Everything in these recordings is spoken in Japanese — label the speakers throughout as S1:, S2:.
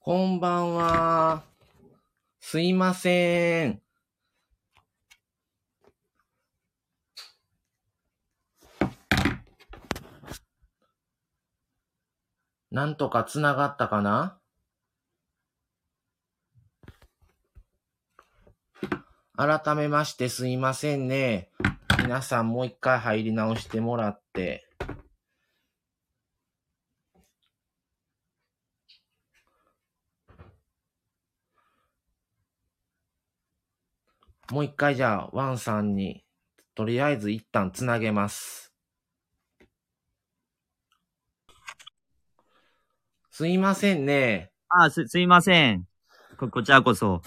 S1: こんばんは。すいません。なんとかつながったかな改めましてすいませんね。皆さんもう一回入り直してもらって。もう一回じゃあ、ワンさんに、とりあえず一旦つなげます。すいませんね。
S2: あ、す、すいません。こ、こちらこそ。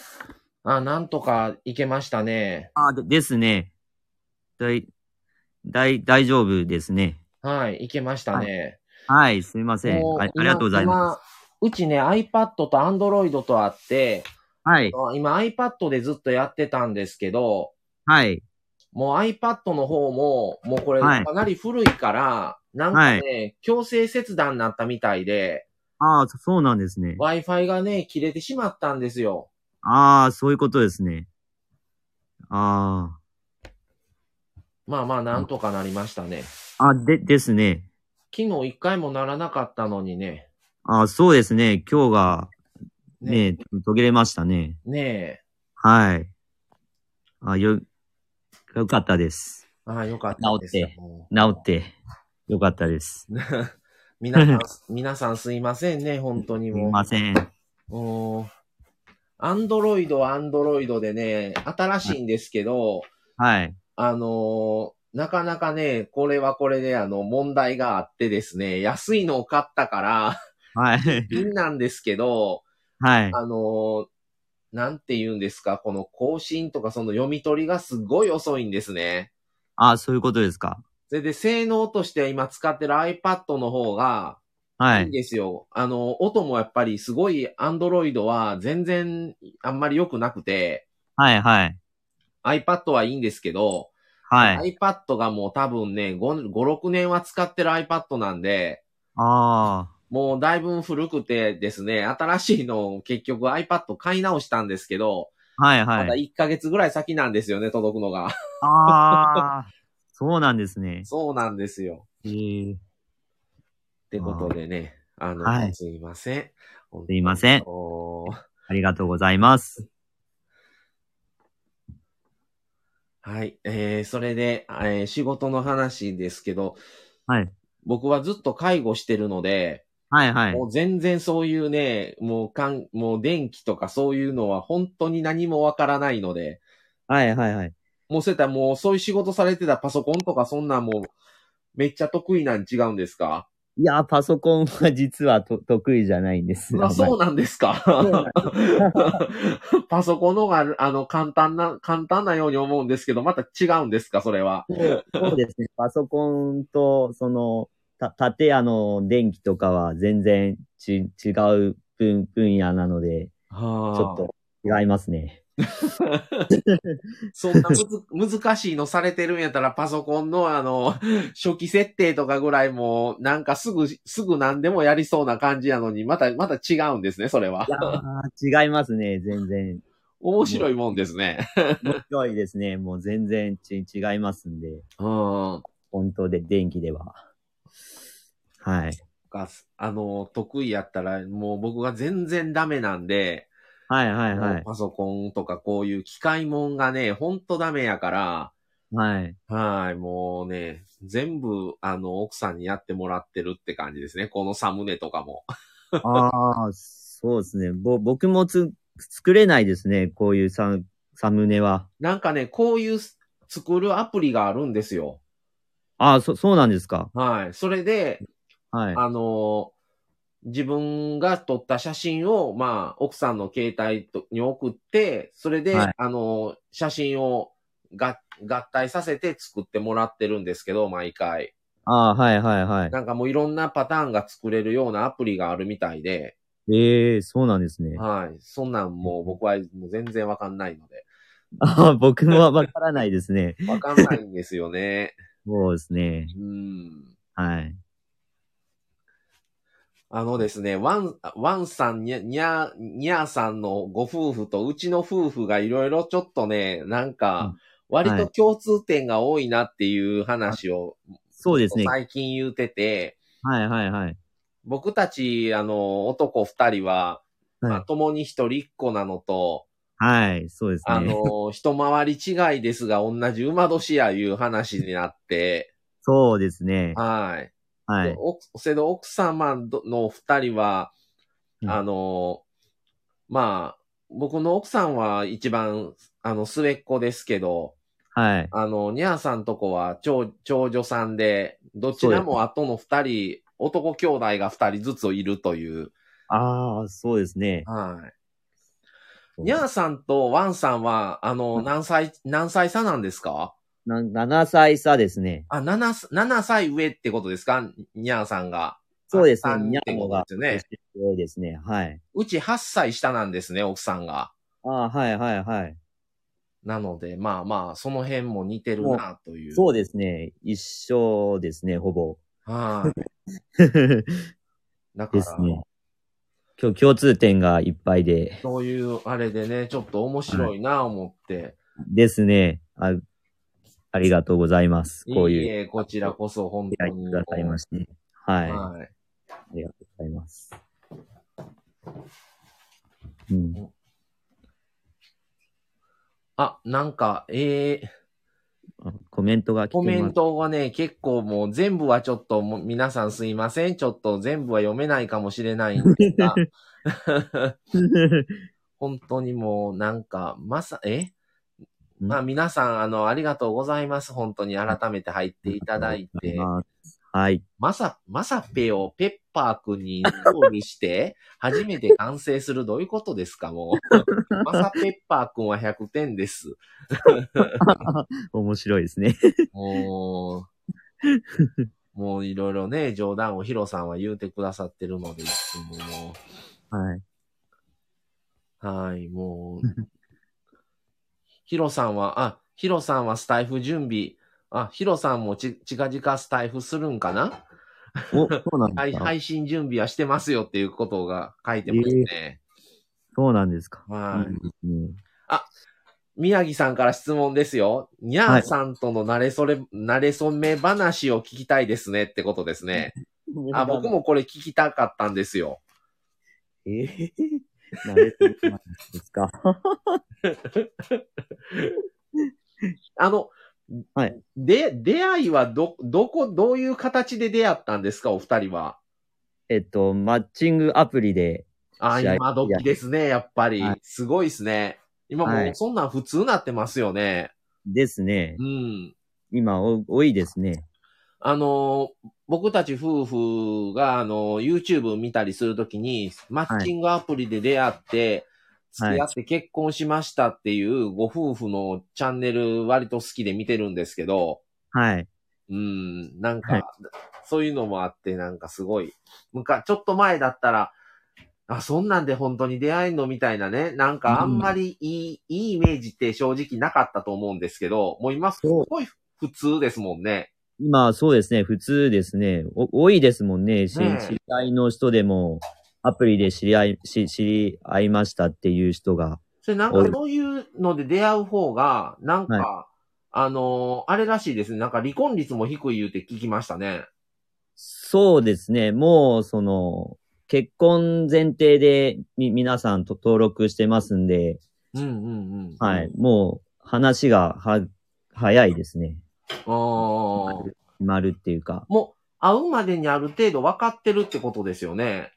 S1: あ、なんとかいけましたね。
S2: あ、でですね。だい、だい、大丈夫ですね。
S1: はい、いけましたね。
S2: はい、すいません。
S1: も。
S2: あありがとうございます
S1: 今うちね、iPad と Android とあって、
S2: す。はい、
S1: あ今 iPad でずっとやってたんですけど、
S2: はい、
S1: もう iPad の方も、もうこれ
S2: は
S1: か
S2: い
S1: なり古いから、なんかね、強制切断になったみたいで、
S2: ああ、そそうなんですね。
S1: Wi-Fi がね、切れてしまったんですよ。
S2: ああ、そういうことですね。あ
S1: まあまあ、なんとかなりましたね。
S2: あ、あ、で、ですね。
S1: 昨日一回もならなかったのにね。
S2: ああ、そうですね。今日が、
S1: ね
S2: ね、途切れましたね。
S1: ねえ。
S2: はい。あよ、よかったです。
S1: ああ、よかったです。
S2: 治って治って、よかったです。
S1: 皆さん、 皆さんすいませんね、本当に
S2: すい
S1: もう。
S2: ません。
S1: うん。アンドロイドはアンドロイドでね、新しいんですけど、
S2: はい。
S1: あのーなかなかね、これはこれであの、問題があってですね、安いのを買った から、
S2: はい。
S1: いいんなんですけど、
S2: はい。
S1: あのーなんて言うんですか、この更新とかその読み取りがすごい遅いんですね。
S2: ああ、そういうことですか。
S1: それで、性能として今使ってる iPad の方が、
S2: はい
S1: いん
S2: い。
S1: ですよ。あの、音もやっぱりすごい Android は全然あんまり良くなくて、
S2: はい、はい。
S1: iPad はいいんですけど、
S2: はい。
S1: iPad がもう多分ね、5、5 6年は使ってる iPad なんで、
S2: あ
S1: もうだいぶ古くてですね、新しいのを結局 iPad 買い直したんですけど、
S2: あ、はい、
S1: まだ
S2: はい。
S1: 1ヶ月ぐらい先なんですよね、届くのが。
S2: ああ、そうなんですね。
S1: そうなんですよ。
S2: えー
S1: ってことでね、あの、
S2: はい
S1: すいません。す
S2: すいませんありがとうございます。
S1: はい。えー、それで、えー仕事の話ですけど、
S2: はい。
S1: 僕はずっと介護してるので、
S2: はい、はい
S1: も。う全然そういうね、もうかん、もう電気とかそういうのは本当に何もわからないので、
S2: はい、はい、はい。
S1: もうせたらもうそういう仕事されてたパソコンとかそんなんもう、めっちゃ得意なん違うんですか
S2: いや、パソコンは実はと得意じゃないんです。
S1: あそう
S2: う
S1: なんですかパソコンの方が、あの、簡単な、簡単なように思うんですけど、また違うんですかそれは。
S2: そうですね。パソコンと、その、た、建屋の電気とかは全然ち違う分分野なので、ち
S1: は
S2: ょっと違いますね。。
S1: そんなむず 難しいのされてるんやったら、パソコンのあの、初期設定とかぐらいもう、なんかすぐ、すぐ何でもやりそうな感じなのに、また、また違うんですね、それはい
S2: やー違いますね、全然。
S1: 面白いもんですね。
S2: 面白いですね。もう全然ち違いますんで、
S1: うん。
S2: 本当で、電気では。はい。
S1: かあの、得意やったら、もう僕が全然ダメなんで、
S2: はいはいはい。
S1: パソコンとかこういう機械もんがね、ほんとダメやから、
S2: はい。
S1: はい、もうね、全部、あの、奥さんにやってもらってるって感じですね。このサムネとかも。
S2: ああ、そうですね。ぼ、僕もつ、作れないですね。こういうサム、サムネは。
S1: なんかね、こういうす作るアプリがあるんですよ。
S2: ああ、そ、そうなんですか。
S1: はい。それで、
S2: はい。
S1: あのー自分が撮った写真を、まあ、奥さんの携帯とに送って、それで、
S2: はい
S1: あのー写真をが合体させて作ってもらってるんですけど、毎回。
S2: ああ、はいはいはい。
S1: なんかもういろんなパターンが作れるようなアプリがあるみたいで、
S2: ええそうなんですね。
S1: はい。そんなんもう僕はもう全然わかんないので、
S2: ああ、僕もわからないですね。
S1: わかんないんですよね。
S2: そうですね。
S1: うん。
S2: はい。
S1: あのですね、ワン、ワンさん、にゃ、にゃ、にゃーさんのご夫婦とうちの夫婦がいろいろちょっとね、なんか、割と共通点が多いなっていう話を、
S2: そうですね。はい
S1: 最近言うてて、
S2: はいはい。
S1: 僕たち、あの、男二人は、まあ、
S2: は
S1: 共に一人っ子なのと、
S2: い、はい、そうですね。
S1: あの、一回り違いですが、同じ馬年やいう話になって、
S2: そうですね。
S1: はい。
S2: はい。
S1: 奥せど奥様の二人は、
S2: うん
S1: あの、まあ、僕の奥さんは一番、あの、末っ子ですけど、
S2: はい。
S1: あの、ニャーさんとこは長長女さんで、どちらも後の二人、男兄弟が二人ずついるという。
S2: ああ、そうですね。
S1: はい。ニャーさんとワンさんは、あの、何歳、何歳差なんですか
S2: な7歳差ですね。
S1: あ、7す、7歳上ってことですかにゃーさんが。
S2: そうですね。
S1: あ
S2: にゃんのが
S1: ってことですよね。
S2: 年上ですね。はい。
S1: うち8歳下なんですね、奥さんが。
S2: ああ、はいはいはい。
S1: なので、まあまあ、その辺も似てるな、という。
S2: そうですね。一緒ですね、ほぼ。
S1: はい。
S2: で
S1: だから、
S2: すね。今日共通点がいっぱいで。
S1: そういうあれでね、ちょっと面白いな、思って。
S2: ですね。あありがとうございます。こう
S1: い
S2: いう
S1: え、こちらこそ、本
S2: 出
S1: 当
S2: 会い
S1: に。
S2: くださいまして。はい。あ
S1: はい。
S2: りがとうございます。うん、
S1: あ、なんか、えー、
S2: あコメントが来て
S1: コ
S2: ます。
S1: メントはね、結構もう全部はちょっともう皆さんすいません。ちょっと全部は読めないかもしれないんですが、本当にもうなんか、まさ、え
S2: うん
S1: まあ皆さん、あの、ありがとうございます。本当に改めて入っていただい
S2: あり
S1: て
S2: がとう、ございますはい。
S1: まさ、まさぺをペッパーくんに料理して、初めて完成するどういうことですか、もう。まさペッパーくんは100点です。
S2: 面白いですね。
S1: もう、もういろいろね、冗談をヒロさんは言うてくださってるので、いつもも
S2: はい。
S1: う、はい、もう、ヒロさんは、あ、ヒロさんはスタイフ準備、あ、ヒロさんもち、近々スタイフするんかな
S2: お、そうなん
S1: はい
S2: ですか。
S1: 配信準備はしてますよっていうことが書いてますね。
S2: そうなんですか。
S1: はい
S2: いですね
S1: 宮城さんから質問ですよ。にゃーさんとの慣れそれ、慣れそめ話を聞きたいですねってことですね。あ、僕。もこれ聞きたかったんですよ。
S2: えー、慣れてるんですか。
S1: あの、
S2: はい
S1: で、出会いはど、どこ、どういう形で出会ったんですか、お二人は。
S2: えっと、マッチングアプリで、
S1: あ、
S2: 試合
S1: 今時ですね、やっぱり。
S2: はい
S1: すごいですね。今も
S2: は
S1: う
S2: い
S1: そんなん普通になってますよね。
S2: ですね
S1: う。ん。
S2: 今、お多いですね。
S1: あのー、僕たち夫婦が、あのー、YouTube 見たりするときに、マッチングアプリで出会って、
S2: はい
S1: 付き合って結婚しましたっていうご夫婦のチャンネル割と好きで見てるんですけど、
S2: はい。
S1: うん、なんか、
S2: はい
S1: そういうのもあって、なんかすごい、むか、ちょっと前だったら、あ、そんなんで本当に出会えんのみたいなね、なんかあんまりいい、いいイメージって正直なかったと思うんですけど、もう今す
S2: そう
S1: ごい普通ですもんね。
S2: 今、そうですね。普通ですね。お多いですもんね。し
S1: ねえ
S2: 知り合いの人でも、アプリで知り合い、し知り合いましたっていう人が。
S1: それなん
S2: お
S1: か
S2: い
S1: そういうので出会う方が、なんか、あのーあれらしいですね。なんか離婚率も低い言うて聞きましたね。
S2: そうですね。もう、その、結婚前提でみ皆さんと登録してますんで、
S1: うんうんうん。
S2: はい。。もう、話が、は、早いですね。
S1: あー
S2: 決まるっていうか。
S1: もう、会うまでにある程度分かってるってことですよね。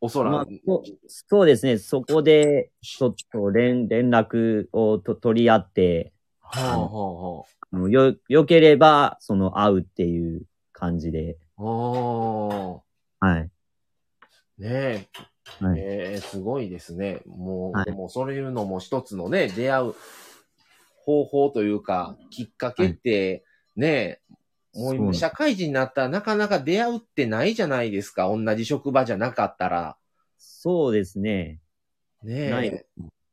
S1: おそ
S2: ま
S1: ら
S2: あ
S1: く。、
S2: そうそうですね。そこで、ちょっと連連絡をと取り合って、
S1: はあ、は
S2: あのよ、良ければ、その、会うっていう感じで。
S1: あ、はあ。
S2: はい。
S1: ねえ。
S2: はい
S1: ええすごいですね。もう、
S2: はい
S1: でもそういうのも一つのね、出会う方法というか、きっかけって、ねえ、もう
S2: そう
S1: 今社会人になったらなかなか出会うってないじゃないですか。同じ職場じゃなかったら。
S2: そうですね。
S1: ねえ。
S2: ない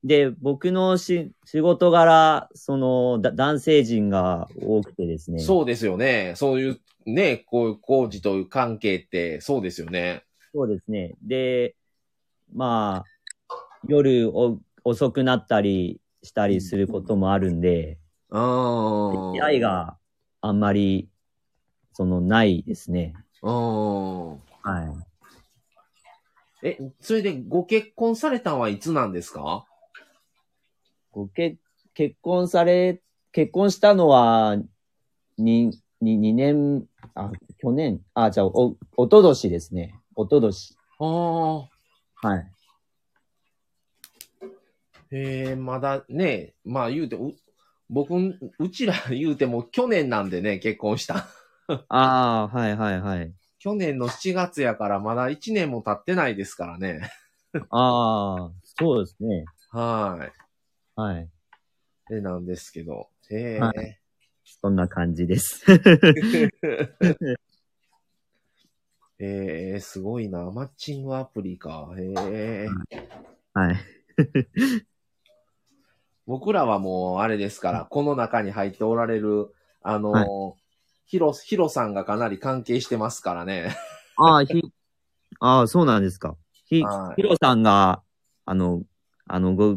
S2: で、僕のし仕事柄、その、だ男性陣が多くてですね。
S1: そうですよね。そういう、ねえ、こういう工事という関係って、そうですよね。
S2: そうですね。で、まあ、夜お遅くなったりしたりすることもあるんで、
S1: うん。
S2: 出会いがあんまり、その、ないですね。
S1: うん。
S2: はい。
S1: え、それでご結婚されたのはいつなんですか
S2: ご結結婚され、結婚したのは、に、に、2年、あ、去年、あ、じゃあ、お、おととしですね。おととし。
S1: ああ。
S2: はい。
S1: ええまだね、まあ言うて、う僕ん、うちら 言うても去年なんでね、結婚した。
S2: ああ、はいはいはい。
S1: 去年の7月やからまだ1年も経ってないですからね。
S2: ああ、そうですね。
S1: は
S2: はい。
S1: い。で、なんですけど。ええ
S2: は そんな感じです。
S1: ええすごいな。マッチングアプリか。ええ
S2: はい。
S1: 僕らはもう、あれですから、この中に入っておられる、あの
S2: はい
S1: ヒロ、ヒロさんがかなり関係してますからね。
S2: ああ、ひ、ああ、そうなんですか。ひ、
S1: はい
S2: ひろさんが、あの、あの、ご、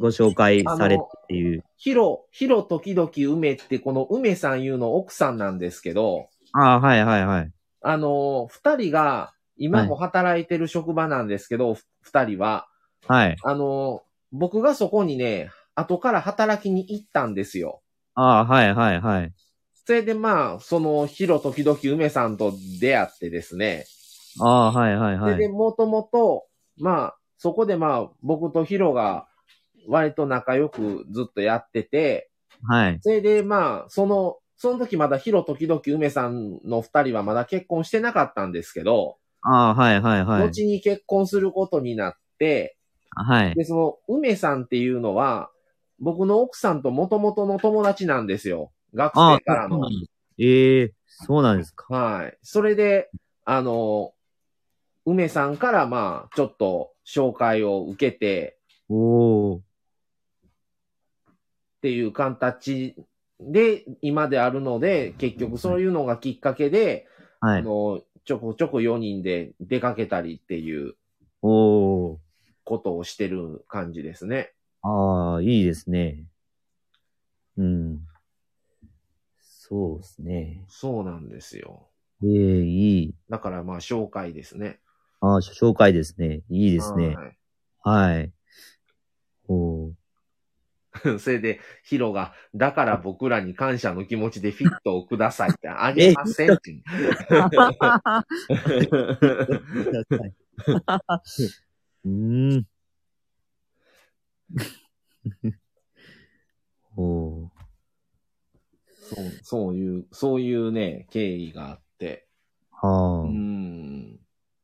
S2: ご紹介されたっていう。
S1: ヒロ、ヒロ時々梅って、この梅さんいうの奥さんなんですけど、
S2: ああ、はいはいはい。
S1: あのー二人が、今も働いてる職場なんですけど、ふ二、人は。
S2: はい。
S1: あのー僕がそこにね、後から働きに行ったんですよ。
S2: ああ、はいはいはい。
S1: それでまあ、その、ヒロ時々梅さんと出会ってですね。
S2: ああ、はいはいは
S1: それで、
S2: い。
S1: もともと、まあ、そこでまあ、僕とヒロが、割と仲良くずっとやってて、
S2: はい。
S1: それでまあ、その、その時まだヒロ時々梅さんの二人はまだ結婚してなかったんですけど、
S2: ああ、はいはいはい。
S1: 後に結婚することになって、
S2: はい。
S1: で、その、梅さんっていうのは、僕の奥さんと元々の友達なんですよ。学
S2: あ
S1: 生か
S2: あ、
S1: ら
S2: そう
S1: の
S2: な。んですええそうなんですか。
S1: はい。それで、あの、梅さんから、まあ、ちょっと紹介を受けて
S2: おお。
S1: っていう形で、今であるので、結局そういうのがきっかけで、
S2: は
S1: あ
S2: い。
S1: の、ちょこちょこ4人で出かけたりっていう
S2: おお。
S1: ことをしてる感じですね。
S2: ああ、いいですね。うん。そうですね。
S1: そうなんですよ。
S2: ええいい。
S1: だからまあ紹介ですね。
S2: ああ、紹介ですね。いいですね。
S1: はい
S2: はい。 おー
S1: それで、ヒロが、だから僕らに感謝の気持ちでフィットをくださいっ てあげませんって。
S2: うーん。 おー
S1: そうそういう、そういうね、経緯があって。う
S2: はあ。
S1: ん。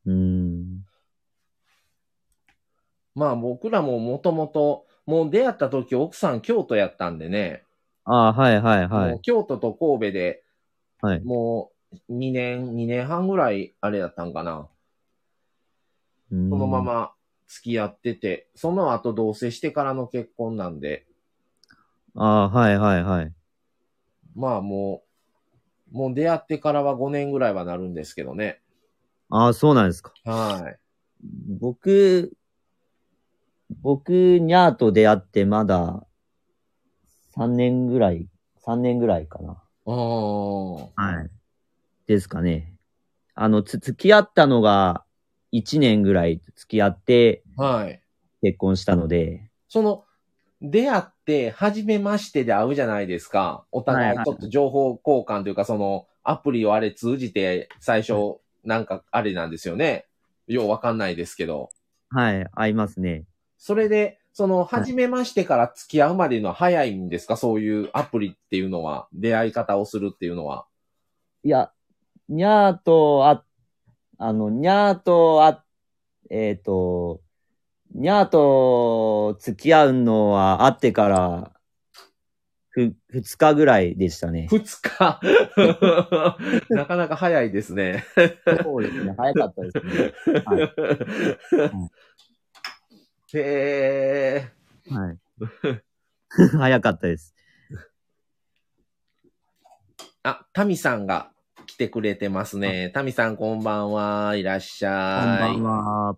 S2: うーん。
S1: まあ僕らももともと、もう出会った時奥さん京都やったんでね、
S2: ああ、はいはいは
S1: もう
S2: い。
S1: 京都と神戸で、
S2: はい
S1: もう2年、2年半ぐらいあれだったんかな。
S2: そ
S1: その
S2: の
S1: ま。ま付き合ってて、その後同棲してからの結婚なんで、
S2: ああ、はいはいはい。
S1: まあもう、もう出会ってからは5年ぐらいはなるんですけどね。
S2: ああ、そうなんですか。
S1: はい。
S2: 僕、僕、ニャーと出会ってまだ3年ぐらい、3年ぐらいかな。
S1: あー
S2: はい。ですかね。あの、つ、付き合ったのが1年ぐらい付き合って
S1: はい。
S2: 結婚したので、
S1: その、出会って、初めましてで会うじゃないですか。お互
S2: はい
S1: い
S2: はい
S1: ちょっと情報交換というか、その、アプリをあれ通じて、最初、なんかあれなんですよね。ようわかんないですけど。
S2: はい、会いますね。
S1: それで、その、
S2: い
S1: 初めましてから付き合うまでのは早いんですかそういうアプリっていうのは、出会い方をするっていうのは。
S2: いや、ニャーと、あ、あの、ニャーと、あ、えっ、と、ニャーと付き合うのは会ってから、ふ、二日ぐらいでしたね。
S1: 二 日なかなか早いですね。
S2: そうですね。早かったですね。 はい
S1: へえ。
S2: はい。 早かったです。
S1: あ、タミさんが来てくれてますね。タミさんこんばんは。いらっし
S2: こん
S1: ゃい。
S2: ばんは。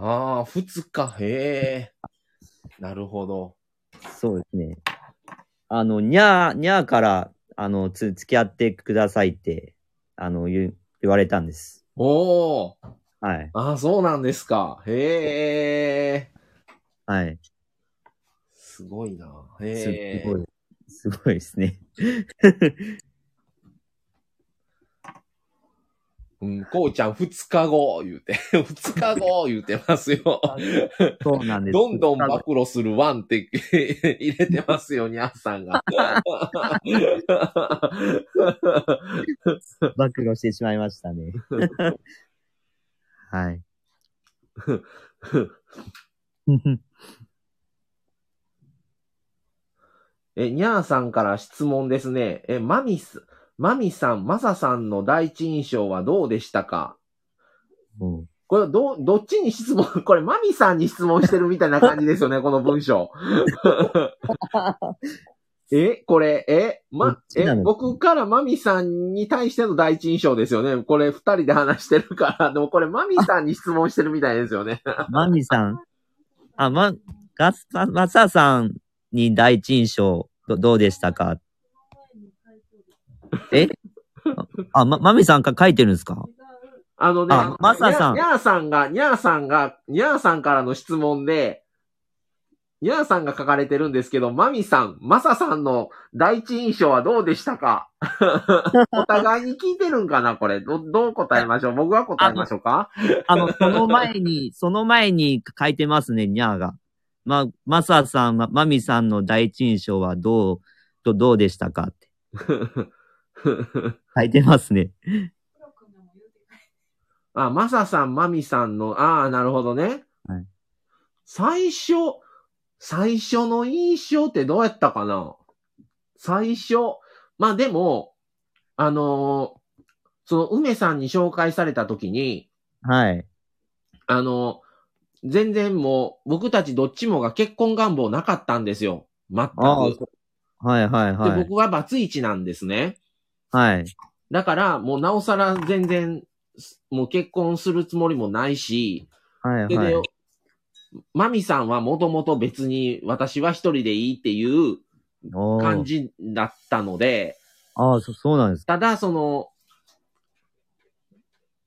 S1: ああ、二日、へえ。なるほど。
S2: そうですね。あの、にゃー、にゃーから、あの、つ、付き合ってくださいって、あの、言う、言われたんです。
S1: おお、
S2: はい。
S1: ああ、そうなんですか。へえ。
S2: はい。
S1: すごいな。
S2: す
S1: へえ。
S2: すごい。すごいですね。
S1: うん、こうちゃん二日後、言うて。 二日後、言うてますよ。
S2: そうなんです。
S1: どんどん暴露するワンって 入れてますよ、にゃんさん が。
S2: 暴露してしまいまし たね。はい。
S1: え、にゃーさんから質問ですね。え、まみす、まみさん、まささんの第一印象はどうでしたか
S2: もう
S1: これ、ど、どっちに質問、 これ、マミさんに質問してるみたいな感じですよね、この文章。 え、これ、え、
S2: ど
S1: ま
S2: っ、ち
S1: え
S2: な、の
S1: 僕からマミさんに対しての第一印象ですよね。これ、二人で話してるから、でもこれ、マミさんに質問してるみたいですよね。
S2: マミさん。あ、ま、ガス、まマサさんに第一印象、どどうでしたかえあ、ま、マミさんが書いてるんですか
S1: あのね、
S2: あマサさん
S1: にゃにゃーさんが、にゃーさんが、にゃーさんからの質問で、にゃーさんが書かれてるんですけど、まみさん、まささんの第一印象はどうでした かお互いに聞いてるんかなこれ。ど、どう答えましょう僕は答えましょうか
S2: あの、その前 に、その前に書いてますね、ニャーが。ま、マサさん、ま、マミさんの第一印象はどう、どどうでしたかって書いてますね。
S1: あ、まささん、まみさんの、ああ、なるほどね。
S2: はい
S1: 最初、最初の印象ってどうやったかな最初。まあでも、あのーその梅さんに紹介された時に、
S2: はい。
S1: あのー全然もう僕たちどっちもが結婚願望なかったんですよ。全く。
S2: ああはいはいは
S1: で
S2: い。
S1: 僕はバツイチなんですね。
S2: はい。
S1: だから、もうなおさら全然、すもう結婚するつもりもないし、
S2: はい
S1: でね
S2: はい。
S1: マミさんはもともと別に私は一人でいいっていう
S2: お
S1: 感
S2: ー
S1: じだったので、
S2: ああ、そそうなんです。
S1: ただその、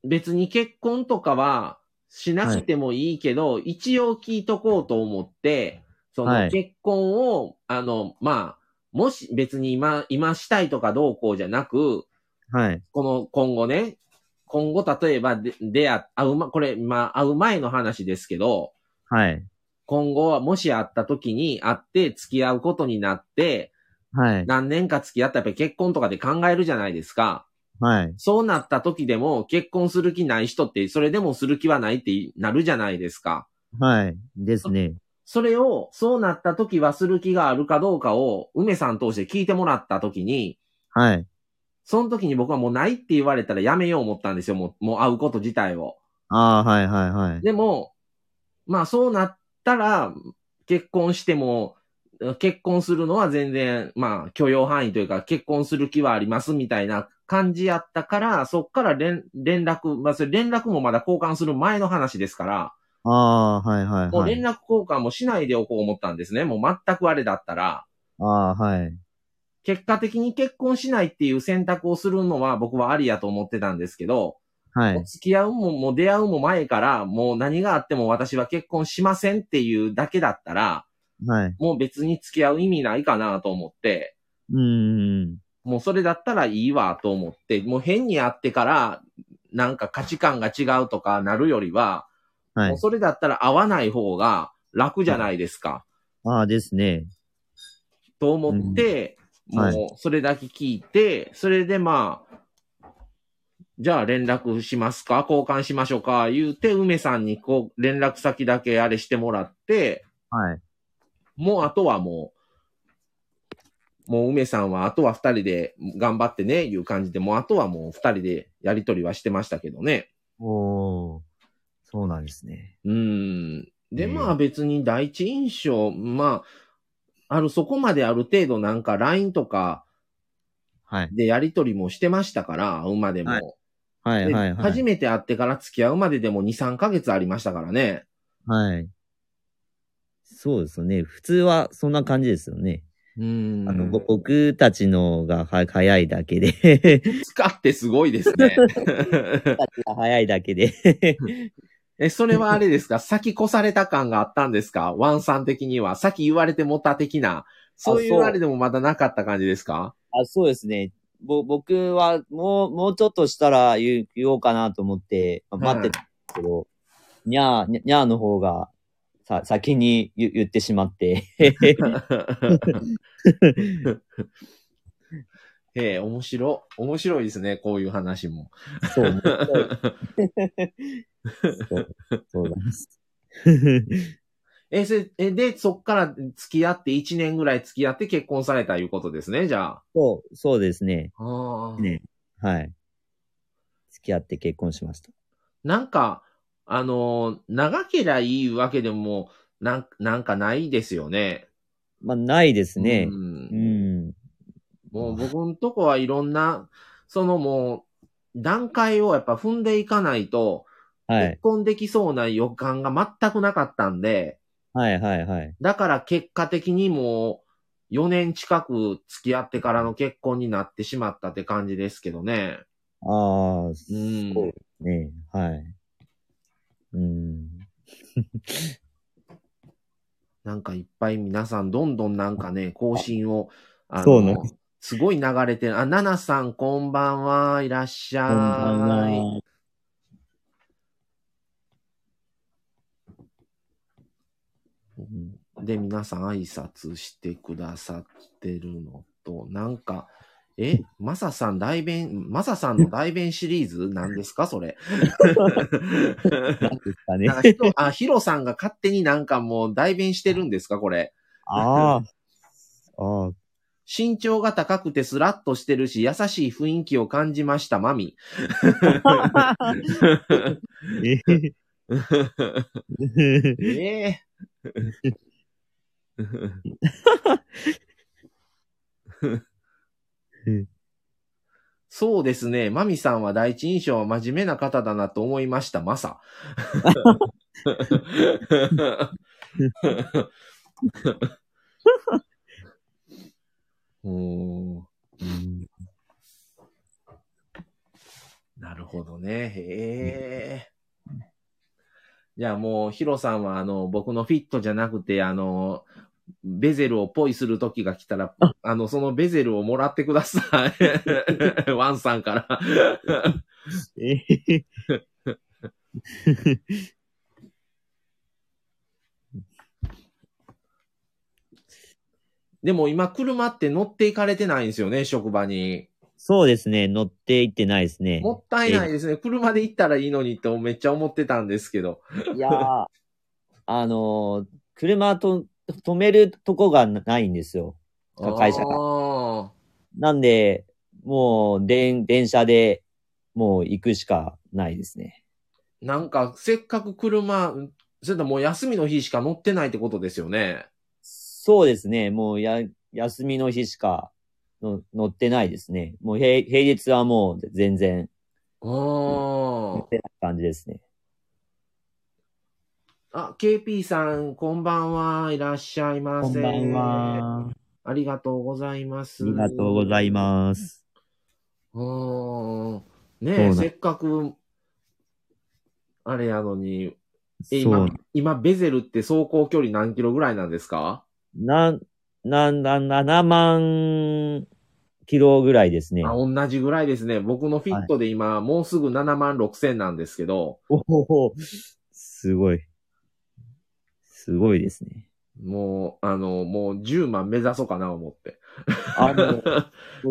S1: 別に結婚とかはしなくてもいいけど、一応聞いとこうと思って、そ
S2: は
S1: の
S2: い
S1: 結婚を、あの、まあ、もし別に今、今したいとかどうこうじゃなく、
S2: はい。
S1: この今後ね、今後例えばで出会会うま、これ、まあ、会う前の話ですけど、
S2: はい。
S1: 今後はもし会った時に会って付き合うことになって、
S2: はい。
S1: 何年か付き合ったらやっぱり結婚とかで考えるじゃないですか。
S2: はい。
S1: そうなった時でも結婚する気ない人って、それでもする気はないってなるじゃないですか。
S2: はい。ですね。
S1: それを、そうなった時はする気があるかどうかを、梅さん通して聞いてもらった時に、
S2: はい。
S1: その時に僕はもうないって言われたらやめよう思ったんですよ。もう、もう会うこと自体を。
S2: ああ、はいはいはい。
S1: でも、まあそうなったら、結婚しても、結婚するのは全然、まあ許容範囲というか、結婚する気はありますみたいな感じやったから、そっから連連絡、まあそれ連絡もまだ交換する前の話ですから、
S2: ああー、はいはい
S1: もう
S2: は
S1: 連
S2: い。
S1: 絡交換もしないでおこう思ったんですね。もう全くあれだったら、
S2: ああ、はい。
S1: 結果的に結婚しないっていう選択をするのは僕はありやと思ってたんですけど、
S2: は
S1: お
S2: い。
S1: 付き合うも、もう出会うも前から、もう何があっても私は結婚しませんっていうだけだったら、
S2: はい。
S1: もう別に付き合う意味ないかなと思って、
S2: うーん。
S1: もうそれだったらいいわと思って、もう変に会ってから、なんか価値観が違うとかなるよりは、
S2: は
S1: も。
S2: いう
S1: それだったら会わない方が楽じゃないですか。
S2: ああ、ですね。
S1: と思って、
S2: うんはい
S1: もうそれだけ聞いて、それでまあ、じゃあ連絡しますか交換しましょうか言うて、梅さんにこう、連絡先だけあれしてもらって、
S2: はい。
S1: もうあとはもう、もう梅さんはあとは二人で頑張ってね、いう感じで、もうあとはもう二人でやりとりはしてましたけどね。
S2: おー、そうなんですね。
S1: うん。で、
S2: ね
S1: まあ別に第一印象、まあ、ある、そこまである程度なんか LINE とか、
S2: はい。
S1: で、やりとりもしてましたから、会うまでも。
S2: はいはい、
S1: で
S2: はい、は
S1: 初
S2: い。
S1: めて会ってから付き合うまででも2、3ヶ月ありましたからね。
S2: はい。そうですよね。普通はそんな感じですよね。
S1: うん
S2: あの、ぼ僕たちのがは早いだけで。
S1: 使ってすごいですね。
S2: 早いだけで。
S1: え、それはあれですか先越された感があったんですかワンさん的には。先言われてもた的な。そういう
S2: そう
S1: あれでもまだなかった感じですか
S2: あそうですね。ぼ僕はもう、もうちょっとしたら言う言おうかなと思って、ま
S1: はい
S2: 待ってたんですけど、にゃー、にゃにゃーの方が、さ、先に言言ってしまって。
S1: ええ、面白。面白いですね。こういう話も。
S2: そう。もう そうそうなん です。
S1: え、それえで、そっから付き合って、1年ぐらい付き合って結婚されたいうことですね、じゃあ。
S2: そう、そうですね。
S1: あー
S2: ね。はい。付き合って結婚しました。
S1: なんか、あのー長けりゃいいわけでも、なんなんかないですよね。
S2: まあ、ないですね
S1: う。ん
S2: うん。
S1: もう僕のとこはいろんな、そのもう、段階をやっぱ踏んでいかないと、
S2: はい
S1: 結。婚できそうな予感が全くなかったんで、
S2: はい、はい、はい。
S1: だから結果的にもう、4年近く付き合ってからの結婚になってしまったって感じですけどね。
S2: ああ、
S1: う
S2: そ
S1: ん。
S2: うねはい。うん。
S1: なんかいっぱい皆さんどんどんなんかね、更新を、あの
S2: そうなんです
S1: すごい流れてる。あ、ナナさんこんばんは、いらっしゃ
S2: こ
S1: い。
S2: んばんは。
S1: で、皆さん挨拶してくださってるのと、なんか、え、マサさん代弁、マサさんの代弁シリー ズ何ですかそれ。
S2: なんですかね
S1: な。んかヒロあ、ヒロさんが勝手になんかもう代弁してるんですかこれ。
S2: ああ。 ああ。
S1: 身長が高くてスラッとしてるし、優しい雰囲気を感じました、マミ。
S2: え
S1: ええそうですね。マミさんは第一印象は真面目な方だなと思いました、マ サ。うーんなるほどね。へえ。じゃあもう、ヒロさんは、あの、僕のフィットじゃなくて、あの、ベゼルをポイする時が来たら、あの、そのベゼルをもらってくださ い。ワンさんから。
S2: え
S1: でも今、車って乗っていかれてないんですよね、職場に。
S2: そうですね。乗っていってないですね。
S1: もったいないですね。車で行ったらいいのにとめっちゃ思ってたんですけど。
S2: いやーあのー車と止めるとこがないんですよ。会社が
S1: ああ。
S2: なんで、もう、電、電車で、もう行くしかないですね。
S1: なんか、せっかく車、それともう休みの日しか乗ってないってことですよね。
S2: そうですね。もう、や、休みの日しかの乗ってないですね。もう、平平日はもう全然
S1: あ
S2: 乗
S1: ー
S2: ってない感じですね。
S1: あ、KP さん、こんばんは。いらっしゃいませ。。。ありがとうございます。
S2: ありがとうございます。
S1: うーん。
S2: そう
S1: ねえ、
S2: なん
S1: せっかく、あれやのに、え
S2: そ
S1: 今
S2: う。、
S1: 今、ベゼルって走行距離何キロぐらいなんですか
S2: なん、なん、なん、7万キロぐらいですね。
S1: あ、同じぐらいですね。僕のフィットで今、もうすぐ7万6千なんですけど、
S2: おお、すごい。すごいですね。
S1: もう、あの、もう10万目指そうかな思って。
S2: あの、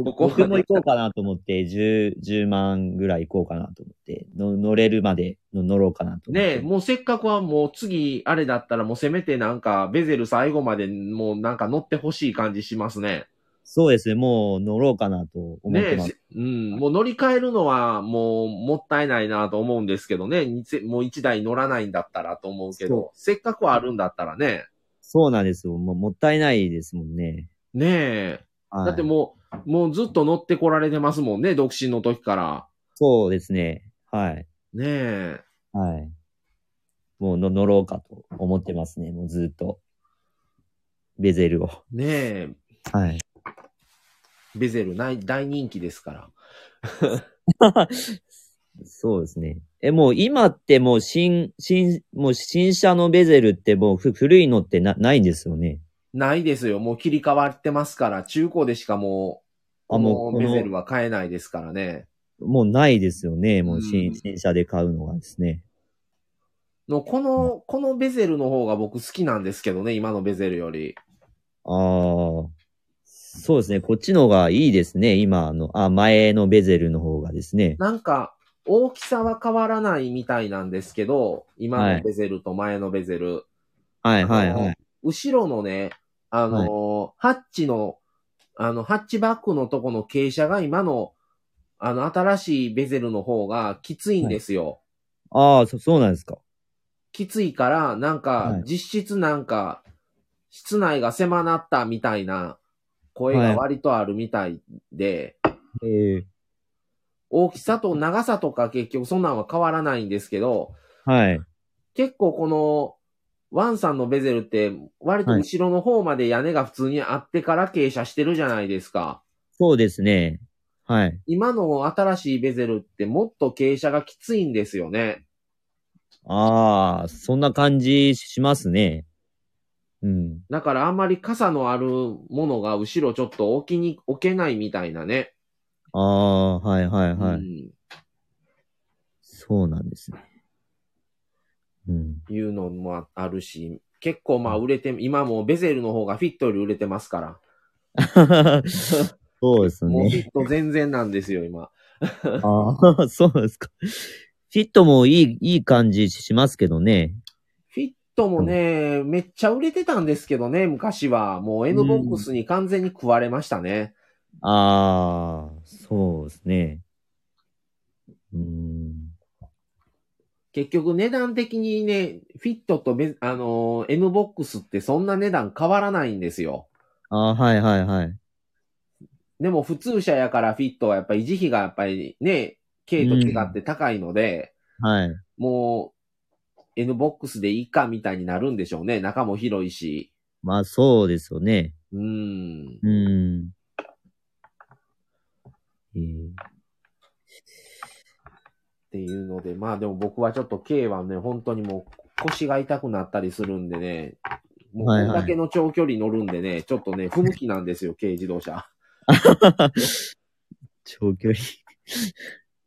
S1: ここ
S2: 僕も行こうかなと思って、10、10万ぐらい行こうかなと思って、の乗れるまでの乗ろうかなと思って。
S1: ねえ、もうせっかくはもう次、あれだったらもうせめてなんか、ベゼル最後までもうなんか乗ってほしい感じしますね。
S2: そうですね、もう乗ろうかなと思っ
S1: ね
S2: て
S1: え
S2: ます。
S1: せうん、もう乗り換えるのはもうもったいないなと思うんですけどね、にせもう一台乗らないんだったらと思うけど、せっかくはあるんだったらね、
S2: そうなんですよ。もうもったいないですもんね。
S1: ねえ、
S2: はい
S1: だってもう、もうずっと乗ってこられてますもんね、独身の時から。
S2: そうですね。はい。
S1: ねえ。
S2: はい。もうの乗ろうかと思ってますね。もうずっと。ベゼルを。
S1: ねえ。
S2: はい。
S1: ベゼルない大人気ですから。
S2: そうですね。え、もう今ってもう新、新、もう新車のベゼルってもうふ古いのってな、ないんですよね。
S1: ないですよ。もう切り替わってますから、中古でしかもう、
S2: あ、
S1: も
S2: もう
S1: う
S2: こ
S1: ベゼル
S2: の、
S1: は買えないですからね。
S2: もうないですよね。もう
S1: う
S2: 新、
S1: ん
S2: 新車で買うのがですね。
S1: のこの、このベゼルの方が僕好きなんですけどね、今のベゼルより。
S2: ああ、そうですね。こっちのがいいですね。今の、あ、前のベゼルの方がですね。
S1: なんか、大きさは変わらないみたいなんですけど、今
S2: は
S1: の
S2: い
S1: ベゼルと前のベゼル。
S2: はいはい
S1: あ
S2: は
S1: の
S2: い。
S1: 後ろのね、あのーハッチの、あの、ハッチバックのとこの傾斜が今の、あの、新しいベゼルの方がきついんですよ。
S2: ああ、そ、そうなんですか。
S1: きついから、なん
S2: は
S1: か
S2: い、
S1: 実質なんか、室内が狭なったみたいな声
S2: は
S1: が
S2: い
S1: 割とあるみたいで、
S2: ええ
S1: 大きさと長さとか結局そんなんは変わらないんですけど、
S2: はい。
S1: 結構この、ワンさんのベゼルって、割と後ろの方まで屋根が普通にあってから傾斜してるじゃないですか。
S2: そうですね。はい。
S1: 今の新しいベゼルってもっと傾斜がきついんですよね。
S2: ああ、そんな感じしますね。うん。
S1: だからあんまり傘のあるものが後ろちょっと置きに、置けないみたいなね。
S2: ああ、はいはいはい。
S1: うん
S2: そうなんですね。うん。
S1: いうのもああるし、結構まあ売れて、今もうベゼルの方がフィットより売れてますから、
S2: そうです
S1: もうフ
S2: ね。
S1: ィット全然なんですよ、今。
S2: ああ、 そうですか。フィットもいい、いい感じしますけどね。
S1: フィットもね、めっちゃ売れてたんですけどね、昔は。もう N ボックスに完全に食われましたね。
S2: ああ、そうですね。うん。
S1: 結局値段的にね、フィットとベ、あのー N ボックスってそんな値段変わらないんですよ。
S2: ああ、はいはいはい。
S1: でも普通車やからフィットはやっぱり維持費がやっぱりね、軽と違って高いので、
S2: はい。
S1: もう、N ボックスでいいかみたいになるんでしょうね。中も広いし。
S2: まあそうですよね。
S1: うーん。
S2: うん。えー
S1: っていうので、まあでも僕はちょっと K はね、本当にもう腰が痛くなったりするんでね、もうこ
S2: はい
S1: れ
S2: はい
S1: だけの長距離乗るんでね、ちょっとね、不向きなんですよ、軽自動車。
S2: 長距離。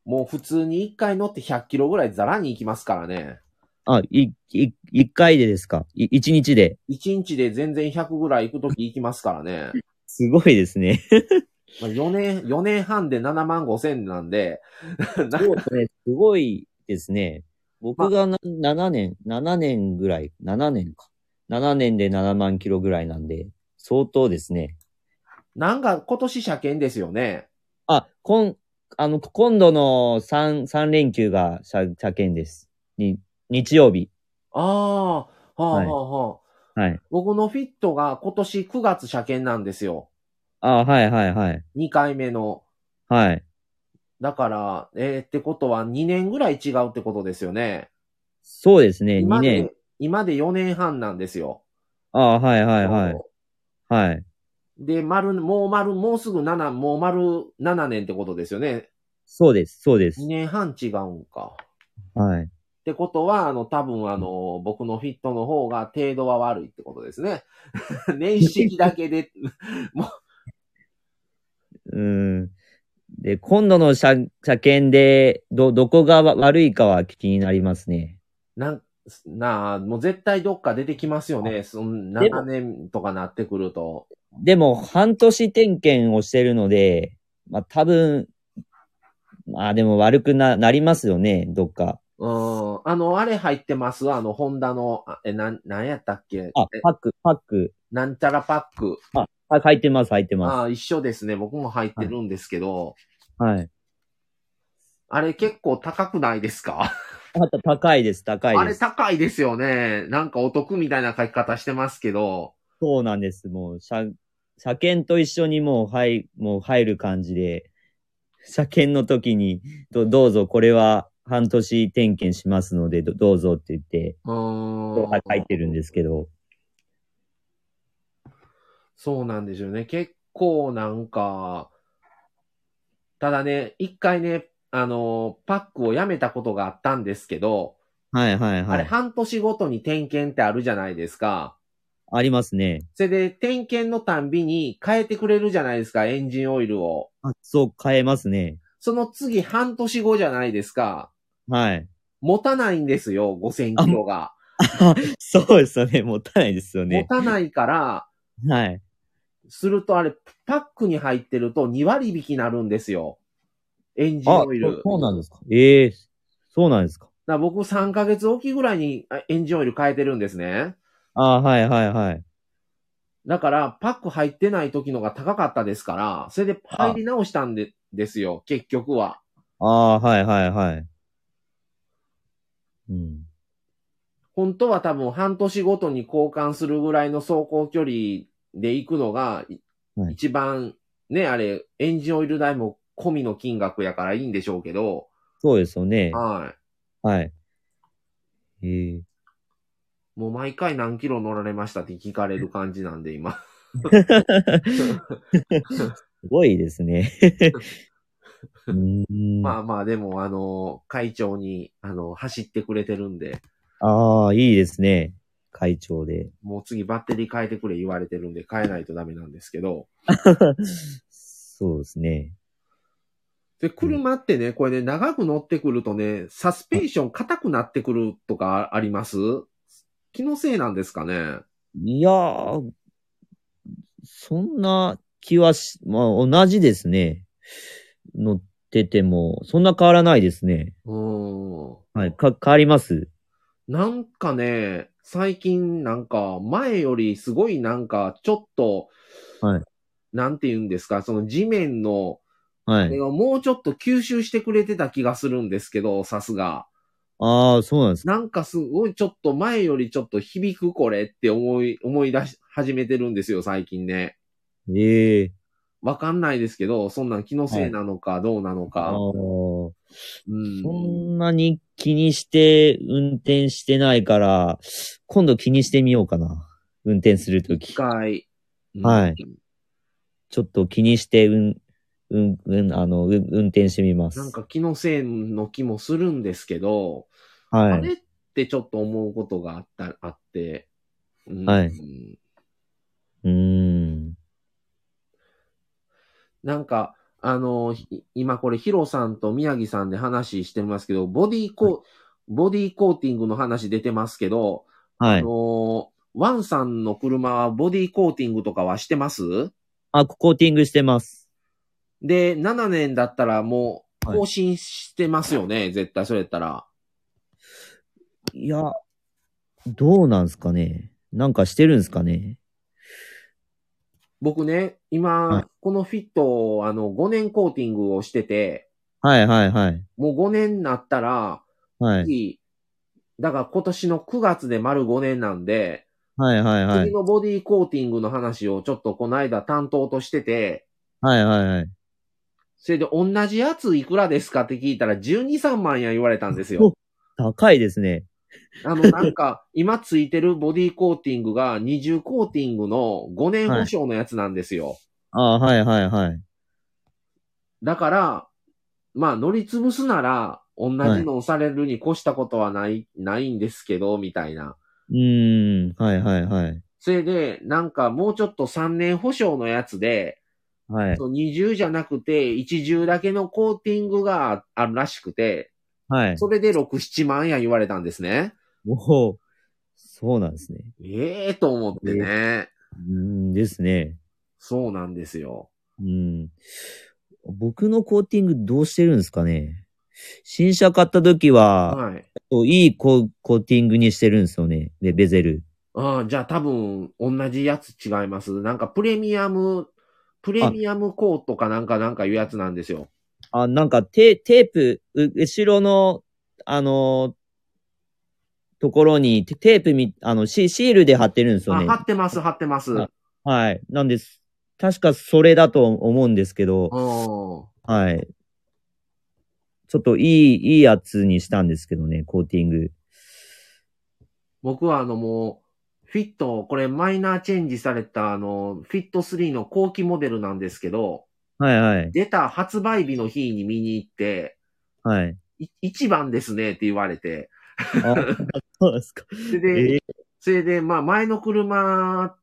S1: もう普通に1回乗って100キロぐらいザラに行きますからね。
S2: あ、い、い、一回でですかい、一日で。
S1: 1日で全然100ぐらい行くとき行きますからね。
S2: すごいですね。
S1: まあ、4年、4年半で7万5千なんで、な
S2: そうですね。すごいですね。僕がな、7年、7年ぐらい、7年か。7年で7万キロぐらいなんで、相当ですね。
S1: なんか今年車検ですよね。
S2: あ、こん、あの、今度の3、三連休が車、車検です。に、日曜日。
S1: ああ、はあ、は
S2: はい
S1: あ、はあ。
S2: はい。
S1: 僕のフィットが今年9月車検なんですよ。
S2: あ、はいはいはい。
S1: 2回目の。
S2: はい。
S1: だから、えーってことは2年ぐらい違うってことですよね。
S2: そうですね。2
S1: 今
S2: 年。
S1: で、今で4年半なんですよ。
S2: あ、はいはいはい。はい。
S1: で、丸、もう丸、もうすぐ7、もう丸7年ってことですよね。
S2: そうです、そうです
S1: 2。年半違うんか。
S2: はい。
S1: ってことは、あの、多分あの、僕のフィットの方が程度は悪いってことですね。 年式だけで、
S2: うん。で、今度の車、車検で、ど、どこがわ悪いかは気になりますね。
S1: なん、なあ、もう絶対どっか出てきますよね。その
S2: でも
S1: 7年とかなってくると。
S2: でも、半年点検をしてるので、まあ多分、まあでも悪くな、なりますよね、どっか。
S1: うーん。あの、あれ入ってますあの、ホンダの、あえ、なん、なんやったっけ
S2: あ
S1: え、
S2: パック、パック。
S1: なんちゃらパック。
S2: あ、入ってます、入ってま
S1: ああ、一緒ですね。僕も入ってるんですけど、
S2: す。はい。
S1: あれ結構高くないですか、
S2: あと高いです、高
S1: あ
S2: いで
S1: れ
S2: す。
S1: 高いですよね。なんかお得みたいな書き方してますけど、
S2: そうなんです、もう、車、車検と一緒にもう入、もう入る感じで、車検の時に、どどうぞ、これは半年点検しますので、どどうぞって言って、
S1: うーん
S2: 書いてるんですけど、
S1: そうなんですよね。結構なんか、ただね、一回ね、あの、パックをやめたことがあったんですけど、
S2: はいはい
S1: あ
S2: は
S1: れ
S2: い。
S1: 半年ごとに点検ってあるじゃないですか。
S2: ありますね。
S1: それで点検のたんびに変えてくれるじゃないですか、エンジンオイルを。
S2: あ、そう、変えますね。
S1: その次半年後じゃないですか。
S2: はい。
S1: 持たないんですよ、5000キロが。
S2: そうですよね。もったいないですよ
S1: 持
S2: ね。
S1: たないから、
S2: はい。
S1: するとあれ、パックに入ってると2割引きになるんですよ。エンジン
S2: あ
S1: オイル。、
S2: そうなんですか。ええそうなんですか。
S1: だから僕3ヶ月おきぐらいにあエンジンオイル変えてるんですね。
S2: あはいはいはい。
S1: だから、パック入ってない時のが高かったですから、それで入り直したんでですよ、結局は。
S2: あはいはいはい。うん。
S1: 本当は多分半年ごとに交換するぐらいの走行距離で行くのが、い
S2: はい
S1: 一番ね、あれ、エンジンオイル代も込みの金額やからいいんでしょうけど、
S2: そうですよね。
S1: は
S2: はい。ええ
S1: い。もう毎回何キロ乗られましたって聞かれる感じなんで、今。
S2: すごいです ね。うーん
S1: まあまあ、でも、あの、会長に、あの、走ってくれてるんで、
S2: ああ、いいですね。会長で。
S1: もう次バッテリー変えてくれ言われてるんで変えないとダメなんですけど。
S2: そうですね。
S1: で、車ってね、これね、長く乗ってくるとね、サスペンション硬くなってくるとかあります気のせいなんですかね
S2: いやー、そんな気はし、まあ同じですね。乗ってても、そんな変わらないですね。
S1: うーん。
S2: はい、か、変わります。
S1: なんかね、最近なんか前よりすごいなんかちょっと、
S2: はい
S1: なんて言うんですか、その地面の、
S2: は
S1: あれ
S2: い。
S1: がもうちょっと吸収してくれてた気がするんですけど、さすが。
S2: ああ、そうなんですか。
S1: なんかすごいちょっと前よりちょっと響くこれって思い、思い出し始めてるんですよ、最近ね。
S2: ええ
S1: わかんないですけど、そんなん気のせいなのかどうなの
S2: あ
S1: か。
S2: ー
S1: うん
S2: そ。んなに気にして運転してないから、今度気にしてみようかな。運転するとき。
S1: 一
S2: ち
S1: 回。
S2: はい
S1: うん。
S2: ょっと気にして、うん、うん、うん、あの、うん運転してみます。
S1: なんか気のせいの気もするんですけど、あ
S2: はい。
S1: れってちょっと思うことがあった、あって。うん
S2: はいうーん。
S1: なんか、あの、ひ今これヒロさんと宮城さんで話してますけど、ボディコー、ボディコーティングの話出てますけど、
S2: は
S1: あ
S2: い
S1: の。ーワンさんの車はボディコーティングとかはしてます
S2: あ、コーティングしてます。
S1: で、7年だったらもう
S2: はい
S1: 更新してますよね、絶対それやったら。
S2: いや、どうなんすかね。なんかしてるんすかね。
S1: 僕ね、今、
S2: はい
S1: このフィットをあの5年コーティングをしてて、
S2: はいはいはい。
S1: もう5年になったら、
S2: はい。
S1: 次だから今年の9月で丸5年なんで、
S2: はいはいは
S1: 次
S2: い。
S1: のボディコーティングの話をちょっとこの間担当としてて、
S2: はいはいはい。
S1: それで同じやついくらですかって聞いたら12、3万や言われたんですよ。
S2: 高いですね。
S1: あの、なんか、 今ついてるボディコーティングが二重コーティングの5年保証のやつなんですよ。
S2: あはいはいはい。
S1: だから、まあ、乗り潰すなら、同じのをされるに越したことはない、ないんですけど、みたいな。
S2: うーん。はいはいはい。
S1: それで、なんか、もうちょっと3年保証のやつで、
S2: はい。
S1: その二重じゃなくて、一重だけのコーティングがあるらしくて、
S2: はい。
S1: それで6、7万や言われたんですね。
S2: おお、そうなんですね。
S1: ええと思ってね。
S2: うーんですね。
S1: そうなんですよ。
S2: うん。僕のコーティングどうしてるんですかね。新車買った時は、
S1: はい。
S2: いいココーティングにしてるんですよね。で、ベゼル。
S1: ああ、じゃあ多分同じやつ違います。なんかプレミアム、プレミアムコートかなんかなんかいうやつなんですよ。
S2: あ、なんかテテープ、う後ろの、あのーところにテテープみ、あのシ、シールで貼ってるんですよ
S1: あ、
S2: ね
S1: 貼。ってます、貼ってます。
S2: あはい。なんです。確かそれだと思うんですけど、
S1: うん。
S2: はい。ちょっといい、いいやつにしたんですけどね、コーティング。
S1: 僕はあのもう、フィット、これマイナーチェンジされたあの、フィット3の後期モデルなんですけど、
S2: はいはい。
S1: 出た発売日の日に見に行って、
S2: はい。
S1: い一番ですねって言われて、
S2: あ そうですか。
S1: それで、それで、まあ前の車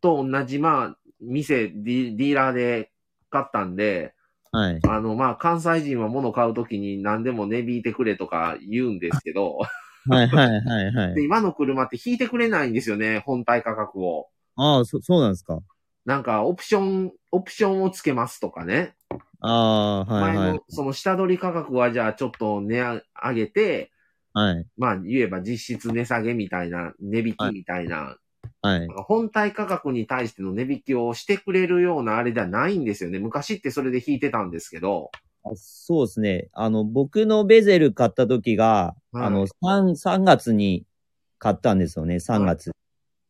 S1: と同じ、まあ、店、ディディーラーで買ったんで、
S2: はい。
S1: あの、まあ関西人は物買うときに何でも値引いてくれとか言うんですけど、
S2: はいはいはいは
S1: で
S2: い。
S1: 今の車って引いてくれないんですよね、本体価格を。
S2: ああ、そ、そうなんですか。
S1: なんか、オプション、オプションをつけますとかね。
S2: ああ、はいは
S1: 前
S2: い
S1: の、。その下取り価格はじゃあちょっと値上げて、
S2: はい。
S1: まあ言えば実質値下げみたいな、値引きみたいな、
S2: はい。
S1: 本体価格に対しての値引きをしてくれるようなあれではないんですよね。昔ってそれで引いてたんですけど、
S2: あそうですね。あの、僕のベゼル買った時が、
S1: はい
S2: あの、3、三月に買ったんですよね、3月。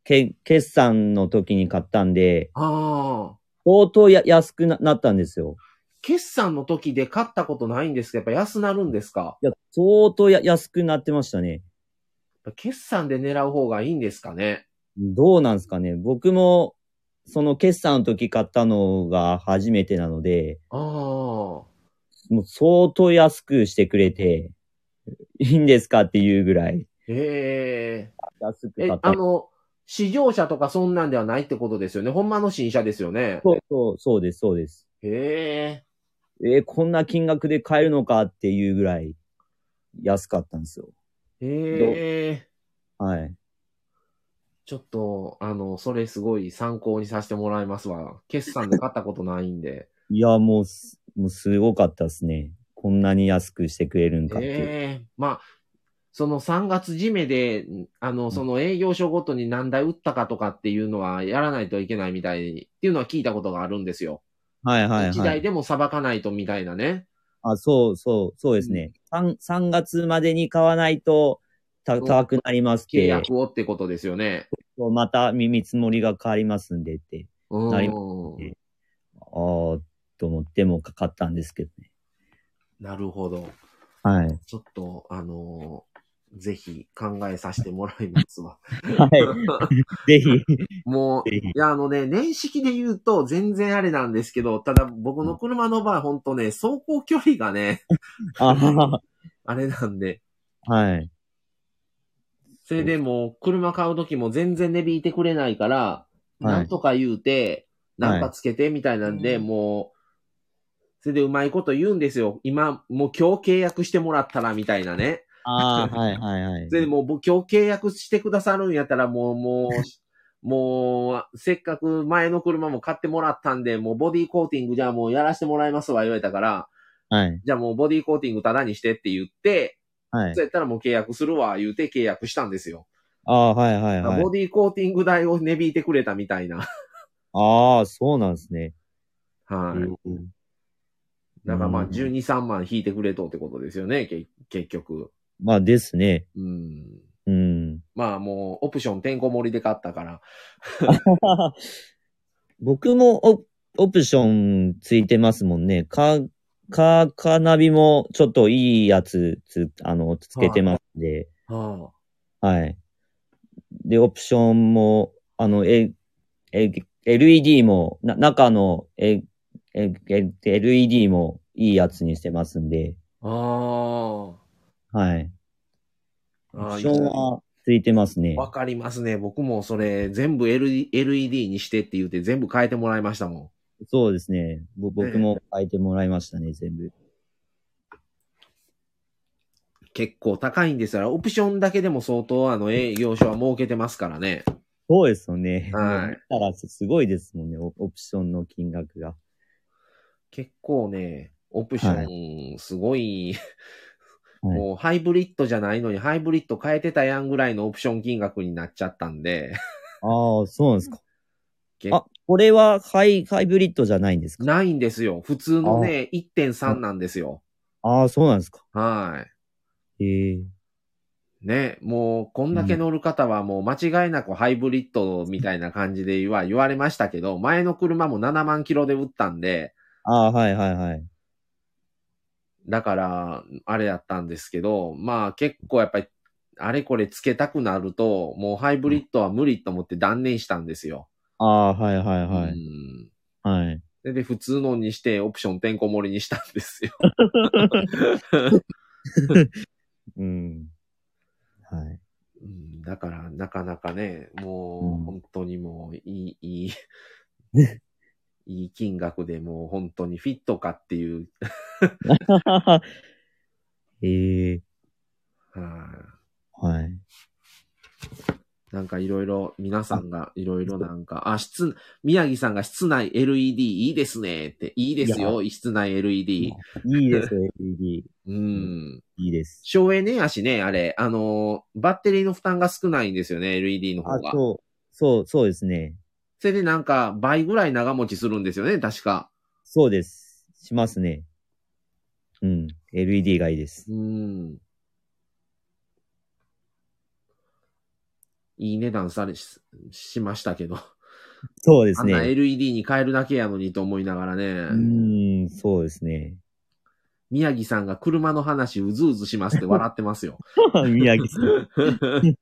S2: け決算の時に買ったんで、
S1: ああ、
S2: 相当や安くななったんですよ。
S1: 決算の時で買ったことないんですけど、やっぱ安なるんですか
S2: いや、相当や安くなってましたね。
S1: やっぱ決算で狙う方がいいんですかね。
S2: どうなんですかね。僕も、その決算の時買ったのが初めてなので、
S1: ああ。
S2: もう相当安くしてくれて、いいんですかっていうぐらい
S1: ええ
S2: 安く
S1: え
S2: 買っ、た
S1: あ。の、試乗車とかそんなんではないってことですよね。ほんまの新車ですよね。
S2: そうそう、そうです、そうです。
S1: へえ。
S2: えーこんな金額で買えるのかっていうぐらい安かったんですよ。
S1: へえ。
S2: はい。
S1: ちょっと、あの、それすごい参考にさせてもらいますわ。決算で買ったことないんで。
S2: いや、もうす、もうすごかったですね。こんなに安くしてくれるんかっていう。
S1: ええ。まあ、その3月締めで、あの、その営業所ごとに何台売ったかとかっていうのはやらないといけないみたいっていうのは聞いたことがあるんですよ。
S2: はいはい
S1: 1
S2: は
S1: 台
S2: い。
S1: でも裁かないとみたいなね。
S2: あ、そうそう、そうですね。三三3月までに買わないとた高くなりますっ
S1: 契
S2: て、
S1: 約をってことですよね。
S2: また見見積もりが変わりますんでって、
S1: うん。
S2: なりああ、と思ってもかかったんですけどね。
S1: なるほど。
S2: はい。
S1: ちょっと、あのーぜひ考えさせてもらいます わ。
S2: はい。 ぜひ、ぜ
S1: もう、い
S2: ひ。
S1: や、あのね、年式で言うと全然あれなんですけど、ただ僕の車の場合、ほんとね、走行距離が ね、
S2: あは
S1: あれなんで、
S2: ははい。
S1: それでもう、車買う時も全然値引いてくれないから、
S2: はい
S1: なんとか言うて、
S2: はい
S1: なんかつけてみたいなんで、
S2: うん
S1: もう、それでうまいこと言うんですよ。今、もう今日契約してもらったらみたいなね。
S2: ああ、はいはいはい。
S1: それでもう僕今日契約してくださるんやったらもう、も う、もう、せっかく前の車も買ってもらったんで、もうボディコーティングじゃあもうやらせてもらいますわ言われたから、
S2: はい。
S1: じゃあもうボディコーティングタダにしてって言って、
S2: はい
S1: そう。やったらもう契約するわ言うて契約したんですよ。
S2: ああ、はいはいはい
S1: ボ。ディコーティング代を値引いてくれたみたいな。
S2: ああ、そうなんですね。
S1: はい。
S2: うん
S1: だからまあ
S2: うん
S1: 12、3万引いてくれとってことですよね、け結局。
S2: まあですね。
S1: うん。
S2: うん。
S1: まあもうオプションてんこ盛りで買ったから。
S2: 僕もオオプションついてますもんね。カー、カーカーナビもちょっといいやつつ、あの、つけてますんで。
S1: は
S2: はい。で、オプションも、あの、え、え、LED も、な、中の、え、え、え、LED もいいやつにしてますんで。
S1: あ。ああ。
S2: はい。オ
S1: ああ
S2: プションはついてますね。
S1: わかりますね。僕もそれ、全部 L LED にしてって言って全部変えてもらいましたも
S2: そうですね。ぼ僕も書いてもらいましたね、全部。
S1: ん。結構高いんですから、オプションだけでも相当あの営業所は儲けてますからね。
S2: そうですよね。
S1: はい
S2: もう見たらすごいですもんね、オオプションの金額が。
S1: 結構ね、オプション、すごい、
S2: はい
S1: もうハイブリッドじゃないのにハイブリッド変えてたやんぐらいのオプション金額になっちゃったんで、
S2: ああ、そうなんですか。
S1: 結
S2: あ、これはハイ、ハイブリッドじゃないんですか
S1: ないんですよ。普通のね、1.3なんですよ。
S2: ああ、そうなんですか。
S1: はい。
S2: ええ
S1: ね、もう、こんだけ乗る方はもう間違いなくハイブリッドみたいな感じでは言われましたけど、前の車も7万キロで売ったんで、
S2: ああ、はいはいはい。
S1: だから、あれやったんですけど、まあ結構やっぱり、あれこれつけたくなると、もうハイブリッドは無理と思って断念したんですよ。
S2: ああ、はいはいは
S1: う
S2: い。
S1: ん
S2: はい。
S1: でで、普通のにして、オプションてんこ盛りにしたんですよ。
S2: うん。はい。
S1: うんだから、なかなかね、も
S2: うん
S1: う、本当にもう、いい、いい、いい金額でもう、本当にフィットかっていう、
S2: ええ
S1: はい
S2: はい。
S1: なんかいろいろ、皆さんがいろいろなんか、あ、室、宮城さんが室内 LED いいですねって、いいですよ、室内 LED。
S2: いいです、LED。
S1: うん。
S2: いいです。
S1: 省エネやしね、あれ、あのー、バッテリーの負担が少ないんですよね、LED の
S2: あ
S1: 方が。
S2: と、そう、そうですね。
S1: それでなんか、倍ぐらい長持ちするんですよね、確か。
S2: そうです。しますね。うん。LED がいいです。
S1: うん。いい値段されし、しましたけど。
S2: そうで
S1: あ
S2: す
S1: んな
S2: ね。
S1: LED に変えるだけやのにと思いながらね。
S2: うん、そうですね。
S1: 宮城さんが車の話うずうずしますって笑ってます よ。
S2: 宮城さん。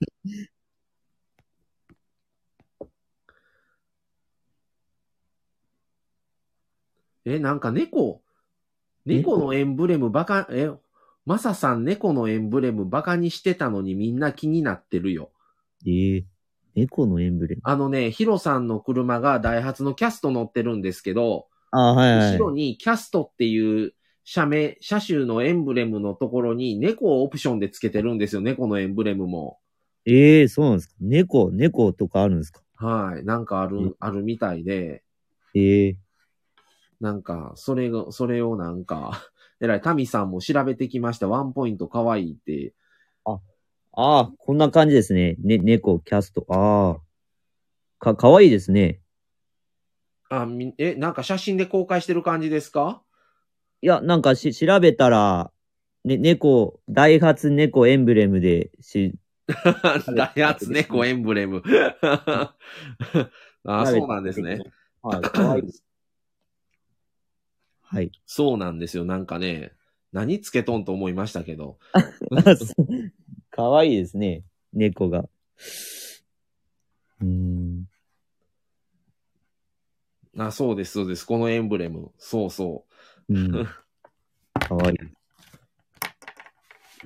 S1: え、なんか猫、猫のエンブレムバカ、え、マサさん猫のエンブレムバカにしてたのにみんな気になってるよ。
S2: ええ猫のエンブレム。
S1: あのね、ヒロさんの車がダイハツのキャスト乗ってるんですけど、
S2: あ、はい、はい。
S1: 後ろにキャストっていう社名、車種のエンブレムのところに猫をオプションでつけてるんですよ、猫のエンブレムも。
S2: ええそうなんですか。猫、猫とかあるんですか
S1: はい。なんかある、
S2: うん
S1: あるみたいで、
S2: ええ
S1: なんか、それが、それをなんか、 えらい、タミさんも調べてきました。ワンポイント可愛いって。
S2: ああ、こんな感じですね。ね、猫、キャスト。ああ。か、かわいいですね。
S1: あ、み、え、なんか写真で公開してる感じです か
S2: いや、なんかし、調べたら、ね、猫、ダイハツ猫エンブレムで、し、
S1: ダイハツ猫エンブ レム。あ、そうなんですね。。
S2: はい、かわいいです。はい。
S1: そうなんですよ。なんかね、何つけとんと思いましたけど。
S2: かわいいですね。猫が。うーん。
S1: あ、そうです、そうです。このエンブレム。そうそ
S2: うん。 かわいい。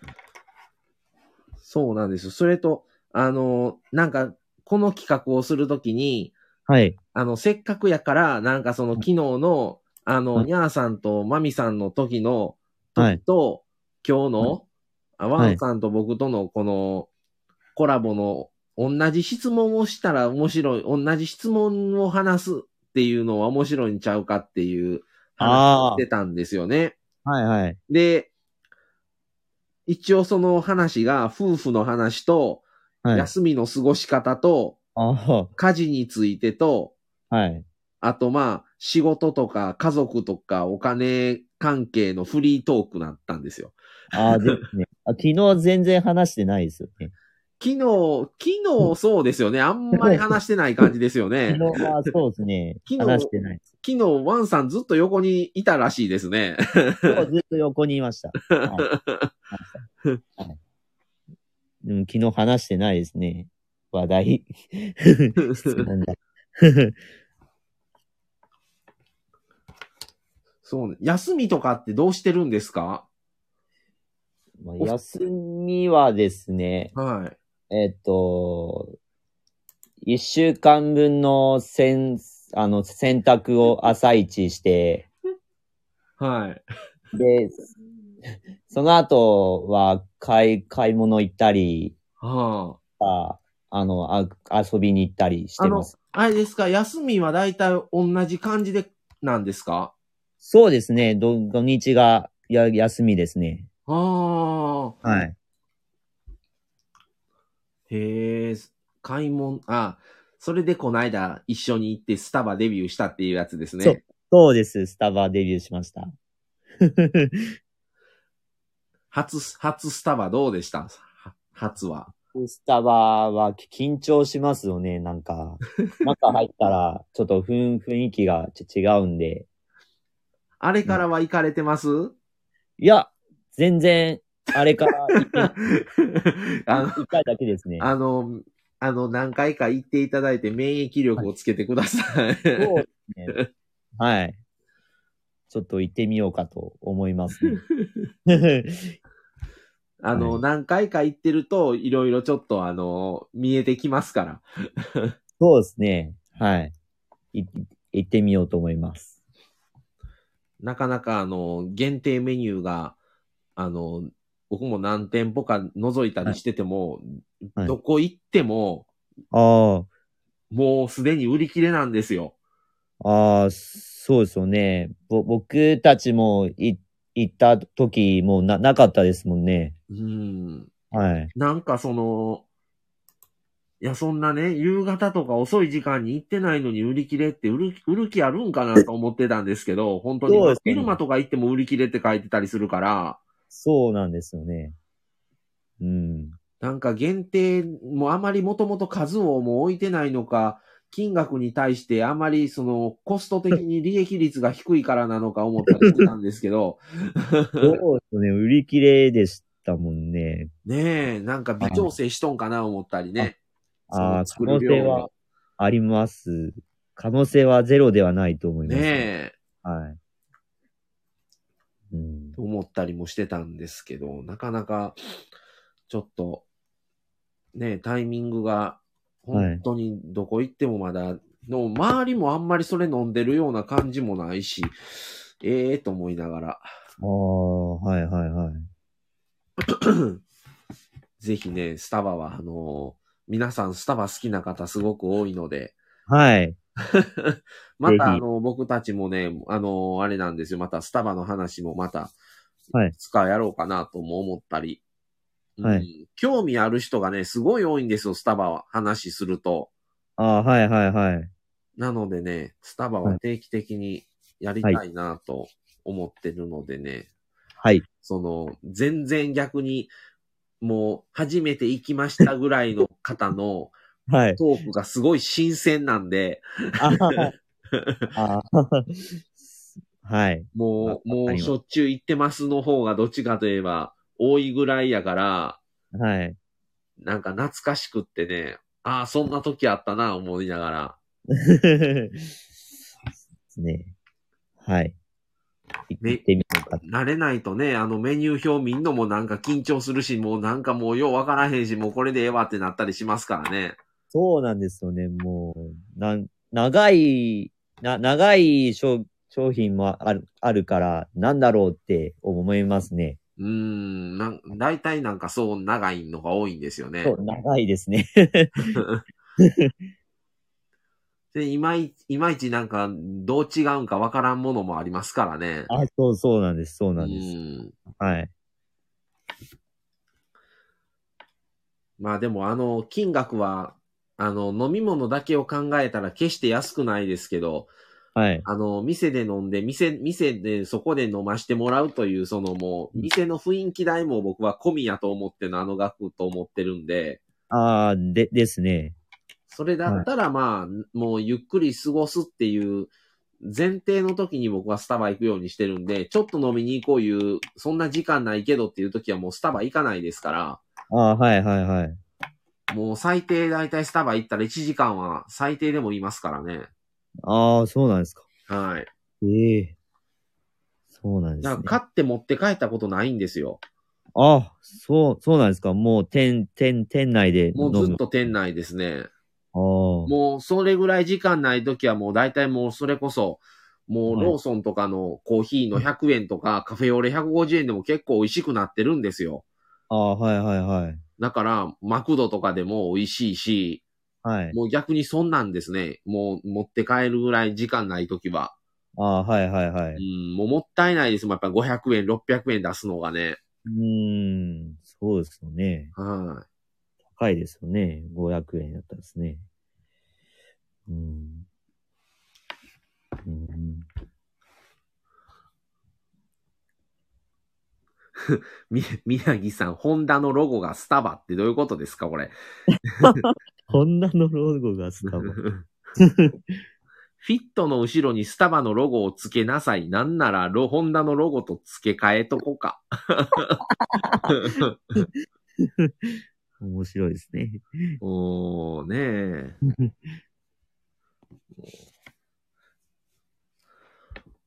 S1: う。そうなんですよ。それと、あの、なんか、この企画をするときに、
S2: はい。
S1: あの、せっかくやから、なんかその昨日の、あ
S2: は
S1: の、
S2: い
S1: にゃーさんとまみさんの時の、
S2: はい
S1: と、今日の、あ
S2: はい
S1: ワンさんと僕とのこの、コラボの、同じ質問をしたら面白い、同じ質問を話すっていうのは面白いんちゃうかっていう話
S2: あ
S1: を
S2: あ
S1: してたんですよね。
S2: はいはい。
S1: で、一応その話が夫婦の話と、
S2: はい。
S1: 休みの過ごし方と、
S2: あ
S1: 家事についてと、
S2: あ、はい。
S1: あとまあ、仕事とか家族とかお金関係のフリートークだったんですよ。
S2: ああ、ですね。あ昨日全然話してないですよね。
S1: 昨日、昨日そうですよね。あんまり話してない感じですよ ね。。
S2: 昨日はそうです ね
S1: 昨日
S2: 話してないです。
S1: 昨日、ワンさんずっと横にいたらしいです ね。
S2: 今日ずっと横にいま した。はいはいでも昨日話してないですね。話 題。質問が
S1: そうね。休みとかってどうしてるんですか
S2: まあ休みはですね、
S1: はい。
S2: えっと、一週間分のせんあの洗濯を朝一して、
S1: はい。
S2: で、その後は買い、買い物行ったり、
S1: はあ。
S2: ああのあ、遊びに行ったりしてます。
S1: あれですか、休みは大体同じ感じで、なんですか
S2: そうですね。土土日がや休みですね。
S1: ああ。
S2: はい。
S1: へえ、買い物、あ、それでこないだ一緒に行ってスタバデビューしたっていうやつですね。
S2: そうそうです。スタバデビューしました。
S1: 初、初スタバどうでしたは初は。
S2: スタバは緊張しますよね、なん か。中入ったら、ちょっと雰雰囲気がち違うんで。
S1: あれからは行かれてます、
S2: いや、全然、あれから一
S1: あ の、
S2: 一回だけですね。
S1: あの、あの、何回か行っていただいて免疫力をつけてください。
S2: そうですね。はい。ちょっと行ってみようかと思いますね。
S1: あの、
S2: はい
S1: 何回か行ってると、いろいろちょっとあの、見えてきますから。
S2: そうですね。はい。い行ってみようと思います。
S1: なかなかあの、限定メニューが、あの、僕も何店舗か覗いたりしてても、
S2: はい
S1: どこ行っても、
S2: あ
S1: もうすでに売り切れなんですよ。
S2: あ、ああ、そうですよね。ぼ僕たちもい行った時もうななかったですもんね。
S1: うん。
S2: はい。
S1: なんかその、いや、そんなね、夕方とか遅い時間に行ってないのに売り切れって売る売る気あるんかなと思ってたんですけど、本当に
S2: そうですね
S1: 昼間とか行っても売り切れって書いてたりするから、
S2: そうなんですよね。 うん。
S1: なんか限定、もうあまりもともと数をもう置いてないのか、金額に対してあまりそのコスト的に利益率が低いからなのか思ったりしてたんですけど、
S2: そうですね。売り切れでしたもんね。
S1: ねえ、なんか微調整しとんかな思ったりね。
S2: ああ、
S1: そ
S2: 可
S1: の
S2: 能
S1: 作る
S2: 性
S1: 量が
S2: はあります。可能性はゼロではないと思いま
S1: ね
S2: す。
S1: え、
S2: はい。うん。
S1: と思ったりもしてたんですけど、なかなか、ちょっと、ねえ、タイミングが、本当にどこ行ってもまだ、の周りもあんまりそれ飲んでるような感じもないし、ええと思いながら、
S2: ああ、はいはいはい。
S1: ぜひね、スタバは、あのー皆さんスタバ好きな方すごく多いので、
S2: はい。
S1: ま
S2: ぜひ
S1: た、あのー僕たちもね、あのーあれなんですよ、またスタバの話もまた、
S2: はい
S1: つかやろうかなとも思ったり、うん
S2: は
S1: 興味ある人がね、すごい多いんですよ、スタバは、話すると。
S2: ああ、はいはいはい。
S1: なのでね、スタバ
S2: は
S1: はい定期的にやりたいなと思ってるのでね、
S2: はい。
S1: その、全然逆に、もう、初めて行きましたぐらいの方の、
S2: はい。
S1: トークがすごい新鮮なんで、
S2: あーあー。はい。
S1: もう、
S2: わ
S1: もう
S2: かります
S1: しょっちゅう行ってますの方がどっちかといえば多いぐらいやから、
S2: はい。
S1: なんか懐かしくってね、ああ、そんな時あったな、思いながら。
S2: ですね。はい。
S1: め
S2: 行ってみようかと。
S1: 慣れないとね、あのメニュー表見んのもなんか緊張するし、もうなんかもうようわからへんし、もうこれでええわってなったりしますからね。
S2: そうなんですよね。もう、なん、長い、な、長い商商品もある、あるから、なんだろうって思いますね。
S1: うーん、なん、大体なんかそう長いのが多いんですよね。
S2: そう、長いですね。
S1: で、いまい、いまいちなんかどう違うんかわからんものもありますからね。
S2: あ、そう、そうなんです。そう
S1: う
S2: なんです。
S1: ん。
S2: はい。
S1: まあでもあの金額は、あの飲み物だけを考えたら決して安くないですけど、
S2: はい。
S1: あの店で飲んで、店、店でそこで飲ましてもらうという、そのもう、店の雰囲気代も僕は込みやと思ってのあの額と思ってるんで、
S2: ああ、で、ですね。
S1: それだったらまあ、もうゆっくり過ごすっていう前提の時に僕はスタバ行くようにしてるんで、ちょっと飲みに行こういう、そんな時間ないけどっていう時はもうスタバ行かないですから、
S2: ああ、はい、はい、はい。
S1: もう最低だいたいスタバ行ったら1時間は最低でもいますからね。
S2: ああ、そうなんですか。
S1: はい。
S2: ええそうなんで
S1: だ
S2: す
S1: か
S2: ね
S1: ら。買って持って帰ったことないんですよ。
S2: あ、そう、そうなんですか。もう、店、店、店内で飲む。
S1: もうずっと店内ですね。
S2: あ
S1: もうそれぐらい時間ない時はもうだいたいもうそれこそ、もう
S2: はい
S1: ローソンとかのコーヒーの100円とかカフェオレ150円でも結構美味しくなってるんですよ。
S2: あ。ああ、はい、はい、はい。
S1: だから、マクドとかでも美味しいし、
S2: はい。
S1: もう逆にそんなんですね。もう持って帰るぐらい時間ない時は。。
S2: ああ、はい、はい、はいう
S1: ん、もうもったいないですもん。やっぱ500円、600円出すのがね。
S2: うーん、そうですよね。
S1: はい。
S2: 高いですよね。500円だったんですね。うん。うん、
S1: み、宮城さん、ホンダのロゴがスタバってどういうことですかこれ。
S2: ホンダのロゴがスタバ。
S1: フィットの後ろにスタバのロゴを付けなさい。なんならロ、ホンダのロゴと付け替えとこか。
S2: 面白いです ね。
S1: おー、ねえ。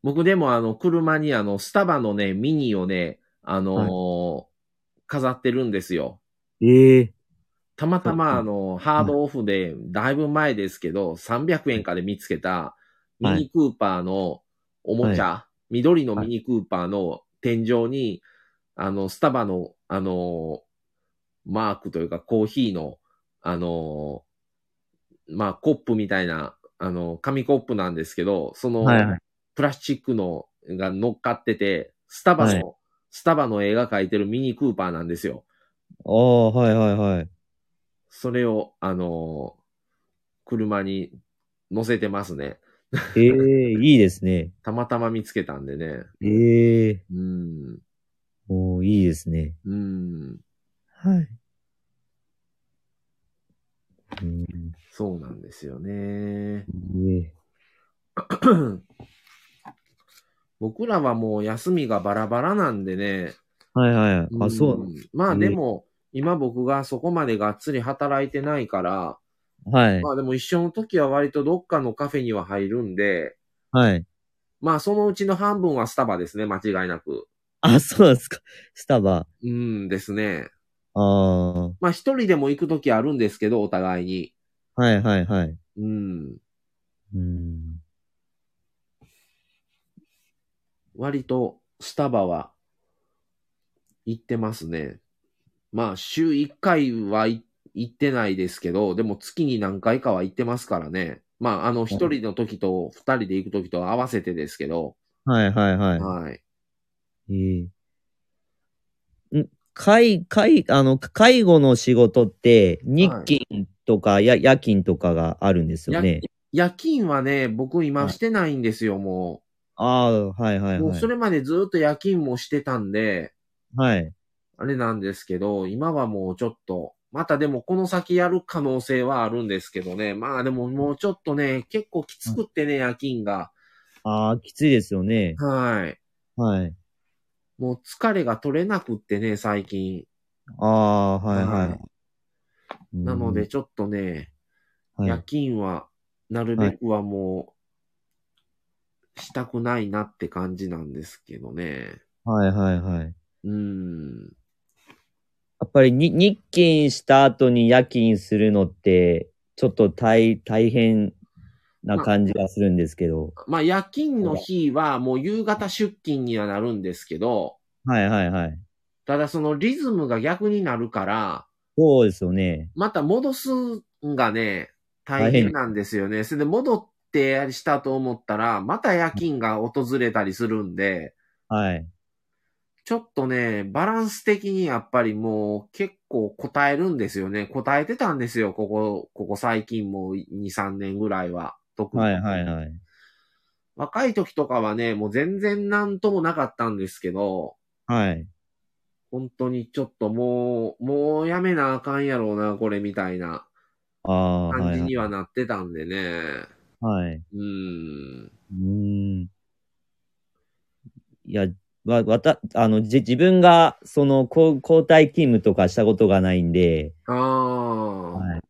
S1: 僕でもあの、車にあの、スタバのね、ミニをね、あのー飾ってるんですよ。
S2: ええ
S1: たまたま
S2: はい
S1: あの、ハードオフで、だいぶ前ですけど、300円かで見つけた、ミ
S2: はい
S1: ニクーパーのおもちゃ、緑のミニクーパーの天井に、あの、スタバの、あのー、マークというか、コーヒーの、あのー、まあ、コップみたいな、あの、紙コップなんですけど、その、
S2: はいはい。
S1: プラスチックのが乗っかってて、スタバの、
S2: はい
S1: スタバの絵が描いてるミニクーパーなんですよ。
S2: ああ、はいはいはい。
S1: それを、あのー車に乗せてますね。
S2: ええいいですね。
S1: たまたま見つけたんでね。
S2: ええ
S1: うん。
S2: もういいですね。
S1: うん。
S2: はい。うん、
S1: そうなんですよね。
S2: ええ
S1: 僕らはもう休みがバラバラなんでね。
S2: はいはいはい。あ、そうなん
S1: んまあでも、今僕がそこまでがっつり働いてないから、
S2: はい。
S1: まあでも一緒の時は割とどっかのカフェには入るんで、
S2: はい。
S1: まあそのうちの半分はスタバですね、間違いなく。
S2: あ、そうなんですか。スタバ。
S1: うんですね。
S2: ああ。
S1: まあ一人でも行く時あるんですけど、お互いに。
S2: はいはいはい。
S1: うん。
S2: うん。
S1: 割とスタバは行ってますね。まあ週1回はい行ってないですけど、でも月に何回かは行ってますからね。まああの一人の時と二人で行く時と合わせてですけど、
S2: はいはいはい。
S1: はい。
S2: ええん介、介、あの、介護の仕事って、日勤とか、や、夜勤とかがあるんですよね。
S1: 夜勤はね、僕今してないんですよ、も
S2: ああ、はいは
S1: う。
S2: い
S1: も
S2: は
S1: う
S2: い
S1: そ。れまでずっと夜勤もしてたんで、
S2: はい。
S1: あれなんですけど、今はもうちょっと、またでもこの先やる可能性はあるんですけどね。まあでももうちょっとね、結構きつくってね、夜勤が。
S2: ああ、きついですよね。
S1: はい。
S2: はい。
S1: もう疲れが取れなくってね、最近。
S2: ああ、はいはい。
S1: は
S2: うん
S1: なので、、ちょっとね、
S2: はい、
S1: 夜勤は、なるべくはもう、したくないなって感じなんですけどね。
S2: はいはいはい。や
S1: うん。
S2: っぱりに日勤した後に夜勤するのって、ちょっと大大変な感じがするんですけど。
S1: まあ、夜勤の日は、もう夕方出勤にはなるんですけど、
S2: はいはいはい。
S1: ただそのリズムが逆になるから、
S2: そうですよね。
S1: また戻すんがね、大変なんですよね。それで戻ってしたと思ったら、また夜勤が訪れたりするんで、
S2: はい。
S1: ちょっとね、バランス的にやっぱりもう結構答えるんですよね。答えてたんですよ。ここ、ここ最近も2、3年ぐらいは。特に。
S2: はいはいはい。
S1: 若い時とかはね、もう全然なんともなかったんですけど、
S2: はい。
S1: 本当にちょっともう、もうやめなあかんやろうな、これみたいな
S2: ああ、は
S1: 感
S2: い
S1: じ
S2: はい。
S1: にはなってたんでね。
S2: はい。
S1: うーん。
S2: うーん。いや、わ、わた、あの、じ、自分が、その、こう交代勤務とかしたことがないんで、
S1: ああ。
S2: はい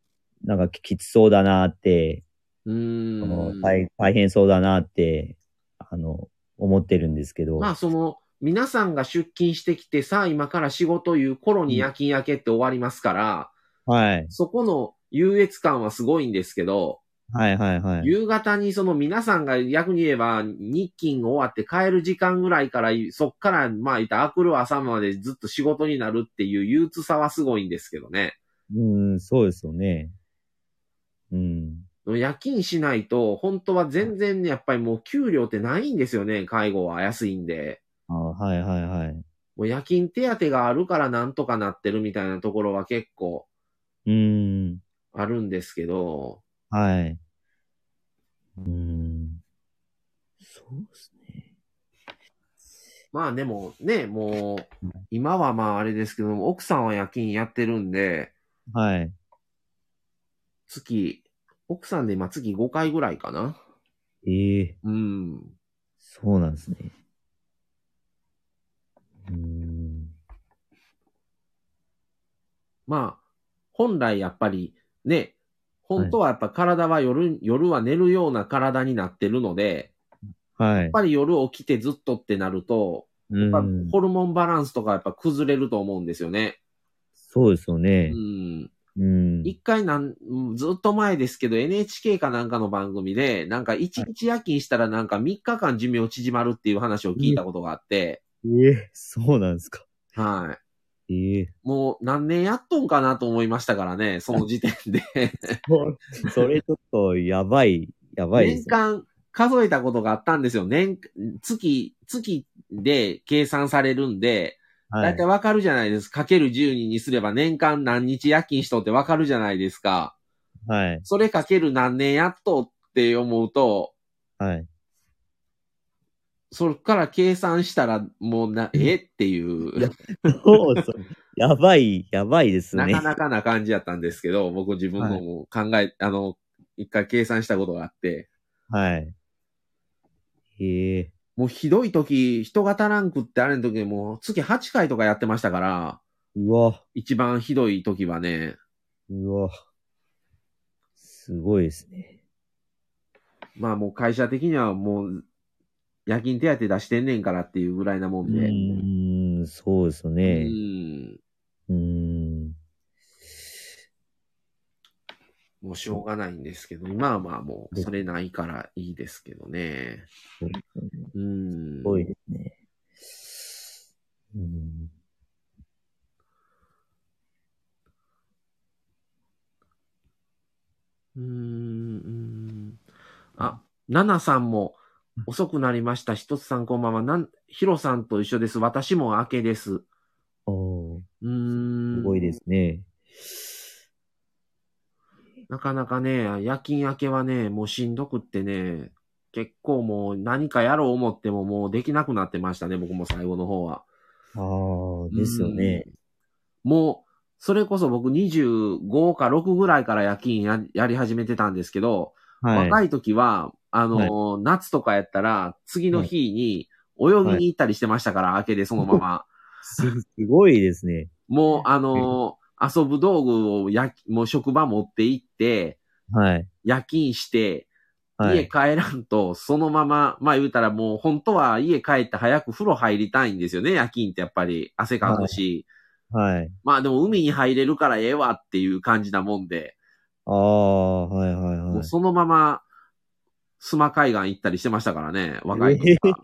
S2: なんかききつそうだなって、
S1: うー
S2: あの
S1: ん。
S2: 大大変そうだなって、あの、思ってるんですけど。
S1: まあその、皆さんが出勤してきて、さあ今から仕事いう頃に夜勤明けって終わりますから、
S2: はい。
S1: そこの優越感はすごいんですけど、
S2: はいはいはい。
S1: 夕方にその皆さんが逆に言えば日勤終わって帰る時間ぐらいから、そっからまあいた明くる朝までずっと仕事になるっていう憂鬱さはすごいんですけどね。
S2: うん、そうですよね。うん。
S1: 夜勤しないと、本当は全然ね、やっぱりもう給料ってないんですよね、介護は安いんで。
S2: あはいはいはい。
S1: もう夜勤手当があるからなんとかなってるみたいなところは結構
S2: うん。
S1: あるんですけど、
S2: はい。うん。そうですね。
S1: まあでもね、もう
S2: う、
S1: ん今はまああれですけども、奥さんは夜勤やってるんで、
S2: はい。
S1: 月、奥さんで今月5回ぐらいかな。
S2: ええ
S1: うん。
S2: そうなんですね。うーん。
S1: まあ、本来やっぱりね、本当はやっぱ体は夜、夜は寝るような体になってるので、
S2: はい
S1: やっ。ぱり夜起きてずっとってなると、
S2: う
S1: やっぱ
S2: ん、
S1: ホルモンバランスとかやっぱ崩れると思うんですよね。
S2: そうですよ
S1: う
S2: ね。
S1: ん。
S2: うん。
S1: 一回なん、うんずっと前ですけど NHK かなんかの番組で、なんか一日夜勤したらなんか3日間寿命縮まるっていう話を聞いたことがあって、
S2: ええそうなんですか。
S1: はい。
S2: ええ
S1: もう何年やっとんかなと思いましたからね、その時点 で。
S2: そ それちょっとやばい、やばいで
S1: 年
S2: すね。
S1: 間数えたことがあったんですよ。年、月、月で計算されるんで、
S2: は
S1: だ
S2: い
S1: いたいわかるじゃないですか。かける10人にすれば年間何日夜勤しとってわかるじゃないですか。
S2: はい。
S1: それかける何年やっとって思うと、
S2: はい。
S1: それから計算したらもうな、えっていう、
S2: やそうそう。やばい、やばいです
S1: な
S2: ね。
S1: かなかな感じだったんですけど、僕自分のも考え、あの、一回計算したことがあって、
S2: はい。ええ
S1: もうひどい時、人が足らんくってあれの時もう月8回とかやってましたから、
S2: うわ、
S1: 一番ひどい時はね、
S2: うわ。すごいですね。
S1: まあもう会社的にはもう、夜勤手当出してんねんからっていうぐらいなも
S2: うん
S1: で。
S2: ーん、そうです
S1: う
S2: ね。
S1: ん。
S2: うーん。
S1: もうしょうがないんですけど、今はまあもう、それないからいいですけどね。うん。
S2: すごいですね。うん。
S1: うーん。あ、ナナさんも遅くなりました。ひとつさんこんばんは。なん、ヒロさんと一緒です。私も明けです。う
S2: おー
S1: ーん。
S2: すごいですね。
S1: なかなかね、夜勤明けはね、もうしんどくってね、結構もう何かやろう思ってももうできなくなってましたね、僕も最後の方は。
S2: ああ、ですよね。
S1: うん。もう、それこそ僕25か6ぐらいから夜勤ややり始めてたんですけど、
S2: はい。
S1: 若い時は、あのー夏とかやったら、次の日に泳ぎに行ったりしてましたから、明けでそのま ま。
S2: すすごいですね。
S1: もう、あのー遊ぶ道具をやき、もう職場持って行って、
S2: はい。
S1: 夜勤して、
S2: は
S1: 家
S2: い。
S1: 帰らんと、そのまま、まあ言うたらもう本当は家帰って早く風呂入りたいんですよね、夜勤ってやっぱり汗かくし。
S2: はい。
S1: まあでも海に入れるからええわっていう感じなもんで、
S2: ああ、はいはいは
S1: もう
S2: い。
S1: そのまま、須磨海岸行ったりしてましたからね、若い時は。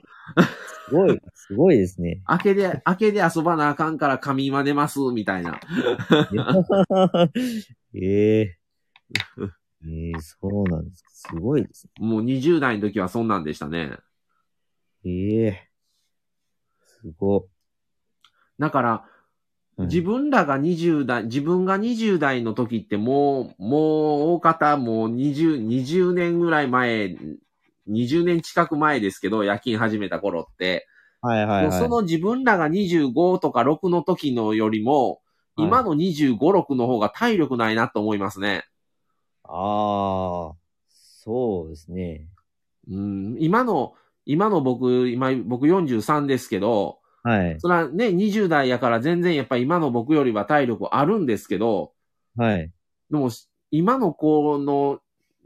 S2: すごい、すごいですね。
S1: 明けで、明けで遊ばなあかんから仮眠は出ます、みたいな。
S2: ええええそうなんですか。すごいですね。
S1: もう20代の時はそんなんでしたね。
S2: ええすご
S1: だから、
S2: い。
S1: 自分らが20代、自分が20代の時ってもう、もう大方もう20、20年ぐらい前、20年近く前ですけど、夜勤始めた頃って、
S2: はいはい
S1: も
S2: は
S1: う
S2: い。
S1: その自分らが25とか6の時のよりも、
S2: はい
S1: 今の25、6の方が体力ないなと思いますね。
S2: ああ、そうですね。
S1: うん、今の、今の僕、今、僕43ですけど、
S2: はい。
S1: それはね、20代やから全然やっぱ今の僕よりは体力あるんですけど、
S2: はい。
S1: でも、今の子の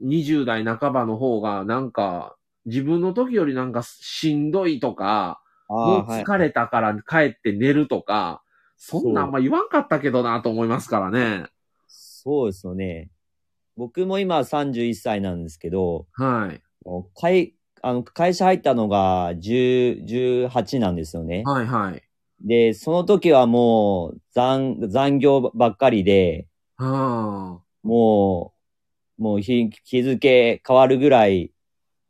S1: 20代半ばの方が、なんか、自分の時よりなんかしんどいとか、
S2: あ
S1: もう
S2: あ、はい。
S1: 疲れたから帰って寝るとか、そんなんあんま言わんかったけどなと思いますからね。
S2: そうですよね。僕も今31歳なんですけど、
S1: はい。
S2: もう会あの会社入ったのが10 18なんですよね。
S1: はいはい。
S2: で、その時はもう残残業ばっかりで、
S1: は
S2: もう、もう日日付変わるぐらい、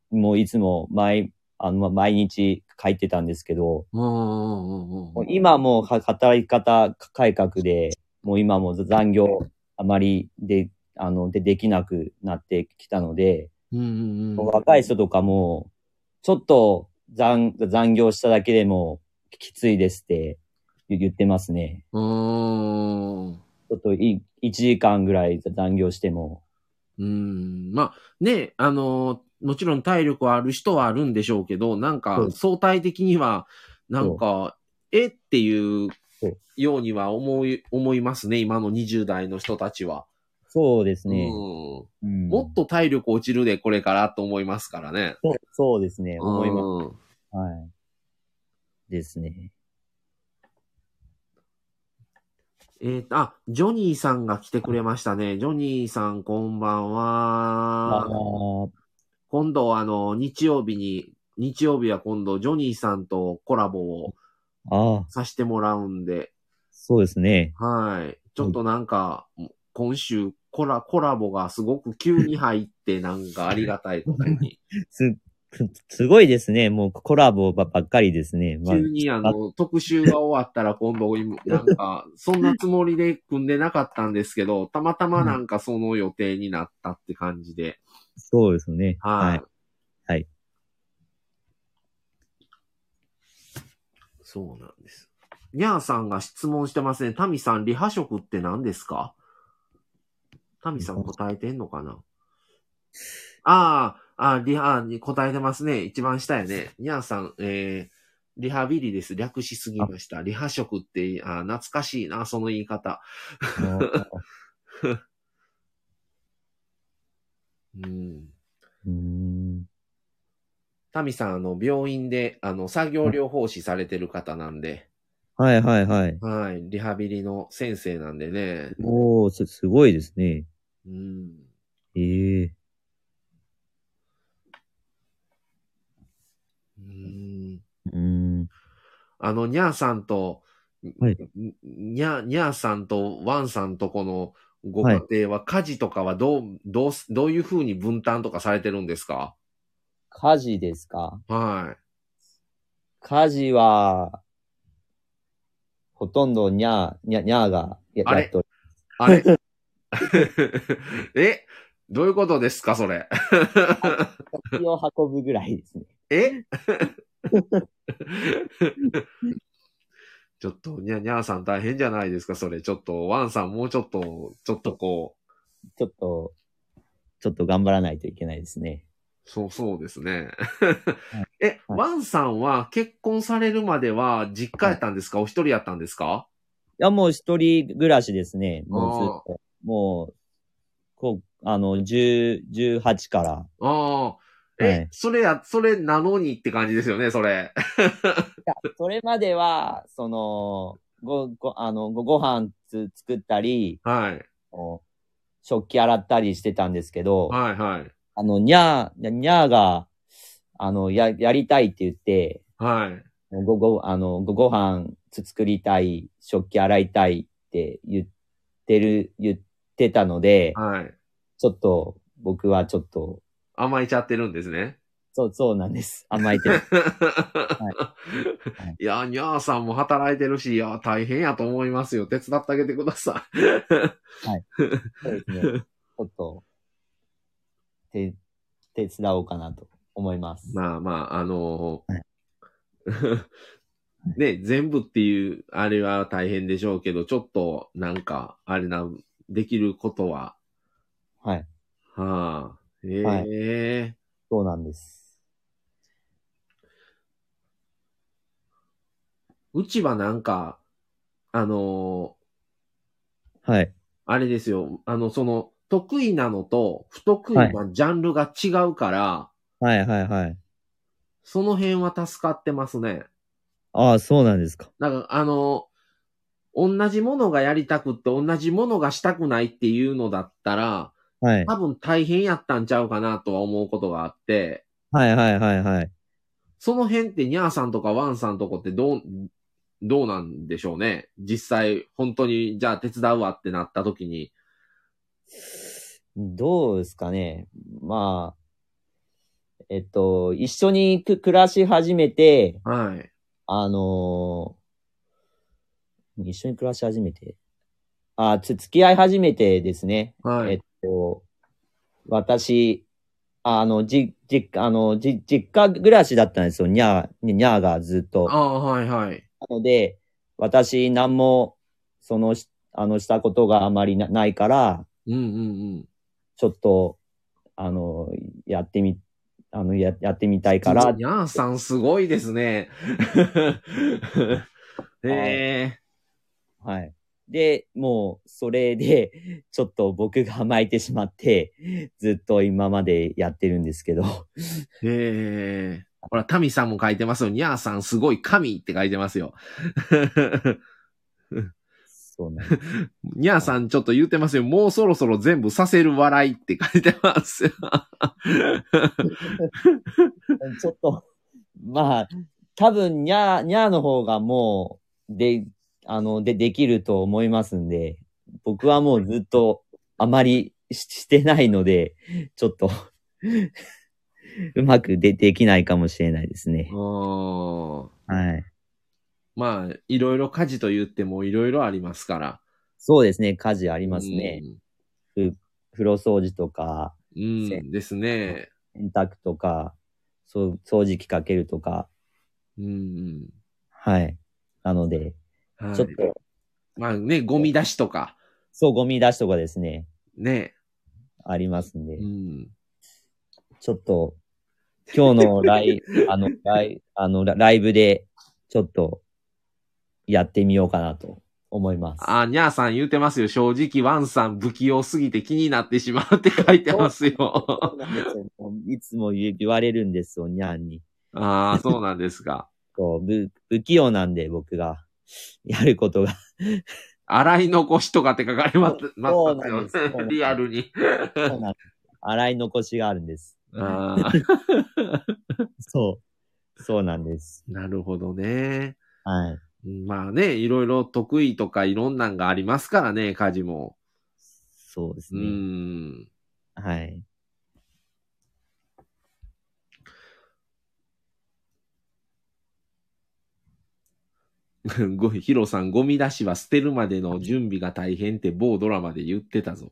S2: もういつも毎あの毎日書いてたんですけど、
S1: あ。うんうんうん
S2: も
S1: う
S2: うん今もうは働き方改革で、もう今も残業あまりで、あの、で、できなくなってきたので、
S1: うんうんうん。
S2: 若い人とかも、ちょっと残残業しただけでも、きついですって言言ってますね。
S1: うーん。
S2: ちょっとい1時間ぐらい残業しても。
S1: うん。まあ、ね、あのー、もちろん体力はある人はあるんでしょうけど、なん
S2: そ
S1: か
S2: う
S1: 相対的には、なんか、えっていう
S2: そう
S1: ようには思い、思いますね、今の20代の人たちは。
S2: そうですね。
S1: うん
S2: うん
S1: もっと体力落ちるで、これからと思いますからね。
S2: そうそうですね。思います。
S1: す。
S2: はい。ですね。
S1: えーと、あ、ジョニーさんが来てくれましたね。ジョニーさん、こんばんは。
S2: ー
S1: 今度、あの、日曜日に、日曜日は今度、ジョニーさんとコラボを
S2: ああ、
S1: させてもらうんで、
S2: そうですね。
S1: はい。ちょっとなんか、今週、コラ、コラボがすごく急に入って、なんかありがたいことに。
S2: す、すすごいですね。もうコラボばばっかりですね。 まあ
S1: 急にあの、特集が終わったら今度、今なんか、そんなつもりで組んでなかったんですけど、たまたまなんかその予定になったって感じで、
S2: そうですね。
S1: はい。
S2: はい。
S1: そうなんです。にゃーさんが質問してますね。タミさん、リハ食って何ですかタミさん答えてんのかなああ、あーリハに答えてますね。一番下やね。にゃーさん、えー、リハビリです。略しすぎました。リハ食って、あー懐かしいな、その言い方。
S2: もう
S1: うん。
S2: うーん
S1: タミさん、あの、病院で、あの、作業療法士されてる方なんで、
S2: はいはいはい。
S1: はい、リハビリの先生なんでね。
S2: おー、す、すごいですね。
S1: うん。
S2: ええ
S1: うん
S2: うーん。
S1: あの、にゃーさんと、
S2: はい
S1: ににゃ、にゃーさんとワンさんとこのご家庭は、家事とかはどう、どうす、どういうふうに分担とかされてるんですか
S2: 家事ですか
S1: は
S2: 家事は、ほとんどにゃー、にゃ、にゃーがや
S1: あれ
S2: やっとる。
S1: い。あれえどういうことですかそれ。
S2: 口を運ぶぐらいですね。
S1: え ちょっと、にゃ、にゃーさん大変じゃないですかそれ。ちょっと、ワンさんもうちょっと、ちょっとこう、
S2: ちょっと、ちょっと頑張らないといけないですね。
S1: そうそうですね。
S2: はい
S1: え、
S2: はい
S1: ワンさんは結婚されるまでは実家やったんですか、お一人やったんですか
S2: いや、もう一人暮らしですね。もうずっと。もう、こう、あの、10 18から。
S1: ああ。え、
S2: はい
S1: それや、それなのにって感じですよね、それ。
S2: それまでは、その、ご、ご、あの、ごご飯つ作ったり、
S1: はい。
S2: お食器洗ったりしてたんですけど、
S1: はい、はい。
S2: あの、にゃー、にゃーが、あの、や、やりたいって言って、
S1: はい。
S2: ご、ご、あの、ご、ご飯つ作りたい、食器洗いたいって言ってる、言ってたので、
S1: はい。
S2: ちょっと、僕はちょっと、
S1: 甘えちゃってるんですね。
S2: そう、そうなんです。甘えてる。
S1: い、や、にゃーさんも働いてるし、いや、大変やと思いますよ。手伝ってあげてください。
S2: そうですね。ちょっと、手、手伝おうかなと思います。
S1: まあまあ、あの ーね、全部っていう、あれは大変でしょうけど、ちょっと、なんか、あれな、できることは、
S2: はい。
S1: はあ、ええ
S2: はいそうなんです。
S1: うちはなんか、あの
S2: はい。
S1: ーあれですよ、あの、その、得意なのと不得意なジャンルが違うから、
S2: はいはいはい。
S1: その辺は助かってますね。
S2: ああ、そうなんですか。
S1: なんか、あの、同じものがやりたくって、同じものがしたくないっていうのだったら、
S2: はい。
S1: 多分大変やったんちゃうかなとは思うことがあって、
S2: はいはいはいはい。
S1: その辺ってニャーさんとかワンさんとこってどう、どうなんでしょうね。実際、本当に、じゃあ手伝うわってなった時に。
S2: どうですかね。まあ、えっと、一緒にく暮らし始めて、
S1: はい。
S2: あのー一緒に暮らし始めて、あ、つ、付き合い始めてですね。
S1: は
S2: えっ
S1: い。
S2: と、私、あの、じ、じ、あの、じ、実家暮らしだったんですよ、にゃー、にゃーがずっと。
S1: あ
S2: な
S1: あ、はいはい。
S2: ので、私、何も、その、しあの、したことがあまりなないから、
S1: うんうん
S2: ちょっと、あの、やってみ、あの、ややってみたい
S1: うん。
S2: から、
S1: にゃーさんすごいです ね。ええ
S2: はい。で、もう、それで、 ちょっと僕が甘えてしまって、ずっと今までやってるんですけど。
S1: ー、ええほら、タミさんも書いてますよ。にゃーさんすごい神って書いてますよ。
S2: そうなんです。
S1: にゃーさんちょっと言ってますよ。もうそろそろ全部させる笑いって書いてますよ。
S2: ちょっと、まあ、多分、にゃー、にゃーの方がもう、で、あの、で、できると思いますんで、僕はもうずっと、あまりししてないので、ちょっと、うまくで、できないかもしれないですね。
S1: うん
S2: はい。
S1: まあ、いろいろ家事と言ってもいろいろありますから。
S2: そうですね、家事あ
S1: あ
S2: りますね。。風呂掃除とか、
S1: うん、うんですね。
S2: 洗濯とか、そう、掃除機かけるとか、
S1: うん、
S2: はい。なので、
S1: うん。はい
S2: ちょっと、
S1: まあね、ゴミ出しとか、
S2: そう、ゴミ出しとかですね、
S1: ね。
S2: ありますんで、
S1: うん。
S2: ちょっと、今日のライ、 あの、ライ、あの、ラライブで、ちょっと、やってみようかなと思います。
S1: あ、にゃーさん言うてますよ。正直、ワンさん不器用すぎて気になってしまうって書いてます
S2: そ
S1: よ。
S2: うなんですよもういつも言う言われるんですよ、にゃんに。
S1: ああ、そうなんですか。
S2: こう、ぶ、不器用なんで、僕が、やることが。
S1: 洗い残しとかって書かれまま
S2: そう
S1: す
S2: なん
S1: よ
S2: ですそうなんで。す
S1: リアルに。
S2: そうなんです洗い残しがあるんです。
S1: ああ、
S2: そう。そうなんです。
S1: なるほどね。
S2: はい。
S1: まあね、いろいろ得意とかいろんなんがありますからね、家事も。
S2: そうです
S1: う
S2: ね。
S1: ん。
S2: はい。
S1: ごヒロさん、 ゴミ出しは捨てるまでの準備が大変って某ドラマで言ってたぞ。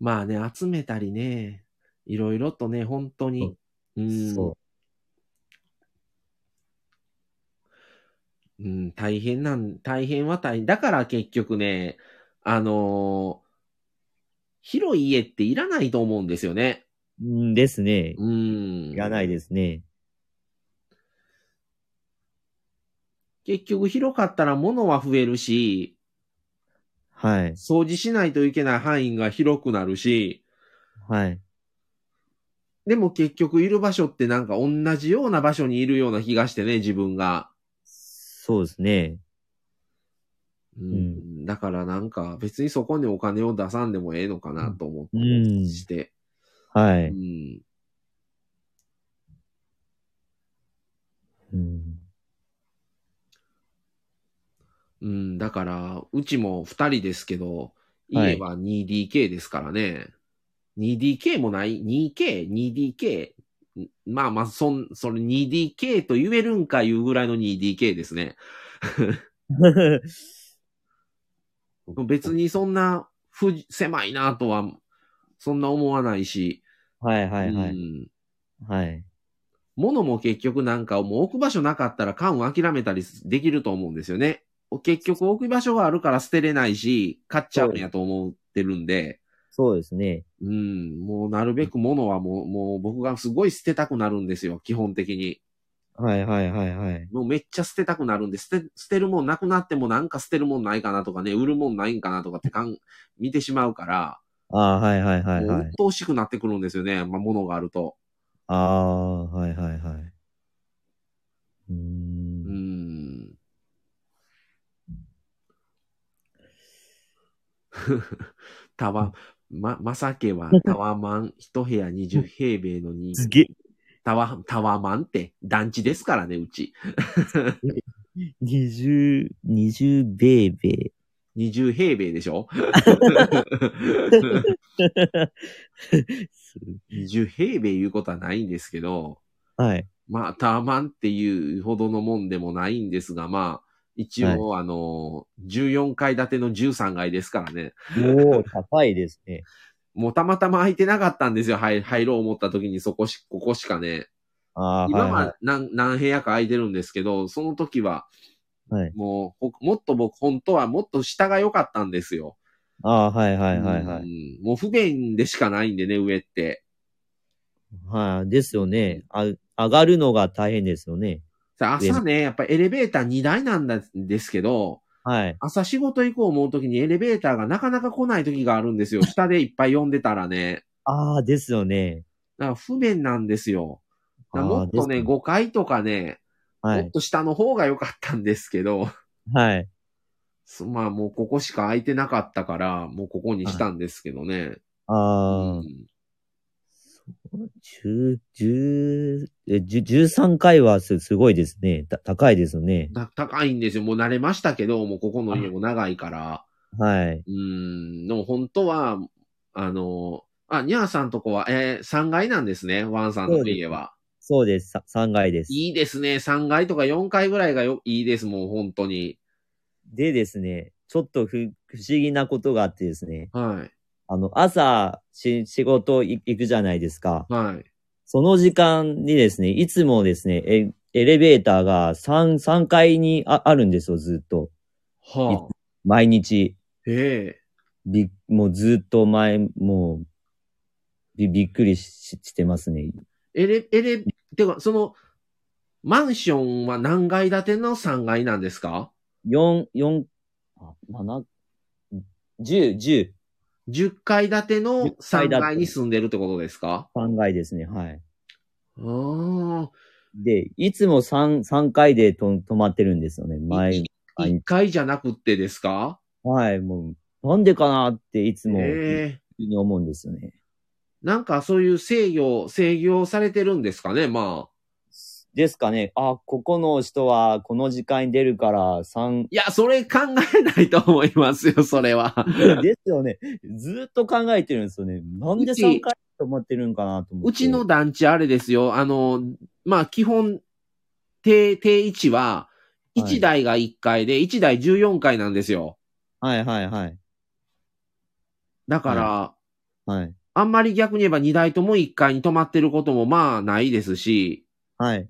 S1: まあね、集めたりね、いろいろとね、本当に。うん。。
S2: そう
S1: ん、大変なん、大変は大変。だから結局ね、あのー広い家っていらないと思うんですよね。
S2: う。うんですね。
S1: うん。
S2: いらないですね。
S1: 結局広かったら物は増えるし、
S2: はい。
S1: 掃除しないといけない範囲が広くなるし、
S2: はい。
S1: でも結局いる場所ってなんか同じような場所にいるような気がしてね、自分が。
S2: そうですね。
S1: うん
S2: ん
S1: だからなんか別にそこにお金を出さんでもええのかなと思った
S2: うん
S1: りして。
S2: は
S1: う
S2: い。
S1: ん。
S2: うん。
S1: うん、だから、うちも二人ですけど、
S2: はい
S1: 家は 2DK ですからね。2DK もない ?2K、2DK。んまあまあ、そん、それ 2DK と言えるんかいうぐらいの 2DK ですね。別。にそんな、ふじ、狭いなとは、そんな思わないし。
S2: はいはいは
S1: う
S2: い。
S1: ん
S2: はい。
S1: 物も結局なんかもう置く場所なかったら缶を諦めたりできると思うんですよね。結局置く場所があるから捨てれないし、買っちゃうんやと思ってるんで、
S2: そうですね。
S1: うん、もうなるべく物はもう、もう僕がすごい捨てたくなるんですよ、基本的に。
S2: はいはいはいはい。
S1: もうめっちゃ捨てたくなるんで、捨て、捨てるもんなくなってもなんか捨てるもんないかなとかね、売るもんないんかなとかってかん、見てしまうから、
S2: ああ、はいはいはい
S1: もう
S2: は
S1: 鬱
S2: い。
S1: 陶しくなってくるんですよね、まあ、物があると。
S2: ああ、はいはいはい。
S1: う
S2: うー。
S1: んん。タワ、ま、まさけはタワマン、一部屋20平米のに、
S2: すげえ。
S1: タワ、タワマンって団地ですからね、うち。
S2: 二十、二十ベーベー。
S1: 20平米でしょ
S2: す
S1: ?20 平米いうことはないんですけど、
S2: はい。
S1: まあ、タワマンっていうほどのもんでもないんですが、まあ、一応、あの、14階建ての13階ですからね。
S2: もう、高いですね。
S1: もうたまたま空いてなかったんですよ。入入ろう思った時にそこし、ここしかね。
S2: ああ、
S1: 今
S2: はい
S1: は何,、何部屋か空いてるんですけど、その時は、
S2: はい。はい、
S1: もう、ほもっと僕、本当はもっと下が良かったんですよ。
S2: ああ、はいはいはいは
S1: う
S2: い。
S1: んもう不便でしかないんでね、上って。
S2: はい、ですよね。あ上がるのが大変ですよね。
S1: さ朝ね、やっぱエレベーター2台なんだですけど、
S2: はい。
S1: 朝仕事行こう思う時にエレベーターがなかなか来ない時があるんですよ。下でいっぱい呼んでたらね。
S2: ああ、ですよね。
S1: だから不便なんですよ。だからもっとね、
S2: ご、
S1: 5階とかね、
S2: は
S1: もっ
S2: い。
S1: と下の方が良かったんですけど、
S2: はい。
S1: すまあもうここしか空いてなかったから、もうここにしたんですけどね。
S2: あ
S1: う、
S2: あ
S1: ん
S2: 十、十、え、十、十三回はす、すごいですね。た、高いですよね。
S1: だ高いんですよ。もう慣れましたけど、もうここの家も長いから。
S2: はい。
S1: うん、でも本当は、あの、あ、ニャーさんとこは、えー、3階なんですね、ワンさんの家は。
S2: そうです。さ三回です。
S1: いいですね。3階とか4階ぐらいがよいいです、もう本当に。
S2: でですね、ちょっとふ、不思議なことがあってですね。
S1: は
S2: あの、朝、し、仕事い行くじゃないですか。
S1: い。はい。
S2: その時間にですね、いつもですね、え、エレベーターが3、3階にああるんですよ、ずっと。
S1: はあ。
S2: 毎日。
S1: え
S2: び、もうずっと前、もう、び、びっくりししてますね。
S1: えエレ、エレ、てか、その、マンションは何階建ての3階なんですか
S2: 4、4、あ、7、10、10、
S1: 10階建ての
S2: 10階
S1: 3
S2: 建て
S1: 階に住んでるってことですか
S2: 3階ですね、はい。
S1: ああ。
S2: で、いつも3、三階でと止まってるんですよね、
S1: い
S2: 毎毎
S1: 1
S2: 日。
S1: 階じゃなくってですか
S2: はい、もう、なんでかなっていつも、
S1: ええ
S2: に思うんですよね。
S1: なんかそういう制御、制御されてるんですかね、まあ。
S2: ですかね。あ、ここの人はこの時間に出るから3、
S1: いや、それ考えないと思いますよ、それは。
S2: ですよね。ずっと考えてるんですよね。なんで
S1: うち
S2: 3回止まってるんかなと思って。
S1: うちの、団地あれですよ、あの、まあ、基本、定、定位置は、
S2: はい
S1: 1台が1階で、1台14階なんですよ。
S2: はいはいはい。
S1: だから、
S2: はい。
S1: あんまり逆に言えば2台とも1階に止まってることもまあないですし、
S2: はい。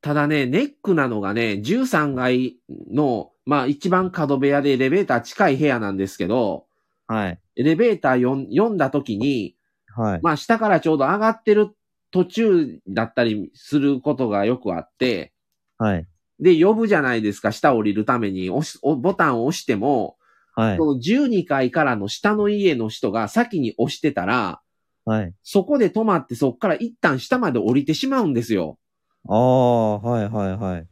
S1: ただね、ネックなのがね、13階の、まあ一番角部屋でエレベーター近い部屋なんですけど、
S2: はい。
S1: エレベーター読ん読んだ時に、
S2: はい。
S1: まあ下からちょうど上がってる途中だったりすることがよくあって、
S2: はい。
S1: で、呼ぶじゃないですか、下降りるために、押し、おボタンを押しても、
S2: はい。
S1: その12階からの下の家の人が先に押してたら、
S2: はい。
S1: そこで止まってそこから一旦下まで降りてしまうんですよ。
S2: ああ、はいはいはい。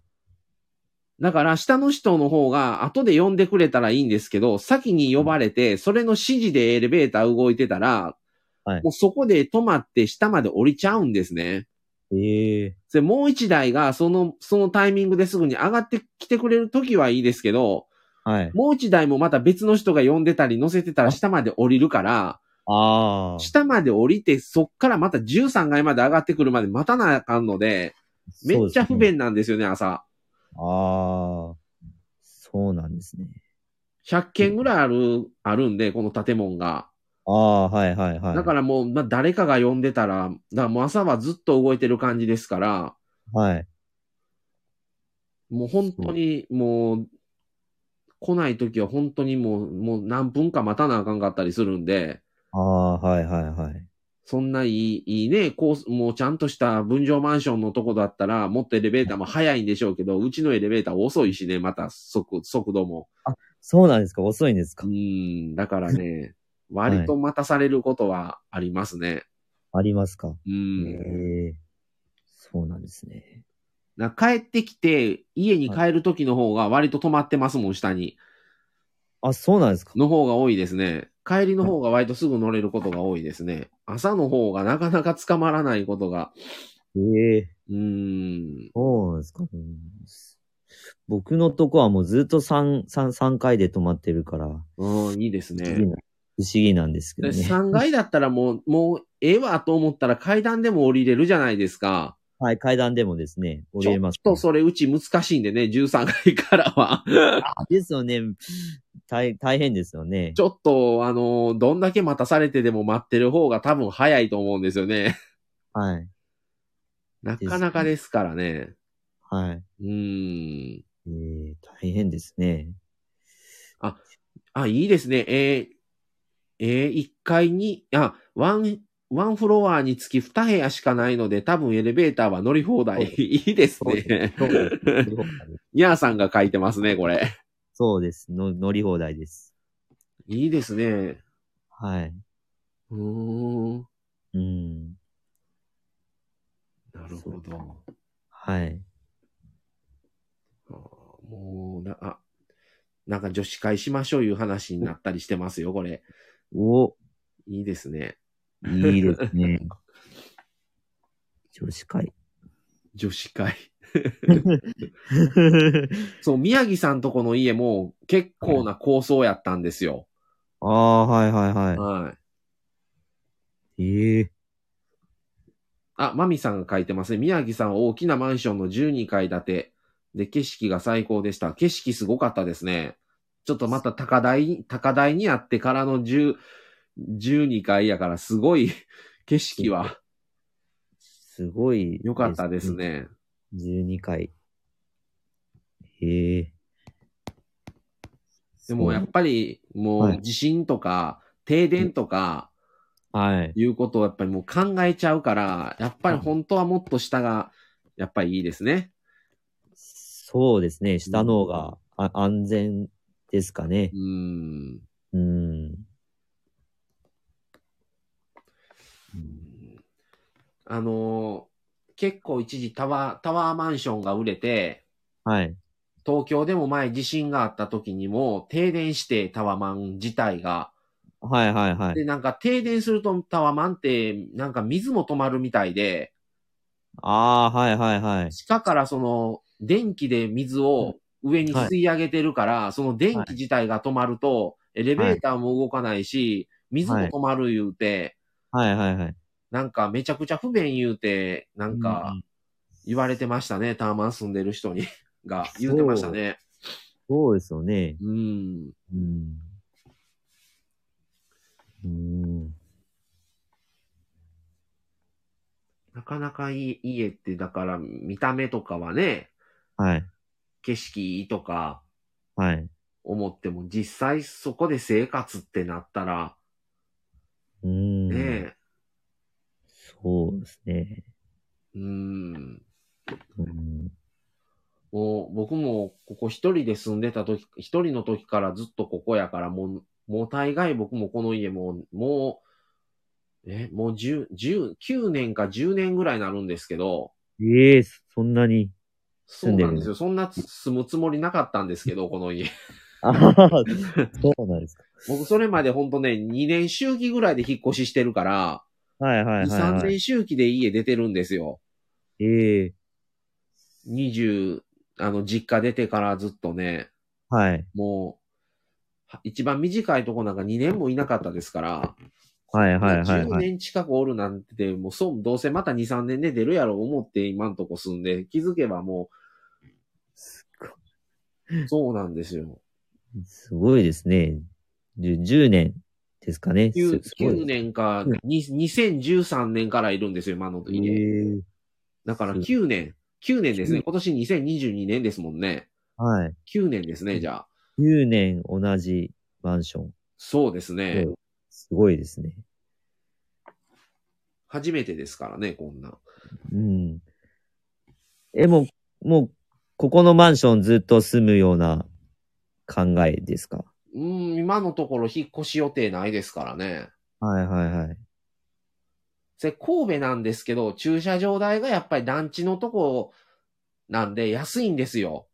S1: だから下の人の方が後で呼んでくれたらいいんですけど、先に呼ばれて、それの指示でエレベーター動いてたら、
S2: はい
S1: もうそこで止まって下まで降りちゃうんですね。
S2: ええ
S1: で、もう一台がその、そのタイミングですぐに上がってきてくれるときはいいですけど、
S2: はい。
S1: もう一台もまた別の人が呼んでたり乗せてたら下まで降りるから、
S2: ああ。
S1: 下まで降りてそっからまた13階まで上がってくるまで待たなあかんので、めっちゃ不
S2: そうですね。
S1: 便なんですよね、朝。
S2: ああ。そうなんですね。
S1: 100件ぐらいある、あるんで、この建物が。
S2: ああ、はいはいはい。
S1: だからもう、まあ、誰かが呼んでたら、だからもう朝はずっと動いてる感じですから、
S2: はい。
S1: もう本当にもう、来ない時は本当にもう、もう何分か待たなあかんかったりするんで、
S2: ああ、はいはいはい。
S1: そんないい、いいね、こう、もうちゃんとした分譲マンションのとこだったら、もっとエレベーターも早いんでしょうけど、うちのエレベーター遅いしね、また速、速度も。
S2: そうなんですか遅いんですか
S1: う、ん、だからね、割と待たされることはありますね。
S2: ありますか
S1: うん。
S2: ええそうなんですね。
S1: な帰ってきて、家に帰る時の方が割と止まってますもん、下に。
S2: あ、そうなんですか
S1: の方が多いですね。帰りの方が割とすぐ乗れることが多いですね。朝の方がなかなか捕まらないことが。
S2: ええ
S1: うーん。
S2: そうなんですか、うん僕のとこはもうずっと3、三三回で止まってるから、
S1: うん、いいです
S2: 不思議
S1: ね。
S2: な不思議なんですけ
S1: で
S2: どね。
S1: 3階だったらもう、もう、ええわと思ったら階段でも降りれるじゃないですか。
S2: はい、階段でもですね、降
S1: ち
S2: り
S1: ょっ
S2: れ大大変ですよね
S1: ち。ょっと、あのーどんだけ待たされてでも待ってる方が多分早いと思うんですよね。
S2: はい。
S1: なかなかですからね。
S2: はい。
S1: うーん。
S2: えー、大変ですね。
S1: あ、いいですね。えー、えー、1階に、あ、ワン、ワンフロアにつき2部屋しかないので、多分エレベーターは乗り放題。
S2: そう
S1: いいです
S2: そう
S1: ね
S2: で。す。
S1: ニャーさんが書いてますね、これ。
S2: そうですの乗り放題です。
S1: いいですね。
S2: はい。
S1: うーん。
S2: うん。
S1: なるほど。
S2: はい。
S1: あーもう、な、あ、なんか女子会しましょういう話になったりしてますよ、これ。
S2: お、
S1: いいですね。
S2: いいです ね。女子会。
S1: 女子会。そう、宮城さんとこの家も結構な構想やったんですよ。
S2: ああ、はいはいは
S1: はい。
S2: い。ええ
S1: あ、マミさんが書いてますね。宮城さんは大きなマンションの12階建てで景色が最高でした。景色すごかったですね。ちょっとまた高台、高台にあってからの10、12階やからすごい 景色は
S2: すごい、
S1: 良かったです。ね。
S2: 12回。へえ。
S1: でもやっぱりも
S2: は
S1: う
S2: い
S1: 地震とか停電とか
S2: はい。
S1: いうことをやっぱりもう考えちゃうから、やっぱり本当はもっと下がやっぱりいいですね。
S2: そうですね。下の方が、あ安全ですかね
S1: う。ん。
S2: うん。
S1: あのー結構一時タワー、タワーマンションが売れて、
S2: はい。
S1: 東京でも前地震があった時にも停電してタワマン自体が。
S2: はいはいはい。
S1: で、なんか停電するとタワマンってなんか水も止まるみたいで、
S2: ああ、はいはいはい。
S1: 地下からその電気で水を上に吸い上げてるから、その電気自体が止まるとエレベーターも動かないし、水も止まる言うて、
S2: はいはいはい。
S1: なんかめちゃくちゃ不便言うて、なんか、
S2: う、
S1: 言われてましたね。タワマン住んでる人に、 が言ってましたね。
S2: そうですよね。
S1: うん。
S2: うん。うん。
S1: なかなかいい家って、だから見た目とかはね、
S2: はい。
S1: 景色いいとか
S2: はい。
S1: 思っても、実際そこで生活ってなったら、
S2: うん。
S1: ね
S2: そうですね。
S1: え、うん。
S2: うん。
S1: もう僕もここ一人で住んでた時、一人の時からずっとここやから、もう、もう大概僕もこの家もう、もう、え、もう10、10、9年か10年ぐらいになるんですけど、
S2: ええそんなに。
S1: そうなんです
S2: 住んでる
S1: よ。そんなつ住むつもりなかったんですけど、この家。
S2: あ あ、そうなんですか。
S1: 僕、それまでほんとね、2年 周期ぐらいで引っ越ししてるから、
S2: はいはい
S1: 2、
S2: はい、
S1: 3
S2: はい。
S1: 年周期で家出てるんですよ。
S2: ええ
S1: 20、あの、実家出てからずっとね、
S2: はい。
S1: もう、一番短いとこなんか2年もいなかったですから、
S2: はいはいはい
S1: 10
S2: はい。
S1: 年近くおるなんて、もうそう、どうせまた2、3年で出るやろ思って今んとこ住んで、気づけばもう、そうなんですよ。
S2: すごいですね。10, 10年ですかね。
S1: 9,
S2: すすごい
S1: 9年か、
S2: うん
S1: に2013年からいるんですよ、今の時ね。
S2: ええ
S1: だから
S2: す
S1: 9年、9年ですね。
S2: うん
S1: 今年2022年ですもんね。
S2: はい。
S1: 9年ですね、じゃあ。
S2: 9年同じマンション。
S1: そうですね。
S2: すごいですね。
S1: 初めてですからね、こんな。
S2: うん。え、もう、もう、ここのマンションずっと住むような考えですか
S1: うーん、今のところ引っ越し予定ないですからね。
S2: はいはいはい。
S1: それ神戸なんですけど、駐車場代がやっぱり団地のとこなんで安いんですよ。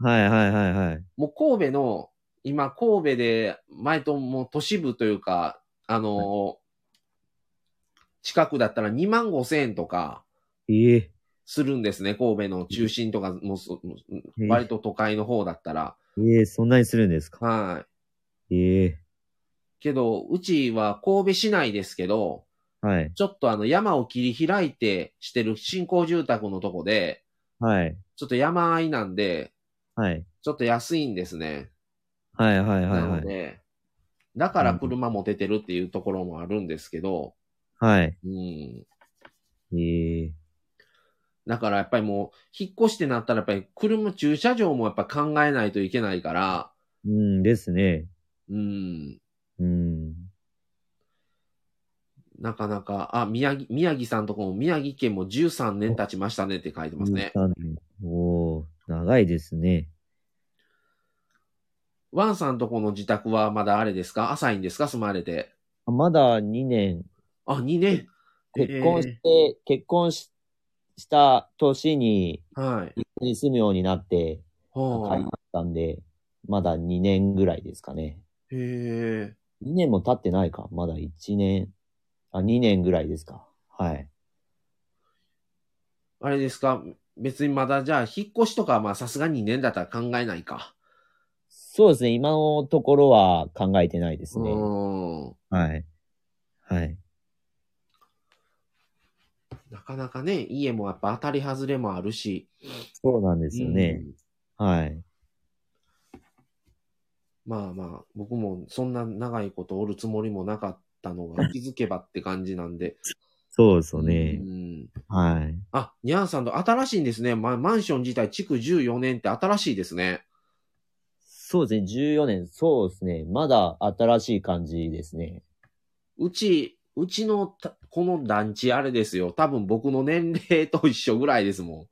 S2: はいはいはいはい。
S1: もう神戸の、今神戸で、前ともう都市部というか、あのー近くだったら2万5千円とか
S2: ええ
S1: するんですね、神戸の中心とか、もうそ
S2: え
S1: 割と都会の方だったら。
S2: ええそんなにするんですか
S1: はい。
S2: ええ
S1: けど、うちは神戸市内ですけど、
S2: はい。
S1: ちょっとあの山を切り開いてしてる新興住宅のとこで、
S2: はい。
S1: ちょっと山あいなんで、
S2: はい。
S1: ちょっと安いんですね。
S2: はいはいはい
S1: な
S2: は
S1: の
S2: い。
S1: で、だから車も出てるっていうところもあるんですけど、
S2: はい。
S1: うん。
S2: ええ
S1: だからやっぱりもう、引っ越してなったらやっぱり車、駐車場もやっぱ考えないといけないから、
S2: うんですね。
S1: うん。
S2: うん。
S1: なかなか、あ、宮城、宮城さんとこも宮城県も13年経ちましたねって書いてますね。
S2: 13年おー長いですね。
S1: ワンさんとこの自宅はまだあれですか浅いんですか住まれて。
S2: あまだ2年、
S1: あ、2年。
S2: 結婚して、結婚しした年に、
S1: はい。
S2: 一緒に住むようになって、買い
S1: は
S2: ましたんで、まだ2年ぐらいですかね。
S1: い。へえ。
S2: 2年も経ってないか。まだ1年、あ、2年ぐらいですか。はい。
S1: あれですか別にまだじゃあ、引っ越しとかはまあさすがに2年だったら考えないか。
S2: そうですね。今のところは考えてないです
S1: う
S2: ね。
S1: ーん。
S2: はい。はい。
S1: なかなかね、家もやっぱ当たり外れもあるし。
S2: そうなんで
S1: です
S2: よね。はい。
S1: まあまあ、僕もそんな長いことおるつもりもなかったの が気づけばって感じなんで。
S2: そうですよね
S1: う。ん
S2: はい。
S1: あ、ニャンさんと新しいんですね。ま、マンション自体、築14年って新しいですね。
S2: そうですね。14年。そうですね。まだ新しい感じですね。
S1: うち、うちのた、この団地あれですよ。多分僕の年齢と一緒ぐらいですも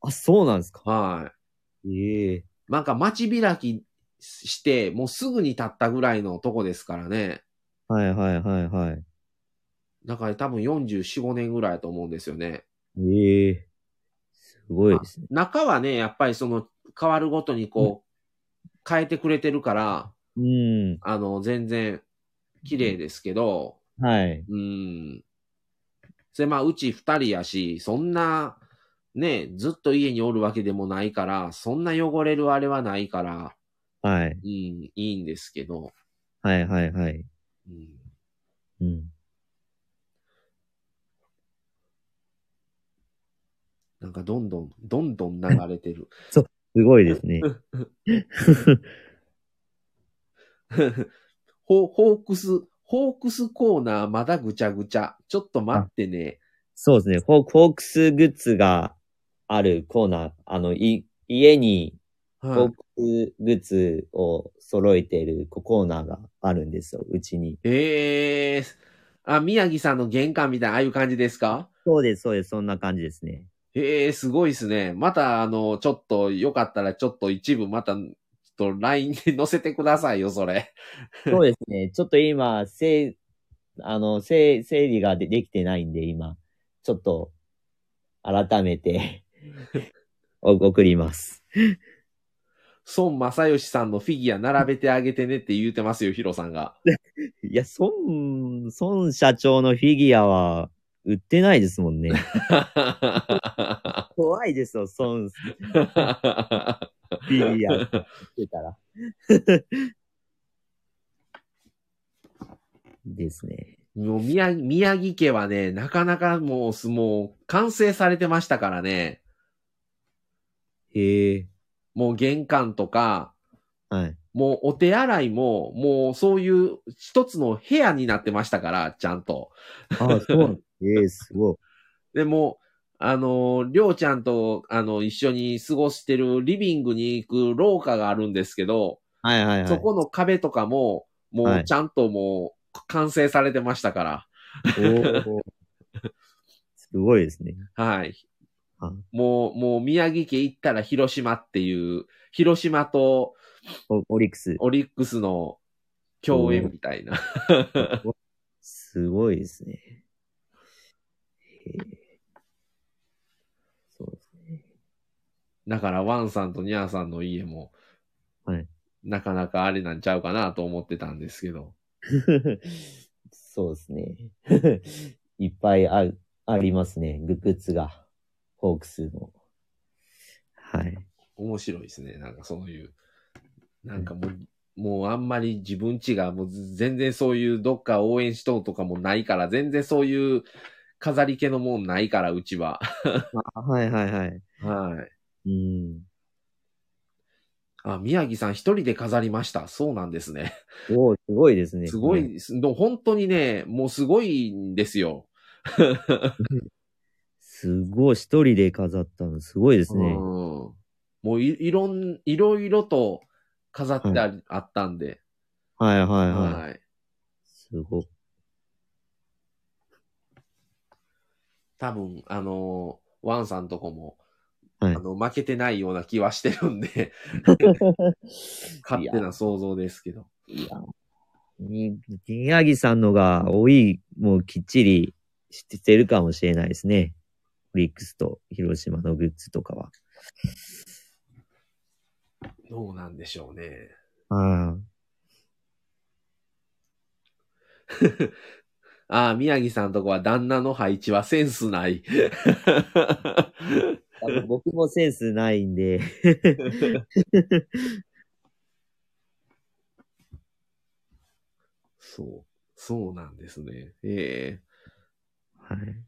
S2: あ、そうなんですか。
S1: ん。は
S2: ええ
S1: い。なんか街開きして、もうすぐに経ったぐらいのとこですからね。
S2: はいはいはいはい。
S1: だから多分44、5年ぐらいだと思うんですよね。
S2: ええすごいですね。
S1: 中はね、やっぱりその、変わるごとにこう、変えてくれてるから、
S2: うん。
S1: あの、全然、綺麗ですけど、
S2: はい。
S1: うん。それまあ、うち二人やし、そんな、ね、ずっと家におるわけでもないから、そんな汚れるあれはないから、
S2: はい。
S1: うん、いいんですけど、
S2: はいはいはい。
S1: うん、
S2: うん。
S1: なんかどんどん、どんどん流れてる。
S2: すごいですね。
S1: ホホークス、ホークスコーナーまだぐちゃぐちゃ。ちょっと待ってね。
S2: そうですね。フォーフォークスグッズがあるコーナー、あの、い、家にフォ
S1: は
S2: ー
S1: い、
S2: クスグッズを揃えているコーナーがあるんですよ、うちに。
S1: ええー、あ、宮城さんの玄関みたいな、ああいう感じですか
S2: そうです、そうです、そんな感じですね。
S1: ええすごいですね。また、あの、ちょっと、よかったら、ちょっと一部、また、ちょっと、LINE で 載せてくださいよ、それ。
S2: そうですね。ちょっと今、せい、あの、せい、整理がでできてないんで、今、ちょっと、改め てお、送ります。
S1: 孫正義さんのフィギュア並べてあげてねって言うてますよ、ヒロさんが。
S2: いや、孫、孫社長のフィギュアは、売ってないですもんね。 怖いですよ、孫フィギュア。売ってたら。 ですね。
S1: もう宮、宮城家はね、なかなかもう、すもう、完成されてましたからね。
S2: へえ。
S1: もう、玄関とか、
S2: はい。
S1: もう、お手洗いも、もう、そういう、一つの部屋になってましたから、ちゃんと。
S2: あ、そう。ええ、すごい。
S1: でも、あの、りょうちゃんと、あの、一緒に過ごしてるリビングに行く廊下があるんですけど、
S2: はいはいはい。
S1: そこの壁とかも、も
S2: は
S1: う
S2: い
S1: ちゃんともう完成されてましたから、
S2: おお。すごいですね。
S1: はい。
S2: あ
S1: もう、もう宮城県行ったら広島っていう、広島と
S2: おオリックス。
S1: オリックスの共演みたいな。
S2: すごいですね。へえそうですね。
S1: だから、ワンさんとニャーさんの家も、
S2: はい
S1: なかなかあれなんちゃうかなと思ってたんですけど。
S2: そうですね。 いっぱいあるありますね。グッズが。ホークスの。はい。
S1: 面白いですね。なんかそういう、なんかもう、もうあんまり自分ちがもう全然そういうどっか応援しとうとかもないから、全然そういう飾り気のもんないから、うちは。
S2: あはいはいはい。
S1: はい。
S2: うん。
S1: あ、宮城さん一人で飾りました。そうなんですね。
S2: おーすごいですね。
S1: すご
S2: うん。
S1: い、すでも本当にね、もうすごいんですよ。
S2: すごい、一人で飾ったの、すごいです
S1: う
S2: ね
S1: ん。。もういいろん、いろいろと飾ってあ,、あったんで。
S2: はいはいはい。
S1: はい。
S2: すごい。
S1: 多分、あのーワンさんとこも、
S2: はい
S1: あの、負けてないような気はしてるん で、勝手な想像ですけど。
S2: に宮城さんのが多い、もうきっちりしてるかもしれないですね。オリックスと広島のグッズとかは。
S1: どうなんでしょうね。
S2: あ
S1: ああ、宮城さんとこは旦那の配置はセンスない。
S2: あ。僕もセンスないんで。
S1: そう。そうなんですね。ええ
S2: はい。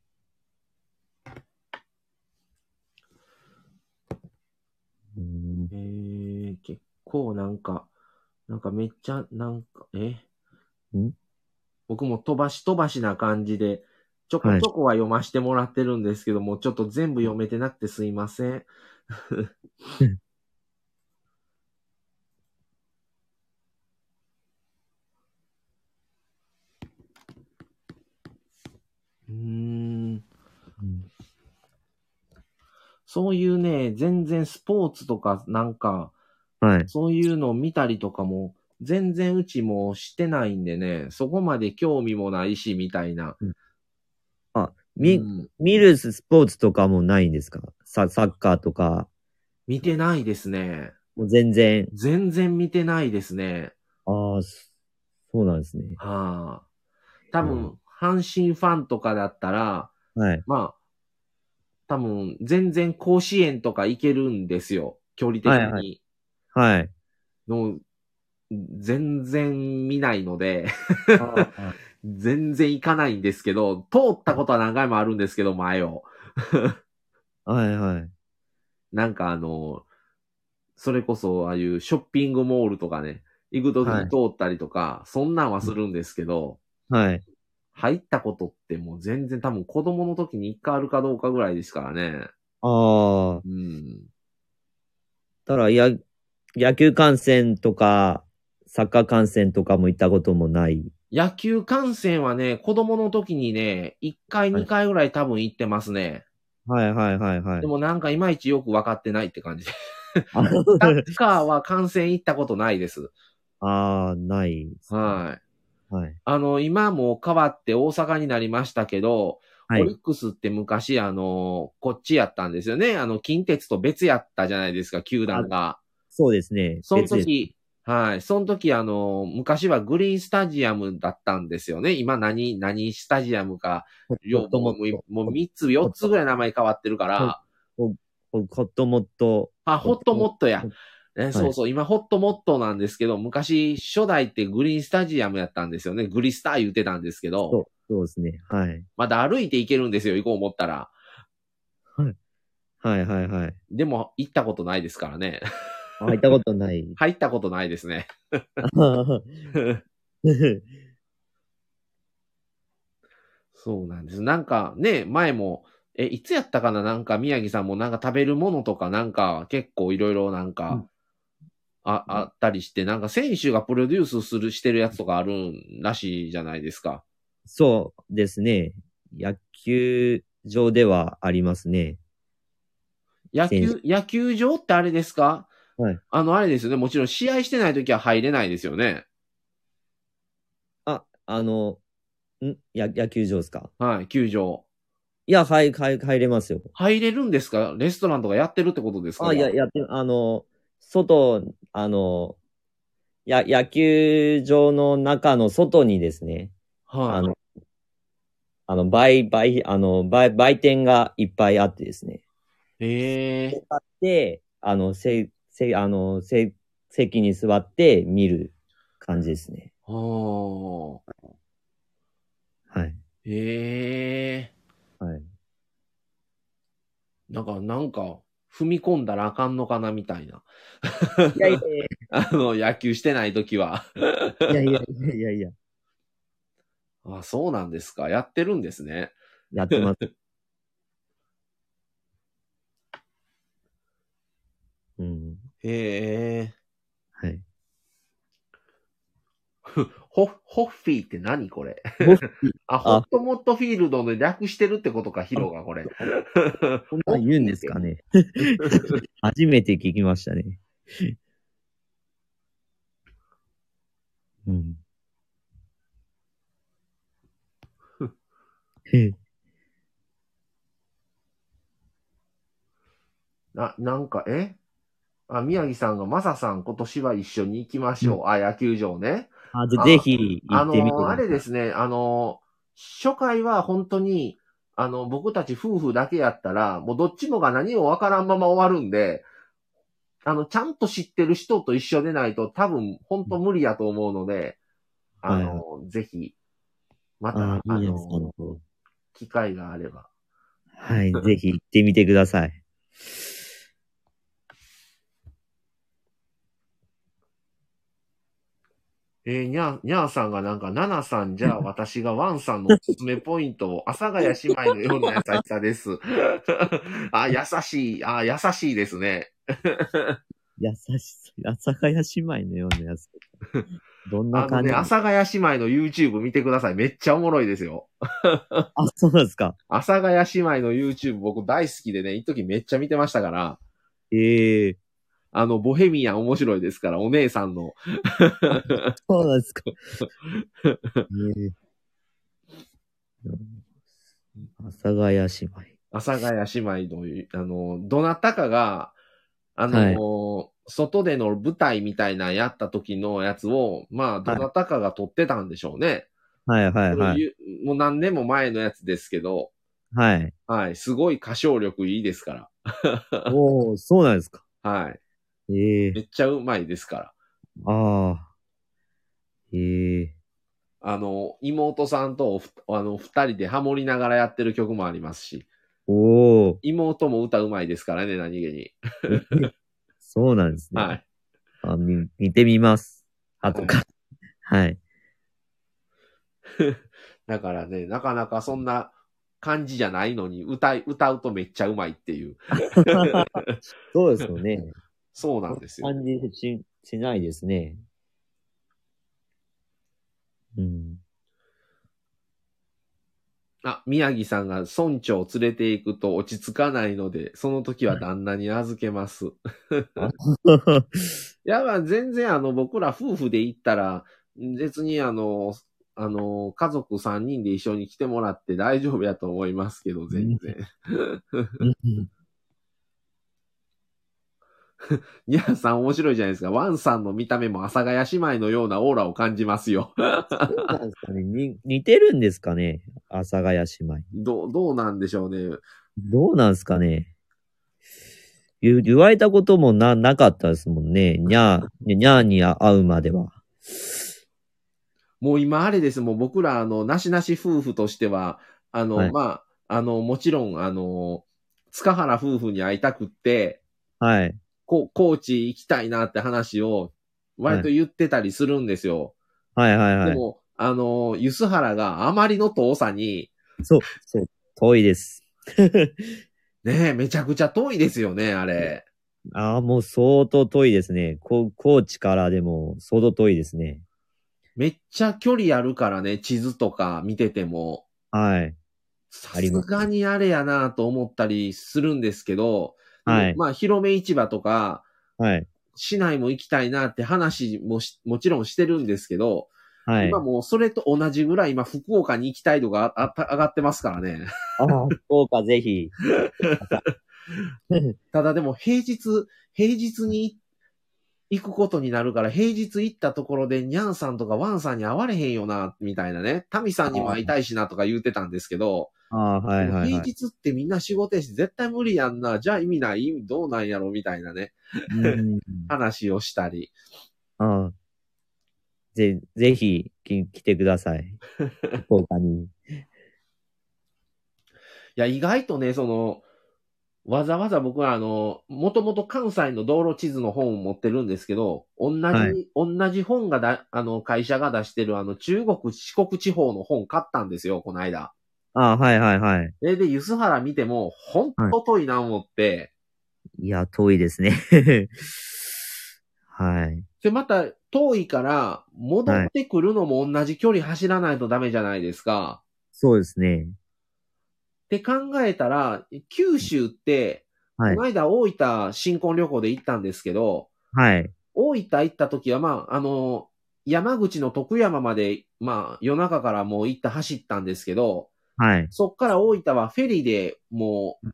S2: うん
S1: ええ結構なんか、なんかめっちゃ、なんか、え
S2: ん
S1: 僕も飛ばし飛ばしな感じで、ちょこ
S2: はい
S1: ちょこは読ませてもらってるんですけども、ちょっと全部読めてなくてすいません。 うーんそういうね、全然スポーツとかなんか、
S2: はい。
S1: そういうのを見たりとかも、全然うちもしてないんでね、そこまで興味もないし、みたいな。
S2: み、
S1: うん
S2: 見るスポーツとかもないんですかササッカーとか。
S1: 見てないですね。
S2: もう全然。
S1: 全然見てないですね。
S2: ああ、そそうなんですね。
S1: はあ。多分、
S2: う
S1: 阪神ファンとかだったら、
S2: はい。
S1: まあ、多分、全然甲子園とか行けるんですよ。距離的に。
S2: はいははい。
S1: の全然見ないので。
S2: あ
S1: 全然行かないんですけど、通ったことは何回もあるんですけど、前を。
S2: あ はいはい。
S1: なんかあの、それこそああいうショッピングモールとかね、行くとき
S2: は
S1: に
S2: い
S1: 通ったりとか、そんなんはするんですけど、
S2: はい。
S1: 入ったことってもう全然多分子供の時に一回あるかどうかぐらいですからね。
S2: ああ。
S1: うん。
S2: ただや、野球観戦とか、サッカー観戦とかも行ったこともない。
S1: 野球観戦はね、子供の時にね、一回
S2: はい
S1: 二回ぐらい多分行ってますね。
S2: はいはいはいはい
S1: で。もなんかいまいちよく分かってないって感じで。
S2: あ
S1: サッカーは観戦行ったことない です。
S2: あー、ない。
S1: はい。
S2: はい。
S1: あの、今もう変わって大阪になりましたけど、
S2: は
S1: オリ
S2: い。
S1: ックスって昔、あの、こっちやったんですよね。あの、近鉄と別やったじゃないですか、球団が。
S2: そうですね。
S1: その
S2: 別です。
S1: 時、はい。その時、あの、昔はグリーンスタジアムだったんですよね。今何、何スタジアムか、
S2: もっと
S1: も
S2: もっ
S1: うもう3つ、4つぐらい名前変わってるから、
S2: と、ほっともっと、
S1: あ、ホットモットや
S2: はい。
S1: ね、そうそう、今ホットモットなんですけど、昔、初代ってグリーンスタジアムやったんですよね。グリスター言ってたんですけど。
S2: そう、そうですね。はい。
S1: まだ歩いて行けるんですよ、行こう思ったら。
S2: はいはいはい。
S1: でも、行ったことないですからね。
S2: あ行ったことない。
S1: 入ったことないですね。そうなんです。なんかね、前も、え、いつやったかななんか宮城さんもなんか食べるものとかなんか結構いろいろなんか、
S2: うん
S1: あ、あったりして、なんか選手がプロデュースする、してるやつとかあるんらしいじゃないですか。
S2: そうですね。野球場ではありますね。
S1: 野球
S2: 選、
S1: 野球場ってあれですか
S2: はい
S1: あの、あれですよね。もちろん試合してないときは入れないですよね。
S2: あ、あの、んや野球場ですか
S1: はい、球場。
S2: いや、はい、はい、入れますよ。
S1: 入れるんですかレストランとかやってるってことですか
S2: あ、いや、やって、あの、外、あの、や、野球場の中の外にですね、
S1: はい、
S2: あの、あの、売、売、あの、売、売店がいっぱいあってですね。
S1: ええ
S2: あって、あの、せ、せ、あの、せ、席に座って見る感じですね。
S1: はあ。
S2: はい。
S1: ええ
S2: はい。
S1: なんか、なんか、踏み込んだらあかんのかなみたいな。
S2: いやいやい
S1: あの、野球してない時は。
S2: やいやいやいやいや、
S1: あ、そうなんですか。やってるんですね。
S2: やってます。 うん。
S1: へえ。
S2: はい。
S1: ホッ、ホッフィーって何これ
S2: ホッフ。
S1: あ、ホットモットフィールドの略してるってことか、ヒロがこ れ。
S2: こんなん言うんですか ね。初めて聞きましたね。うん。へ
S1: な、なんか、えあ、宮城さんが、マサさん、今年は一緒に行きましょう。あ、野球場ね。
S2: あぜぜひ行
S1: あ
S2: っ
S1: の
S2: てみてく
S1: ー、
S2: ださい。
S1: あれですね、あのー、初回は本当に、あの、僕たち夫婦だけやったら、もうどっちもが何もわからんまま終わるんで、あの、ちゃんと知ってる人と一緒でないと多分本当無理やと思うので、あのー、ぜひ、また、あ
S2: あーいいです
S1: の
S2: ね
S1: ー、機会があれば。
S2: はい、 ぜひ行ってみてください。
S1: えー、にゃー、にゃーさんがなんか、ななさんじゃあ私がワンさんのおすすめポイントを、阿佐ヶ谷姉妹のような優しさ です。あ、優しい、あ、優しいですね。
S2: 優しそう。阿佐ヶ谷姉妹のような やつ。どんな
S1: あの
S2: 感じ、
S1: ね、阿佐ヶ谷姉妹の YouTube 見てください。めっちゃおもろいですよ。
S2: あ、そうなんですか。
S1: 阿佐ヶ谷姉妹の YouTube 僕大好きでね、一時めっちゃ見てましたから、
S2: ええ
S1: あの、ボヘミアン面白いですから、お姉さんの。
S2: そうなんですか。ええ阿佐ヶ谷姉妹。
S1: 阿佐ヶ谷姉妹の、あの、どなたかが、あの、外での舞台みたいなのやった時のやつを、まあ、どなたかが撮ってたんでしょうね。
S2: はいはい
S1: そう
S2: はい。
S1: いうもう何年も前のやつですけど、
S2: はい。
S1: はい、すごい歌唱力いいですか
S2: おおそうなんですか。
S1: ら。はい。
S2: ええ
S1: めっちゃうまいですから。
S2: ああ。ええ
S1: あの、妹さんとおふあの、二人でハモりながらやってる曲もありますし、
S2: おお
S1: 妹も歌うまいですからね、何気に。
S2: そうなんですね。。
S1: はいい。
S2: あ見見てみます。あとか。はい。
S1: だからね、なかなかそんな感じじゃないのに、歌い、歌うとめっちゃうまいっていう。
S2: そうですよね。
S1: そうなんですよ。
S2: 感じししないですね。うん。
S1: あ、宮城さんが村長を連れて行くと落ち着かないので、その時は旦那に預けます。いや、まあ全然あの、僕ら夫婦で行ったら、別にあの、あの、家族3人で一緒に来てもらって大丈夫やと思いますけど、全然。 ニャンさん面白いじゃないですか。ワンさんの見た目も阿佐ヶ谷姉妹のようなオーラを感じますよ。
S2: そうなんですかね。に似てるんですかね阿佐ヶ谷姉妹。
S1: どう、どうなんでしょうね。
S2: どうなんですかね言言われたこともな、なかったですもんね。にゃー、にゃーに会うまでは。
S1: もう今あれです。もう僕ら、あの、なしなし夫婦としては、あの、
S2: はい
S1: まあ、あの、もちろん、あの、塚原夫婦に会いたくって、
S2: はい。
S1: こ高知行きたいなって話を、割と言ってたりするんですよ。
S2: はいはいは
S1: で
S2: い。
S1: も、あの、ゆすはらがあまりの遠さに、
S2: そう、そう、遠いです。
S1: ねえ、めちゃくちゃ遠いですよね、あれ。
S2: ああ、もう相当遠いですね。こ高知からでも相当遠いですね。
S1: めっちゃ距離あるからね、地図とか見てても。
S2: はい。
S1: さ
S2: あり
S1: す
S2: ます
S1: がにあれやなと思ったりするんですけど、
S2: はい。
S1: まあ、広め市場とか、
S2: はい。
S1: 市内も行きたいなって話もし、もちろんしてるんですけど、
S2: はい。
S1: 今もうそれと同じぐらい今福岡に行きたいとかあ上がってますからね。
S2: ああ、 福岡ぜひ。
S1: ただでも平日、平日に行くことになるから、平日行ったところでニャンさんとかワンさんに会われへんよな、みたいなね。タミさんにも会いたいしなとか言ってたんですけど、
S2: ああ、はいはい
S1: 平
S2: はい。
S1: 日ってみんな仕事やし、絶対無理やんな。じゃあ意味ないどうなんやろみたいなね、
S2: うん
S1: 話をしたり。
S2: ああぜ、ぜひ、き来てください。福岡に。
S1: いや、意外とね、その、わざわざ僕はあの、もともと関西の道路地図の本を持ってるんですけど、同じ、
S2: はい
S1: 同じ本がだ、あの、会社が出してるあの、中国、四国地方の本買ったんですよ、この間。
S2: あはいはいはい。
S1: それで、梼原見ても、ほんと遠いな思って、
S2: いや、遠いですね。 はい。
S1: で、また、遠いから、戻ってくるのも同じ距離走らないとダメじゃないですか。
S2: そうですね。
S1: って考えたら、九州って、
S2: はい
S1: この間大分新婚旅行で行ったんですけど、
S2: はい。
S1: 大分行った時は、まあ、あの、山口の徳山まで、まあ、夜中からもう行った走ったんですけど、
S2: はい。
S1: そっから大分はフェリーでもう、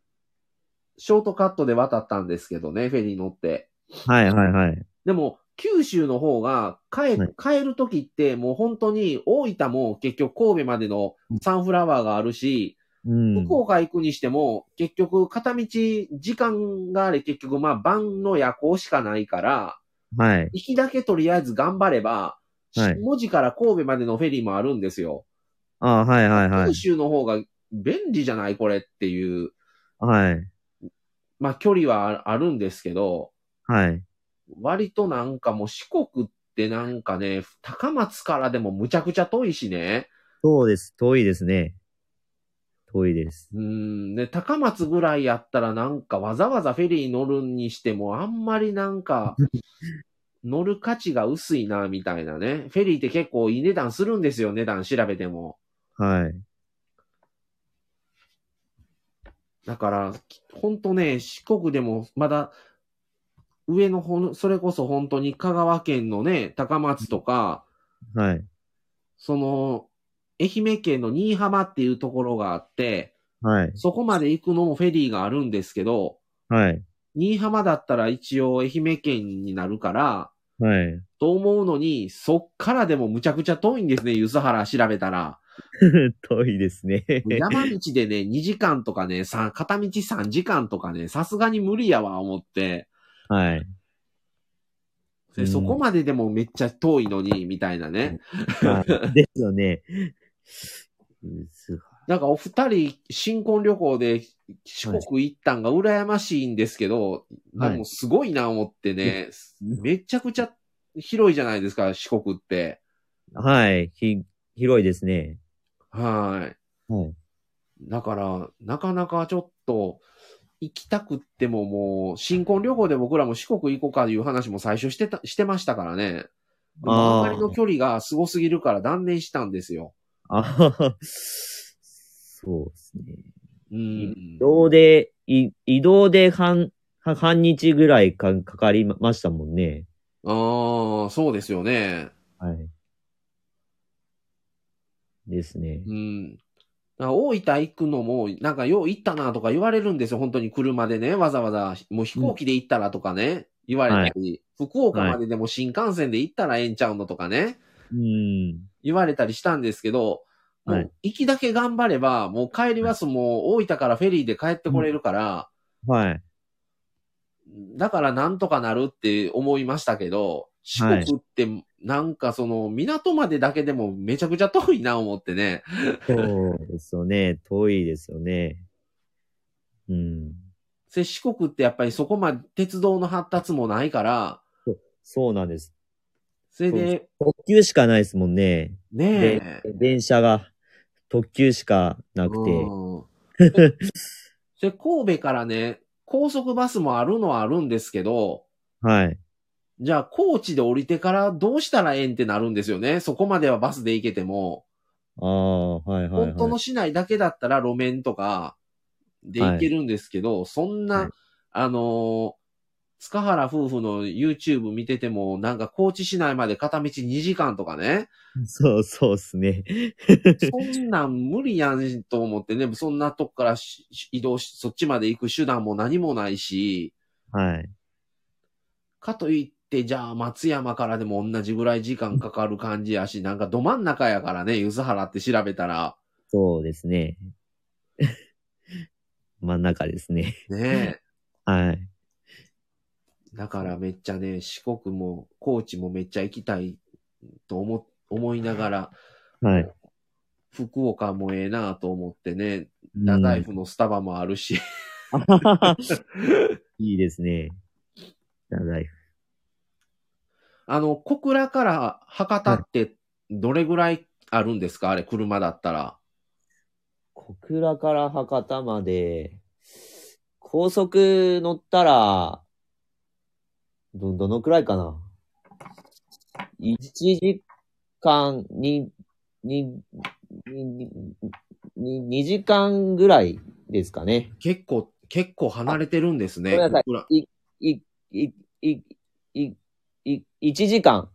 S1: ショートカットで渡ったんですけどね、フェリー乗って。
S2: はいはいはい。
S1: でも、九州の方が帰る、帰る時ってもう本当に大分も結局神戸までのサンフラワーがあるし、
S2: うん。
S1: 福岡行くにしても、結局、片道、時間があれ、結局、まあ、晩の夜行しかないから、
S2: はい。
S1: 行きだけとりあえず頑張れば、
S2: はい
S1: 下地から神戸までのフェリーもあるんですよ。
S2: あはいはいは
S1: 九
S2: い。
S1: 州の方が便利じゃないこれっていう、
S2: はい。
S1: まあ、距離はあるんですけど、
S2: はい。
S1: 割となんかもう四国ってなんかね、高松からでもむちゃくちゃ遠いしね。
S2: そうです。遠いですね。遠いです。
S1: うん、で、高松ぐらいやったらなんかわざわざフェリー乗るにしてもあんまりなん か乗る価値が薄いな、みたいなね。フェリーって結構いい値段するんですよ、値段調べても。
S2: はい。
S1: だから、きほんとね、四国でもまだ上の方の、それこそ本当に香川県のね、高松とか、
S2: はい。
S1: その、愛媛県の新居浜っていうところがあって、
S2: はい。
S1: そこまで行くのもフェリーがあるんですけど、
S2: はい。
S1: 新居浜だったら一応愛媛県になるから、
S2: はい。
S1: と思うのに、そっからでもむちゃくちゃ遠いんですね、梼原調べたら。
S2: 遠いですね。
S1: 山道でね、2時間とかね、さ片道3時間とかね、さすがに無理やわ、思って。
S2: はい。う
S1: で
S2: ん
S1: そこまででもめっちゃ遠いのに、みたいなね。
S2: はいですよね。 うず
S1: なんかお二人、新婚旅行で四国行ったんが羨ましいんですけど、
S2: はい
S1: でもすごいな、思ってね、 めちゃくちゃ広いじゃないですか、四国って。
S2: はい。ひ、広いですね。
S1: はい。
S2: はい。
S1: だから、なかなかちょっと、行きたくってももう、新婚旅行で僕らも四国行こうかという話も最初してた、してましたからね。でも
S2: あ
S1: あん
S2: ー
S1: まりの距離がすごすぎるから断念したんですよ。
S2: あははそうですね。
S1: うん
S2: 移。動で、い移動で半、は半日ぐらいかかかりましたもんね。
S1: ああ、そうですよね。
S2: はい。ですね。
S1: うん。だから大分行くのも、なんかよう行ったなとか言われるんですよ。本当に車でね。わざわざ、もう飛行機で行ったらとかね。言われたり、福岡まででも新幹線で行ったらええんちゃうのとかね。
S2: うん。
S1: 言われたりしたんですけど、も
S2: はいう
S1: 行きだけ頑張れば、もう帰りはすもう大分からフェリーで帰ってこれるから、
S2: はい。
S1: だからなんとかなるって思いましたけど、四
S2: はい
S1: 国ってなんかその港までだけでもめちゃくちゃ遠いな思ってね。
S2: そうですよね。遠いですよね。うん。
S1: で四国ってやっぱりそこまで鉄道の発達もないから、
S2: そうなんです。
S1: それで、
S2: 特急しかないですもんね。
S1: ねえ
S2: で。電車が特急しかなくて。
S1: うんで神戸からね、高速バスもあるのはあるんですけど、
S2: はい。
S1: じゃあ、高知で降りてからどうしたらええんってなるんですよね。そこまではバスで行けても、
S2: ああ、はいはい
S1: 本当
S2: は
S1: の
S2: い。
S1: 市内だけだったら路面とかで行けるんですけど、そんな、
S2: はい
S1: あのー塚原夫婦の YouTube 見てても、なんか高知市内まで片道2時間とかね、
S2: そうそうですね。
S1: そんなん無理やんと思ってね、そんなとこからしし移動し、そっちまで行く手段も何もないし、
S2: はい。
S1: かといって、じゃあ松山からでも同じぐらい時間かかる感じやし、なんかど真ん中やからね、ゆずはらって調べたら、
S2: そうですね。 真ん中ですね。
S1: ねえ。
S2: はい。
S1: だからめっちゃね、四国も高知もめっちゃ行きたいと思、思いながら、
S2: はい。
S1: 福岡もええなと思ってね、
S2: うん
S1: 長イフのスタバもあるし、
S2: いいですね。太宰府。
S1: あの、小倉から博多ってどれぐらいあるんですか、あれ、車だったら。
S2: 小倉から博多まで、高速乗ったら、ど、どのくらいかな ?1 時間に、に、に、に、2時間ぐらいですかね。
S1: 結構、結構離れてるんですね。
S2: ごめんなさい
S1: 小倉
S2: い、い、い、い、い、1時間。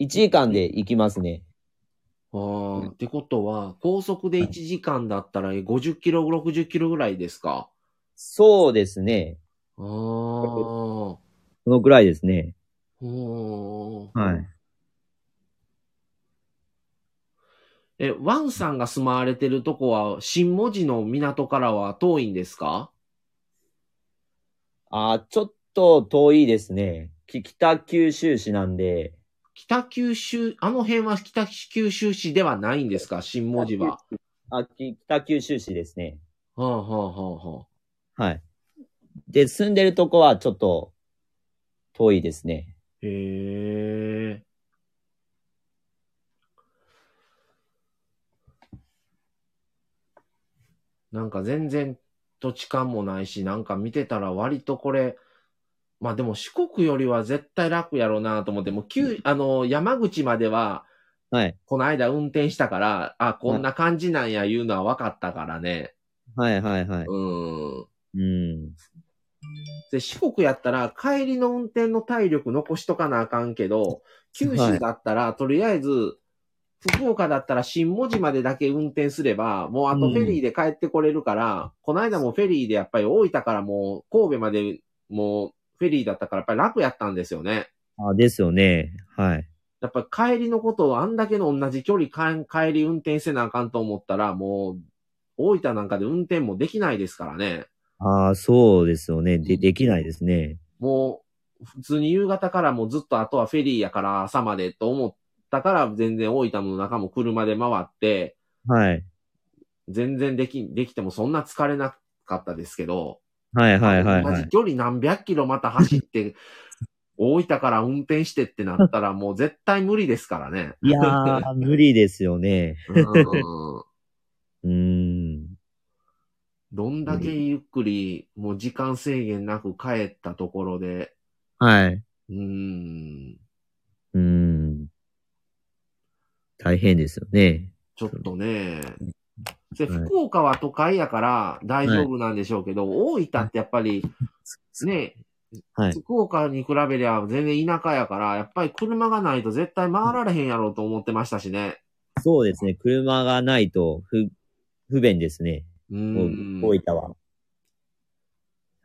S2: 1時間で行きますね。
S1: あーってことは、高速で1時間だったら50キロ、60キロぐらいですか。
S2: そうですね。
S1: ああ。
S2: そのくらいですね。
S1: おー
S2: はい。
S1: え、ワンさんが住まわれてるとこは、新文字の港からは遠いんですか
S2: あ、ちょっと遠いですね。き北九州市なんで。
S1: 北九州、あの辺は北九州市ではないんですか新文字は。
S2: あ、き北九州市ですね。
S1: はあ、はあはあはあ、
S2: はい。で、住んでるとこはちょっと遠いですね。
S1: へえ。なんか全然土地勘もないし、なんか見てたら割とこれ、まあでも四国よりは絶対楽やろうなと思って、もう九、あの、山口までは、
S2: はい。
S1: この間運転したから、あ、こんな感じなんや言うのは分かったからね。
S2: はいはいはい。
S1: うん。
S2: うん。
S1: で、四国やったら帰りの運転の体力残しとかなあかんけど、九州だったら、とりあえず、福岡だったら新文字までだけ運転すれば、もうあとフェリーで帰ってこれるから、この間もフェリーでやっぱり大分からもう神戸までもうフェリーだったからやっぱり楽やったんですよね。
S2: あ、ですよね。はい。
S1: やっぱ帰りのことをあんだけの同じ距離かん帰り運転せなあかんと思ったら、もう、大分なんかで運転もできないですからね。
S2: あそうですよね。で、できないですね。
S1: もう、普通に夕方からもうずっとあとはフェリーやから朝までと思ったから、全然大分の中も車で回って、
S2: はい。
S1: 全然でき、できてもそんな疲れなかったですけど、
S2: はいはいはい
S1: 同
S2: は
S1: じ
S2: い。
S1: 距離何百キロまた走って、 大分から運転してってなったらもう絶対無理ですからね。
S2: いや ー、無理ですよね。
S1: うん
S2: うーん。
S1: どんだけゆっくり、もう時間制限なく帰ったところで、
S2: はい。
S1: うーん、
S2: うーん。大変ですよね。
S1: ちょっとね、で
S2: はい
S1: 福岡は都会やから大丈夫なんでしょうけど、大分ってやっぱり、ね、
S2: はい
S1: 福岡に比べりゃ全然田舎やから、やっぱり車がないと絶対回られへんやろうと思ってましたしね。
S2: そうですね。車がないと不、不便ですね。
S1: う
S2: お
S1: ーん。
S2: 大分は。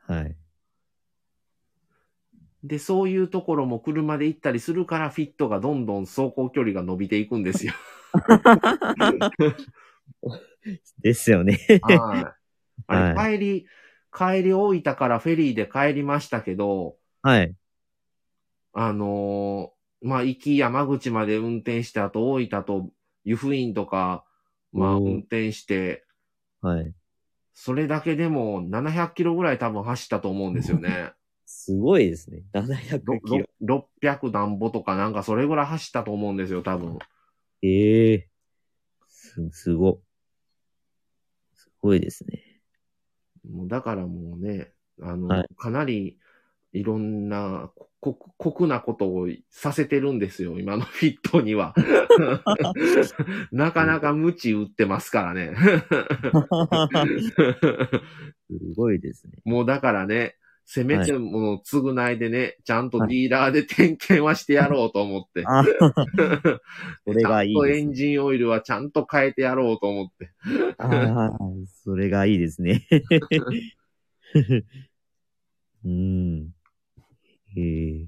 S2: はい。
S1: で、そういうところも車で行ったりするから、フィットがどんどん走行距離が伸びていくん ですよ。
S2: ですよね。
S1: はい。あれ、帰り、帰り大分からフェリーで帰りましたけど、
S2: はい。
S1: あのーまあ、行き山口まで運転して、あと大分と湯布院とか、まあ、
S2: おー
S1: 運転して、
S2: はい。
S1: それだけでも700キロぐらい多分走ったと思うんですよ ね。
S2: すごいですね。700
S1: ろ
S2: キロ。
S1: ろ600なんぼとかなんかそれぐらい走ったと思うんですよ、多分。
S2: ええす、すご。すごいです ね。
S1: もうだからもうね、あの、
S2: はい
S1: かなりいろんなここ酷なことをさせてるんですよ、今の フィットに は。なかなか無知打ってますから ね。
S2: すごいですね。
S1: もうだからね、せめて
S2: は
S1: もう償いでね、ちゃんとデ
S2: はい
S1: ィーラーで点検はしてやろうと思って。
S2: あ、 それ
S1: ちゃ
S2: が
S1: ん
S2: いい
S1: と
S2: で
S1: エ
S2: すね。
S1: ンジンオイルはちゃんと変えてやろうと思って。
S2: あーそれがいいですね。 うん。へえ。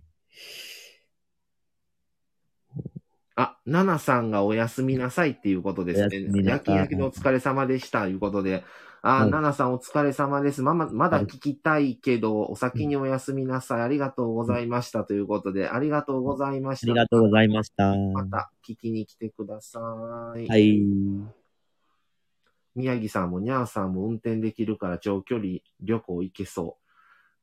S1: あ、ナナさんがおやすみなさいっていうことです
S2: お
S1: ね
S2: やすみ。な
S1: 夜
S2: さ
S1: 勤
S2: い
S1: 明けのお疲れ様でした、いうことで。あ、
S2: はい
S1: ナナさんお疲れ様です。まま、まだ
S2: はい
S1: 聞きたいけど、お先におやすみなさい。ありがとうございました。ということで、ありがとうございました。
S2: ありがとうござい
S1: ま
S2: ました。
S1: また聞きに来てください。
S2: はい。
S1: 宮城さんもにゃーさんも運転できるから長距離旅行行けそ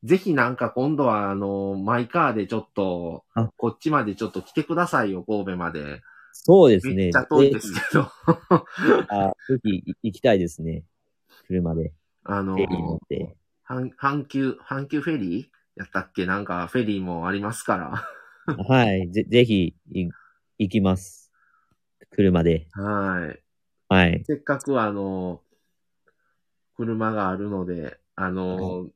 S1: う。ぜひなんか今度はあの、マイカーでちょっと
S2: あ、
S1: こっちまでちょっと来てくださいよ、神戸まで。
S2: そうですね。
S1: めっちゃ遠いですけど。
S2: であぜひ行きたいですね。車で、
S1: あの
S2: フェリー乗って。
S1: 阪阪急、阪急フェリーやったっけなんかフェリーもありますから。
S2: はい。ぜぜひい行きます。車で。
S1: はい。
S2: はい。
S1: せっかくあの、車があるので、あの、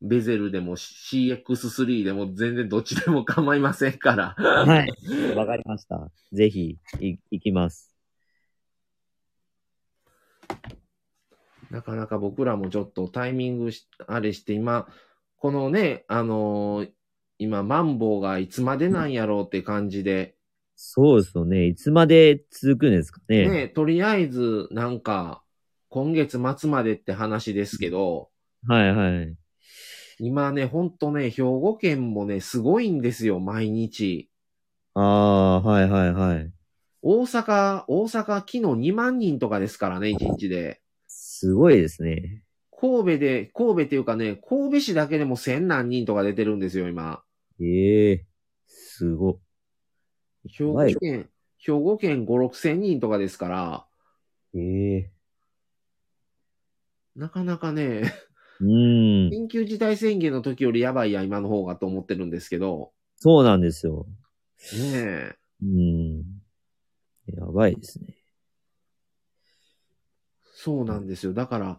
S1: ベゼルでも CX3 でも全然どっちでも構いませんから。
S2: はい。わかりました。ぜひい行きます。
S1: なかなか僕らもちょっとタイミングし、あれして今、このね、あのー今、マンボウがいつまでなんやろうって感じで、
S2: そうですよね。いつまで続くんですかね。
S1: ね、とりあえず、なんか、今月末までって話ですけど、
S2: はいはい。
S1: 今ね、ほんとね、兵庫県もね、すごいんですよ、毎日。
S2: ああ、はいはいはい。
S1: 大阪、大阪、昨日2万人とかですからね、1日で。
S2: すごいですね。
S1: 神戸で、神戸っていうかね、神戸市だけでも1000何人とか出てるんですよ、今。
S2: ええすご。
S1: 兵庫
S2: はい
S1: 県、兵庫県5、6千人とかですから、
S2: ええ
S1: なかなか ね、
S2: うん。
S1: 緊急事態宣言の時よりやばいや、今の方がと思ってるんですけど、
S2: そうなんですよ。
S1: ねえ。
S2: うん。やばいですね。
S1: そうなんですよ。だから、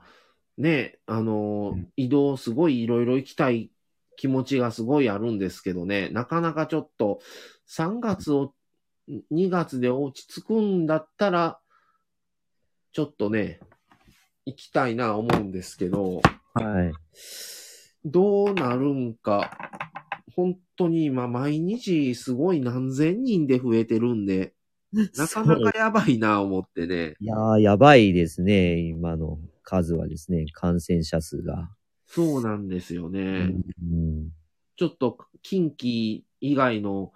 S1: ね、あのー、
S2: うん
S1: 移動すごいいろいろ行きたい気持ちがすごいあるんですけどね、なかなかちょっと、3月を、2月で落ち着くんだったら、ちょっとね、行きたいな思うんですけど、
S2: はい。
S1: どうなるんか、本当に今毎日すごい何千人で増えてるんで、なかな
S2: そ
S1: か
S2: う
S1: やばいな思ってね。
S2: いやー、やばいですね。今の数はですね、感染者数が。
S1: そうなんですよね。
S2: うん、
S1: ちょっと近畿以外の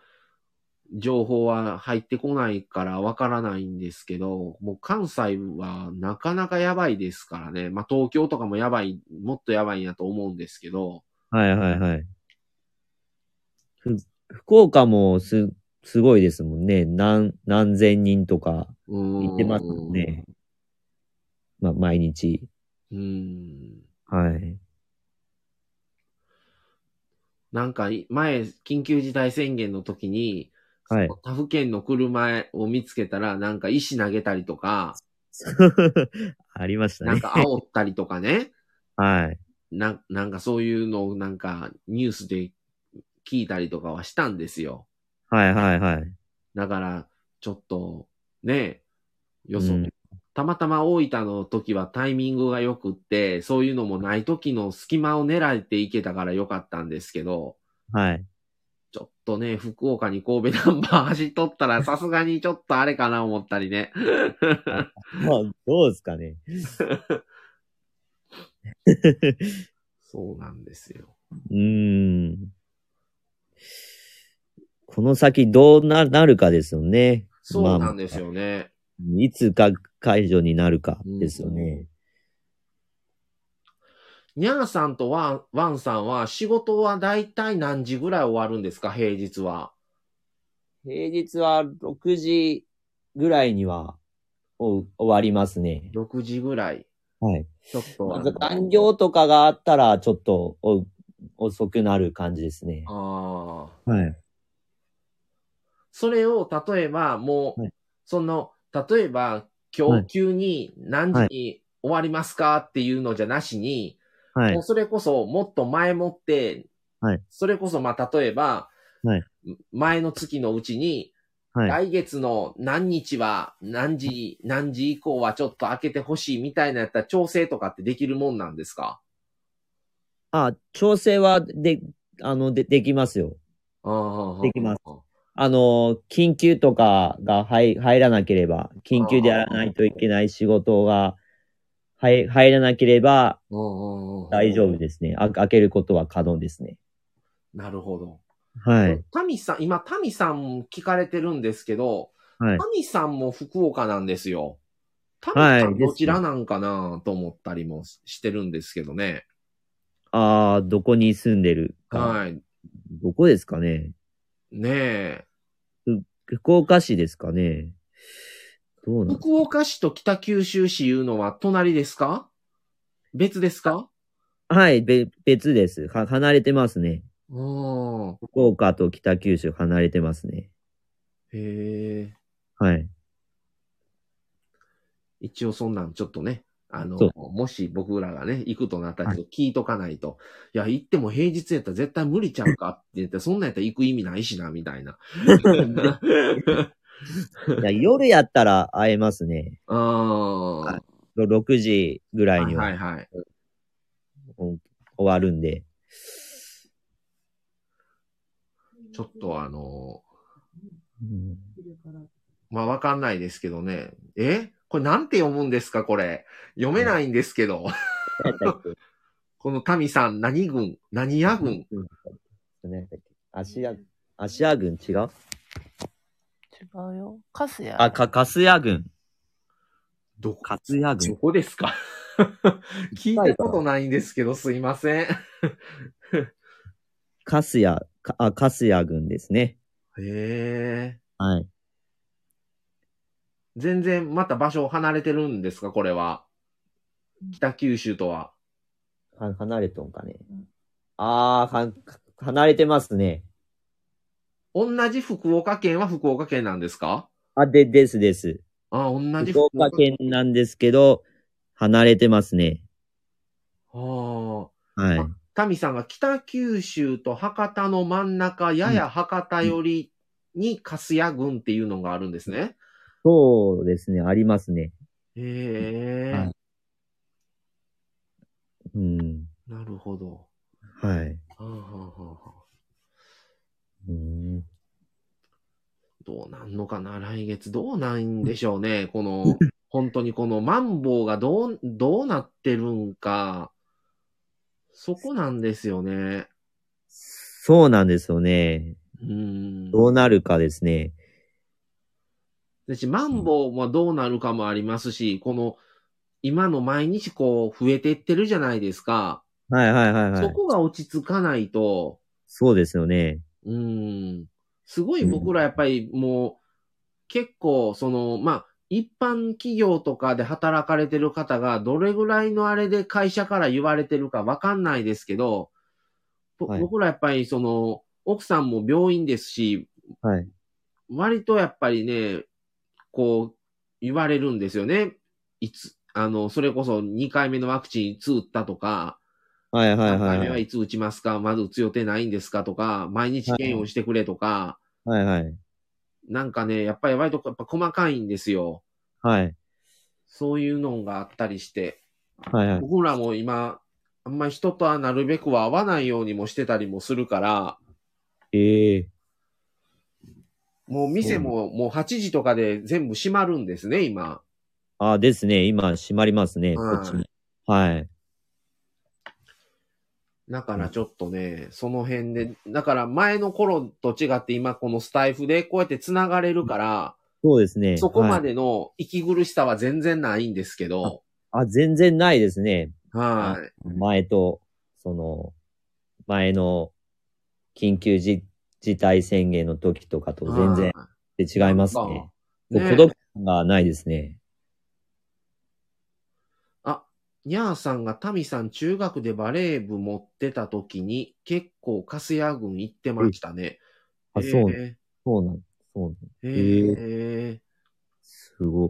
S1: 情報は入ってこないからわからないんですけど、もう関西はなかなかやばいですからね。まあ東京とかもやばい、もっとやばいんやと思うんですけど、
S2: はいはいはい。ふ福岡もす、すごいですもんね。何、何千人とか
S1: うーん。
S2: 行ってますもんね。ま、毎日。
S1: うーん。
S2: はい。
S1: なんかい前、緊急事態宣言の時に、
S2: はい。
S1: 他府県の車を見つけたら、なんか石投げたりとか、
S2: ありました
S1: なん
S2: ね。
S1: か煽ったりとかね。
S2: はい。
S1: な、なんかそういうのをなんかニュースで聞いたりとかはしたんですよ。
S2: はいはいはい。
S1: だから、ちょっと、ね、よそ、
S2: うん
S1: たまたま大分の時はタイミングが良くって、そういうのもない時の隙間を狙っていけたから良かったんですけど、
S2: はい。
S1: ちょっとね、福岡に神戸ナンバー 走っとったら、さすがにちょっとあれかな思ったりね。
S2: まあ、どうですかね。
S1: そうなんですよ。
S2: うーん。この先どうななるかですよね。
S1: そうなんですよね。
S2: まあいつか解除になるかですよね。
S1: にゃーさんとワン、ワンさんは仕事はだいたい何時ぐらい終わるんですか平日は。
S2: 平日は6時ぐらいにはお終わりますね。
S1: 6時ぐらい。
S2: はい。
S1: ちょっと
S2: な
S1: あ
S2: ん
S1: の。
S2: か残業とかがあったらちょっとお遅くなる感じですね。
S1: ああ。
S2: はい。
S1: それを、例えば、もう、
S2: はい
S1: その、例えば、
S2: は
S1: 今日
S2: い
S1: 急に何時に終わりますかっていうのじゃなしに、
S2: は
S1: も。
S2: いう
S1: それこそもっと前もって、
S2: はい
S1: それこそ、まあ、例えば、
S2: はい
S1: 前の月のうちに、
S2: はい。
S1: 来月の何日は何時、何時以降はちょっと開けてほしいみたいなやったら調整とかってできるもんなんですか
S2: あ、調整はで、あの、で、できますよ。できます。あの、緊急とかが入入らなければ、緊急でやらないといけない仕事が入入らなければ大
S1: 大
S2: 丈夫ですね。あ開けることは可能ですね。
S1: なるほど。
S2: はい。
S1: タミさん、今タミさん聞かれてるんですけど、
S2: はい。
S1: タミさんも福岡なんですよ。タミさん
S2: はいです
S1: どちらなんかなと思ったりもししてるんですけどね。
S2: ああ、どこに住んでるか。
S1: はい。
S2: どこですかね
S1: ねえ。
S2: 福岡市ですかねどうなん
S1: 福岡市と北九州市いうのは隣ですか別ですか
S2: はい、べ、別です。は、離れてますね。
S1: うん。
S2: 福岡と北九州離れてますね。
S1: へえ。
S2: はい。
S1: 一応そんなんちょっとね、あの
S2: そう、
S1: もし僕らがね、行くとなったらちょっと聞いとかないと、い、や、行っても平日やったら絶対無理ちゃうかって言って、そんなんやったら行く意味ないしな、みたい な。
S2: いや夜やったら会えますね。
S1: ああ、は
S2: ろ6時ぐら
S1: い
S2: いに
S1: はい
S2: は
S1: はい。
S2: うん終わるんで。
S1: ちょっとあの、
S2: うん
S1: まあ、わかんないですけどね。えこれなんて読むんですか、これ。読めないんですけど。
S2: 何やったっけ
S1: この民さん、何軍何屋軍
S2: 何やったっけ芦屋、芦屋軍違う
S3: 違うよ。カスや。
S2: あ、か、かすや軍。
S1: どこ
S2: かつや
S1: ど
S2: 軍。
S1: こですか 聞いたことないんですけど、すいません。へ
S2: かすや、か、あ、かすや軍ですね。
S1: え。
S2: はい。
S1: 全然また場所を離れてるんですか、これは。北九州とは。
S2: は、離れとんかね
S3: うん。
S2: あー、は、離れてますね。
S1: 同じ福岡県は福岡県なんですか
S2: あ、で、ですです。
S1: あ、同じ
S2: 福岡県なんですけど、離れてますね。
S1: あ
S2: はい。
S1: あ。民さんが北九州と博多の真ん中、やや博多寄りに粕屋郡っていうのがあるんですね。
S2: そうですね、ありますね。
S1: へえ、
S2: はいうん。
S1: なるほど。はあは
S2: はい。
S1: あはあはあ
S2: うん、
S1: どうなんのかな来月どうなんでしょう ねこの、本当にこのマンボウがどう、どうなってるんか、そこなんですよね。
S2: そうなんですよね。
S1: うん。
S2: どうなるかですね。
S1: だし、マンボウはどうなるかもありますし、この、今の毎日こう、増えてってるじゃないですか。
S2: はいはいはいは
S1: そ
S2: い。
S1: こが落ち着かないと、
S2: そうですよね。
S1: うん。すごい僕らやっぱりもう、結構その、まあ、一般企業とかで働かれてる方が、どれぐらいのあれで会社から言われてるかわかんないですけど、ぼ
S2: はい
S1: 僕らやっぱりその、奥さんも病院ですし、
S2: はい。
S1: 割とやっぱりね、こう、言われるんですよね。いつ、あの、それこそ2回目のワクチンいつ打ったとか、
S2: はいはい
S1: 3
S2: はい。
S1: 回目
S2: は
S1: はいいつ打ちますかまず打つ予定ないんですかとか、毎日検温してくれとか、
S2: はい。
S1: なんかね、やっぱり割とやっぱ細かいんですよ。
S2: はい。
S1: そういうのがあったりして。
S2: はいはい。
S1: 僕らも今、あんまり人とはなるべくは会わないようにもしてたりもするから、
S2: ええ
S1: もう店ももう8時とかで全部閉まるんですね、今。
S2: あ、ですね。今、閉まりますね。
S1: はい
S2: こっちも。はい。
S1: だからちょっとね、その辺で、だから前の頃と違って今このスタイフでこうやって繋がれるから、
S2: そうですね。
S1: そこま
S2: はい。
S1: での息苦しさは全然ないんですけど、
S2: あ、全然ないですね。
S1: はい。
S2: 前と、その、前の緊急事事態宣言の時とかと全然
S1: は
S2: 違います
S1: なん
S2: ね
S1: か。
S2: こう
S1: ね
S2: 孤独感がないですね。
S1: あ、にゃーさんがタミさん中学でバレー部持ってた時に結構カスヤ軍行ってましたね。
S2: あ、そう、
S1: へ
S2: そうなん、そうなん。
S1: え
S2: へ
S1: へえ
S2: すごい。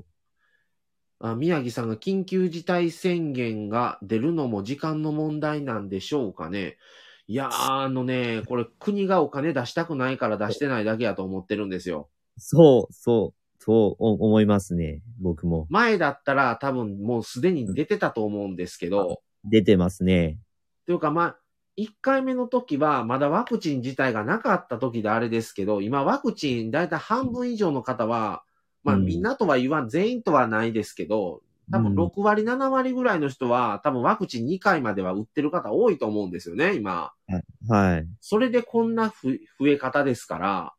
S1: あ、宮城さんが緊急事態宣言が出るのも時間の問題なんでしょうかね。いやー、あのね、これ国がお金出したくないから出してないだけやと思ってるんですよ。
S2: そう、そう、そうお思いますね。僕も。
S1: 前だったら多分もうすでに出てたと思うんですけど、
S2: 出てますね。
S1: というかまあ、1回目の時はまだワクチン自体がなかった時であれですけど、今ワクチン大体半分以上の方は、まあ
S2: うん
S1: みんなとは言わん、全員とはないですけど、多分
S2: うん
S1: 6割、7割ぐらいの人は、多分ワクチン2回までは打ってる方多いと思うんですよね、今。
S2: はい。
S1: それでこんなふ増え方ですから、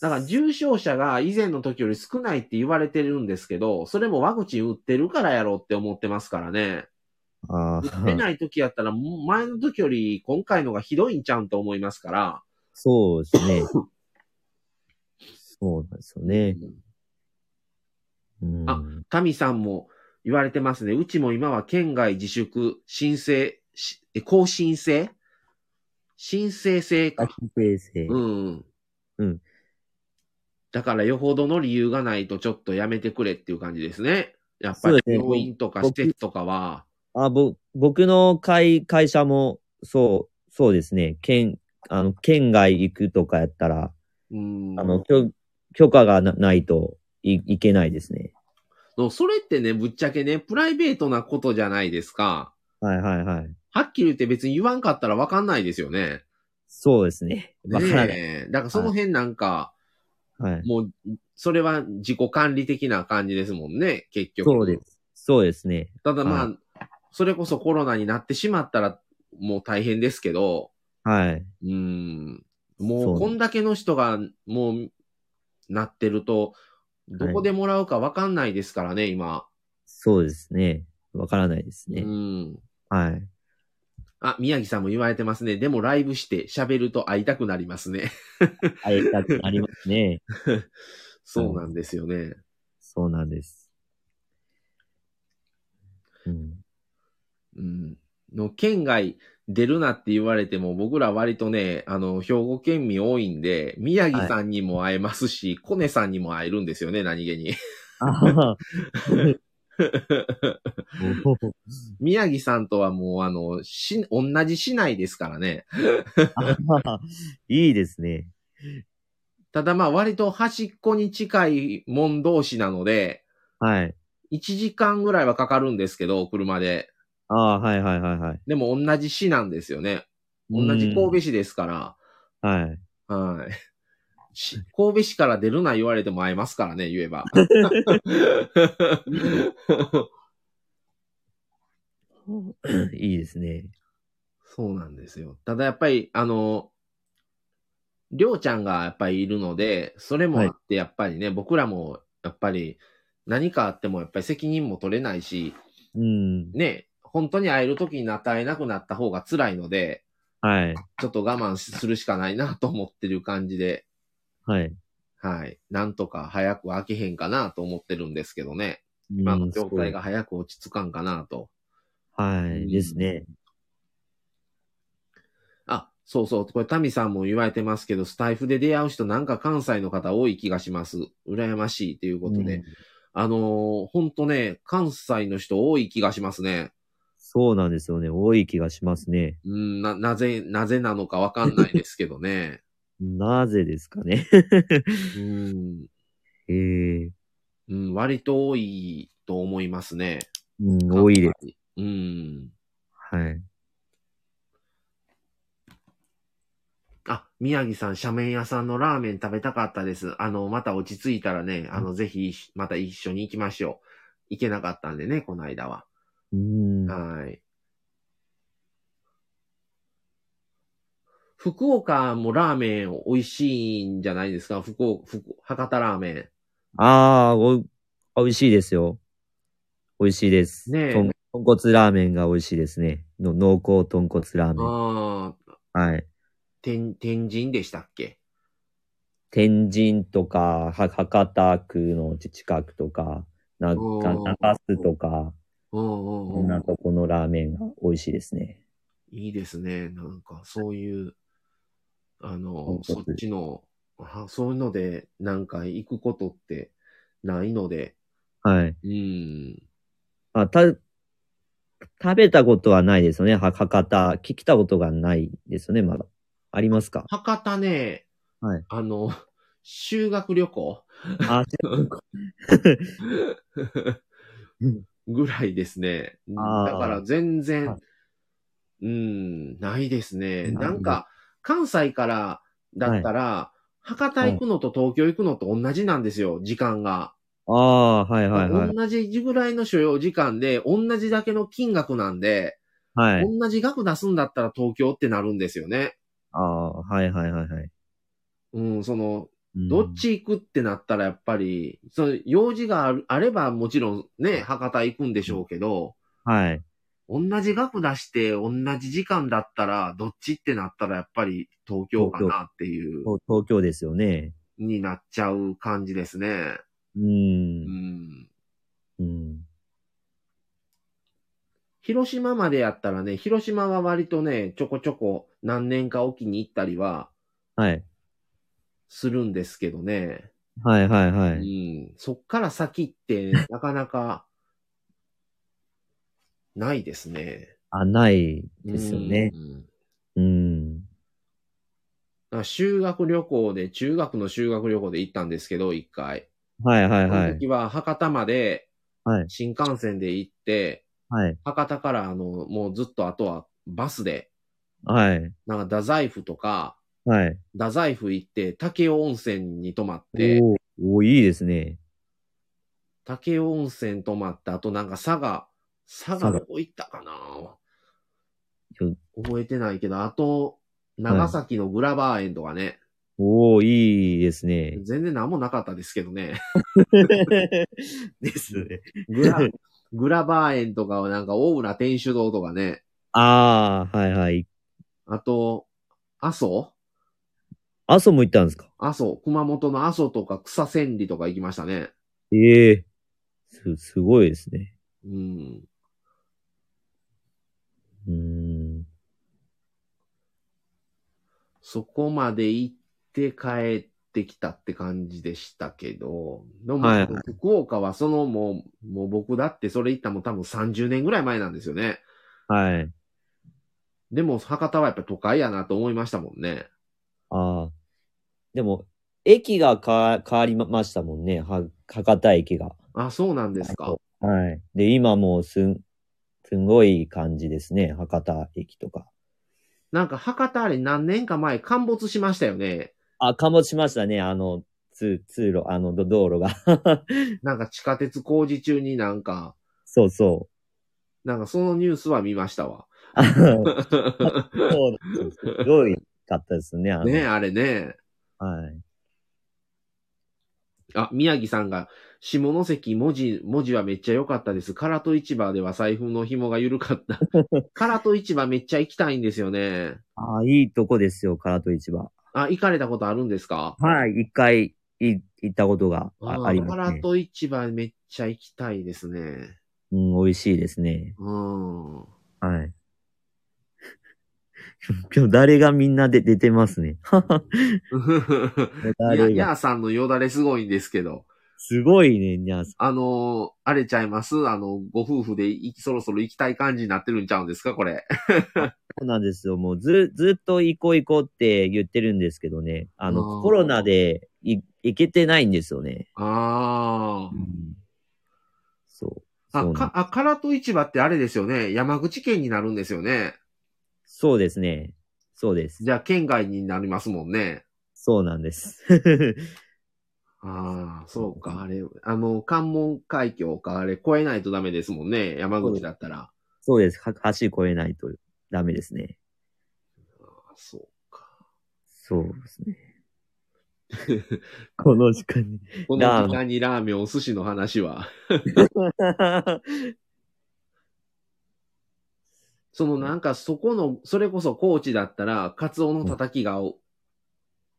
S1: だから重症者が以前の時より少ないって言われてるんですけど、それもワクチン打ってるからやろうって思ってますからね。
S2: あ
S1: 打って
S2: ー
S1: ない時やったら、もう前の時より今回のがひどいんちゃうんと思いますから。
S2: そうです ね。そうなんですよね。うん、
S1: あタミさんも言われてますね。うちも今は県外自粛、申請、しえ更新制申請制か。
S2: 平成。
S1: うん。
S2: うん。
S1: だからよほどの理由がないとちょっとやめてくれっていう感じですね。やっぱ
S2: そ
S1: り
S2: うですね
S1: 病院とか施
S2: 僕
S1: 設とかは。
S2: あ、ぼ、僕の会、会社も、そう、そうですね。県、あの、県外行くとかやったら、
S1: うん。
S2: あの、許、許可がなないとい、いけないですね。
S1: のそれってね、ぶっちゃけね、プライベートなことじゃないですか。
S2: はいはいはい。
S1: はっきり言って別に言わんかったらわかんないですよね。
S2: そうですね。わからない。
S1: ねえ。だからその辺なんか、
S2: はい。
S1: もう、それは自己管理的な感じですもんね、結局。
S2: そうです。そうですね。
S1: ただまあ、
S2: は
S1: それこそコロナになってしまったら、もう大変ですけど、
S2: はい。
S1: うーん。
S2: そう
S1: もう、
S2: ね
S1: こんだけの人が、もう、なってると、どこでもらうかわかんないですからね、今。
S2: そうですね。わからないです
S1: う
S2: ね。
S1: ん。
S2: はい。
S1: あ、宮城さんも言われてますね。でもライブして喋ると会いたくなりますね。
S2: ありたくなりますね。
S1: そうなんですよね。
S2: そうなんです。うん。
S1: うん。の、県外出るなって言われても、僕ら割とね、あの、兵庫県民多いんで、宮城さんにも会えますし、コネさんにも会えるんですよね、何気に。
S2: あははおー
S1: 宮城さんとはもう、あの、し、同じ市内ですからね。
S2: あは はいいですね。
S1: ただまあ割と端っこに近い門同士なので、
S2: はい。
S1: 1時間ぐらいはかかるんですけど、車で。
S2: ああ、はいはいはいはい。
S1: でも同じ市なんですよね。同じ神戸市ですから。
S2: 戸。はい。
S1: はい。し神戸市から出るな言われても会えますからね、言えば。
S2: いいですね。
S1: そうなんですよ。ただやっぱり、あの、りょうちゃんがやっぱりいるので、それもあって、やっぱりね、僕らも、やっぱり、何かあってもやっぱり責任も取れないし、
S2: うん。
S1: ね、本当に会える時になって会えなくなった方が辛いので、
S2: はい。
S1: ちょっと我慢するしかないなと思ってる感じで、
S2: はい。
S1: はい。なんとか早く飽きへんかなと思ってるんですけどね。今
S2: う
S1: の
S2: ん
S1: 状態。が早く落ち着かんかなと。
S2: そうは
S1: うん
S2: い。ですね。
S1: あ、そうそう。これ、タミさんも言われてますけど、スタイフで出会う人なんか関西の方多い気がします。羨ましいということで。
S2: うん
S1: あのー、ほんとね、関西の人多い気がしますね。
S2: そうなんですよね。多い気がしますね。
S1: うん、な、なぜ、なぜなのかわかんないですけど ね。
S2: なぜですかね。
S1: うん。
S2: ええ
S1: うん、割と多いと思いますね。
S2: うん、多いです。
S1: す。うん。
S2: はい。
S1: あ、宮城さん、斜面屋さんのラーメン食べたかったです。あの、また落ち着いたらね、あの、ぜひ、また一緒に行きましょう。行けなかったんでね、この間は。
S2: うん。
S1: はい。福岡もラーメン美味しいんじゃないですか福岡、福博多ラーメン。
S2: ああ、お、美味しいですよ。美味しいです。
S1: ねえ
S2: とん豚骨ラーメンが美味しいですね。の濃厚豚骨ラーメン。
S1: ああ、
S2: はい。
S1: 天、天神でしたっけ
S2: 天神とか、は博多区の近くとか、な
S1: お
S2: ん
S1: ー
S2: か、中洲とか、
S1: うんうん
S2: そんなとこのラーメンが美味しいですね。
S1: いいですね。なんか、そういう、あの
S2: 本、当
S1: そっちの、あそういうので、なんか行くことってないので、
S2: はい。
S1: うん。
S2: あ、た、食べたことはないですよね。は博多。聞きたことがないですよね、まだ。ありますか
S1: 博多ね、
S2: はい
S1: あの、修学旅行
S2: あ、うん
S1: ぐらいですね。だ
S2: あー
S1: から全然、
S2: はい
S1: うん、ないですね。
S2: な
S1: な
S2: るほど
S1: んか、関西からだったら、博多行くのと東京行くのと同じなんですよ、時間が。
S2: ああ、はいはいはい。
S1: 同じぐらいの所要時間で、同じだけの金額なんで、
S2: はい。
S1: 同じ額出すんだったら東京ってなるんですよね。
S2: ああ、はいはいはいはい。
S1: うん、その、どっち行くってなったらやっぱり、その用事があるあればもちろんね、博多行くんでしょうけど、
S2: はい。
S1: 同じ額出して同じ時間だったら、どっちってなったらやっぱり東京かなっていう、
S2: 東東京ですよね。
S1: になっちゃう感じですね。う
S2: う。
S1: んん。
S2: うん。
S1: 広島までやったらね、広島は割とね、ちょこちょこ何年かおきに行ったりは
S2: はい。
S1: するんですけどね。
S2: はいはいは
S1: う
S2: い。
S1: ん。そっから先ってなかなかないですね。
S2: あ、ないですよね。
S1: うん。
S2: うん。
S1: あ修学旅行で、中学の修学旅行で行ったんですけど、一回。
S2: はいはい
S1: そ
S2: は
S1: の
S2: い。
S1: 時は博多まで
S2: はい、
S1: 新幹線で行って、
S2: はい。
S1: 博多からあの、もうずっとあとはバスで、
S2: はい。
S1: なんか太宰府とか、
S2: はい。
S1: 太宰府行って、竹雄温泉に泊まって、
S2: おーおーいいですね。
S1: 竹雄温泉泊まって、あとなんか佐賀、佐賀どこ行ったかな
S2: うん
S1: 覚えてないけど、あと、長崎のグラバー園とかね、
S2: おおいいですね。
S1: 全然何もなかったですけど ね。
S2: ですね。
S1: グラ、グラバー園とかはなんか大浦天主堂とかね。
S2: ああ、はいはい。
S1: あと、阿蘇
S2: 阿蘇も行ったんですか
S1: 阿蘇、熊本の阿蘇とか草千里とか行きましたね。
S2: ええす、すごいですね。
S1: うん。
S2: うーん。
S1: そこまで行って帰ってきたって感じでしたけど、でも、
S2: はい
S1: 福岡はそのもう、もう僕だってそれ行ったのも多分30年ぐらい前なんですよね。
S2: はい。
S1: でも博多はやっぱ都会やなと思いましたもんね。
S2: ああ。でも、駅がか変わりましたもんね。は博多駅が。
S1: あ、そうなんですか。
S2: はい。で、今もうすん、すんごい感じですね。博多駅とか。
S1: なんか博多あれ何年か前陥没しましたよね。
S2: あ、陥没しましたね。あの、通、通路、あの、ど道路が。
S1: なんか地下鉄工事中になんか、
S2: そうそ
S1: なんかそのニュースは見ましたわ。
S2: う。あ のそうです。すごいかったですね。あの
S1: ねえ、あれね。
S2: はい。
S1: あ、宮城さんが、下関文字、文字はめっちゃ良かったです。唐戸市場では財布の紐が緩か った。唐戸市場めっちゃ行きたいんですよね。
S2: ああ、いいとこですよ、唐戸市場。
S1: あ、行かれたことあるんですか
S2: はい、一回い行ったことがああり
S1: カ
S2: ます
S1: ラ
S2: ね。
S1: ト市場めっちゃ行きたいですね。
S2: うん、美味しいですね。
S1: うん。
S2: はい。 今日誰がみんなで出てますね。
S1: いや、
S2: 誰
S1: にゃ
S2: が。
S1: ーさんのよだれすごいんですけど。
S2: すごいね、にゃーさん。
S1: あのーあれちゃいますあの、ご夫婦で行き、そろそろ行きたい感じになってるんちゃうんですかこれ。
S2: そうなんですよ。もうず、ずっと行こう行こうって言ってるんですけどね。あ
S1: あー
S2: の、コロナでい行けてないんですよね。
S1: あ
S2: そう。
S1: あ。あ、
S2: そうなん
S1: か、あ、唐戸市場ってあれですよね。山口県になるんですよね。
S2: そうですね。そうです。
S1: じゃあ、県外になりますもんね。
S2: そうなんです。
S1: ああ、そうか、あれ、あの、関門海峡か、あれ、越えないとダメですもんね。山口だったら。
S2: そうです。は橋越えないとダメですね。
S1: あそうか。
S2: そうですね。この時 間に。
S1: この時間にラーメン、お寿司の話は。そのなんか、そこの、それこそ高知だったら、カツオのたたきが、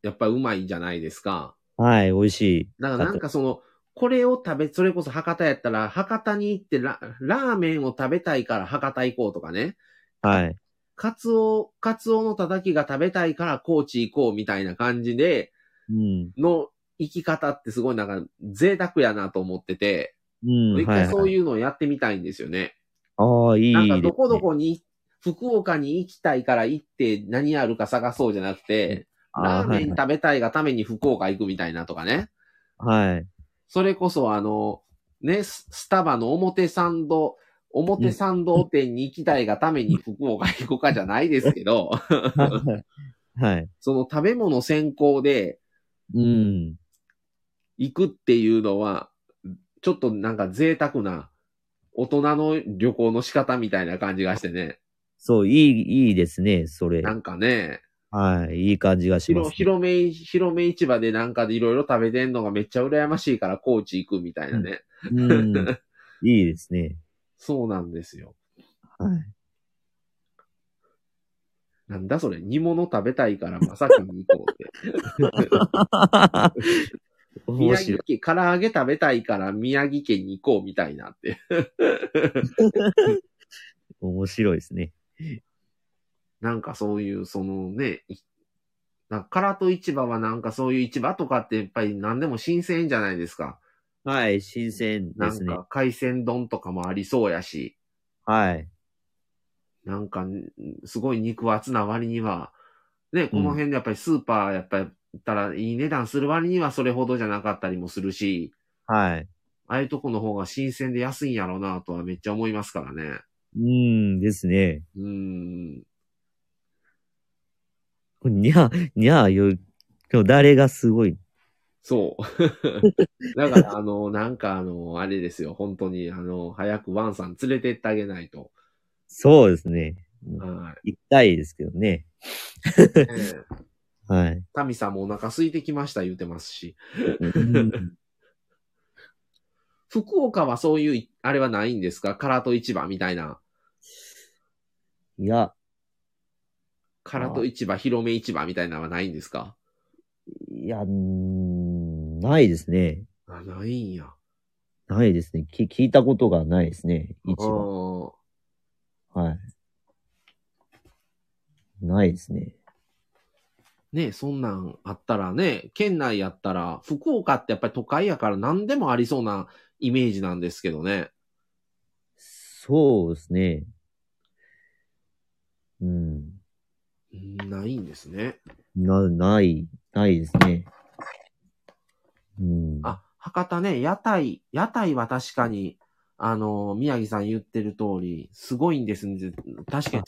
S1: やっぱうまいんじゃないですか。
S2: はい、美味しい。
S1: だからなんかその、これを食べ、それこそ博多やったら、博多に行ってラ、ラーメンを食べたいから博多行こうとかね。
S2: はい。
S1: カツオ、カツオのたたきが食べたいから高知行こうみたいな感じで、
S2: うん。
S1: の生き方ってすごいなんか贅沢やなと思ってて、
S2: うん。
S1: 一回そう
S2: う。
S1: いうのをやってみたいんですよね。
S2: ああ、いいです、ね。
S1: なんかどこどこに、福岡に行きたいから行って何あるか探そうじゃなくて、
S2: あ
S1: ラー
S2: ー
S1: メン食べたいがために福岡行くみたいなとかね。
S2: はい、はい。
S1: それこそあの、ね、ススタバの表参道、表参道店に行きたいがために福岡行こうかじゃないですけ ど、
S2: はい。はい。
S1: その食べ物先行で
S2: うん。
S1: 行くっていうのは、ちょっとなんか贅沢な大人の旅行の仕方みたいな感じがしてね。
S2: そう、いい、いいですね、それ。
S1: なんかね、
S2: はい。いい感じがします、
S1: 広、広め、広め市場でなんかでいろいろ食べてんのがめっちゃ羨ましいから高知行くみたいなね。
S2: うん。いいですね。
S1: そうなんですよ。
S2: はい。
S1: なんだそれ、煮物食べたいからまさきに行こ うって。
S2: 面
S1: 宮
S2: 白
S1: 城
S2: い。
S1: 県、唐揚げ食べたいから宮城県に行こうみたいなって。
S2: 面白いですね。
S1: なんかそういう、そのね、いなんか唐戸市場はなんかそういう市場とかってやっぱり何でも新鮮じゃないですか。
S2: はい。新鮮
S1: な
S2: です
S1: ん
S2: ね。
S1: か海鮮丼とかもありそうやし、
S2: はい。
S1: なんかんすごい肉厚な割には、ね、この辺でやっぱりスーパーやっぱり行ったらいい値段する割にはそれほどじゃなかったりもするし、
S2: はい。
S1: ああいうとこの方が新鮮で安いんやろうなとはめっちゃ思いますからね。
S2: うんですね。
S1: うーん。
S2: にゃ、にゃよ、今日誰がすごい。
S1: そう。だから、あの、なんか、あの、あれですよ。本当に、あの、早くワンさん連れてってあげないと。
S2: そうですね。
S1: は
S2: 行きたいですけどね。
S1: い。ねえ
S2: はい。
S1: タミさんもお腹空いてきました言うてますし。福岡はそういうい、あれはないんですか唐戸市場みたいな。
S2: いや、
S1: 唐戸市場、広め市場みたいなのはないんですか
S2: いや、うーんないですね。
S1: あ、ないんや。
S2: ないですね。き聞いたことがないですね。一
S1: あー
S2: 番。はい。ないですね。
S1: ねえそんなんあったらね、県内やったら、福岡ってやっぱり都会やから何でもありそうなイメージなんですけどね。
S2: そうですね。うん。
S1: うんないんですね。
S2: な、ない、ないですね。うん。
S1: あ、博多ね、屋台、屋台は確かに、あのー、宮城さん言ってる通り、すごいんですね。確かに、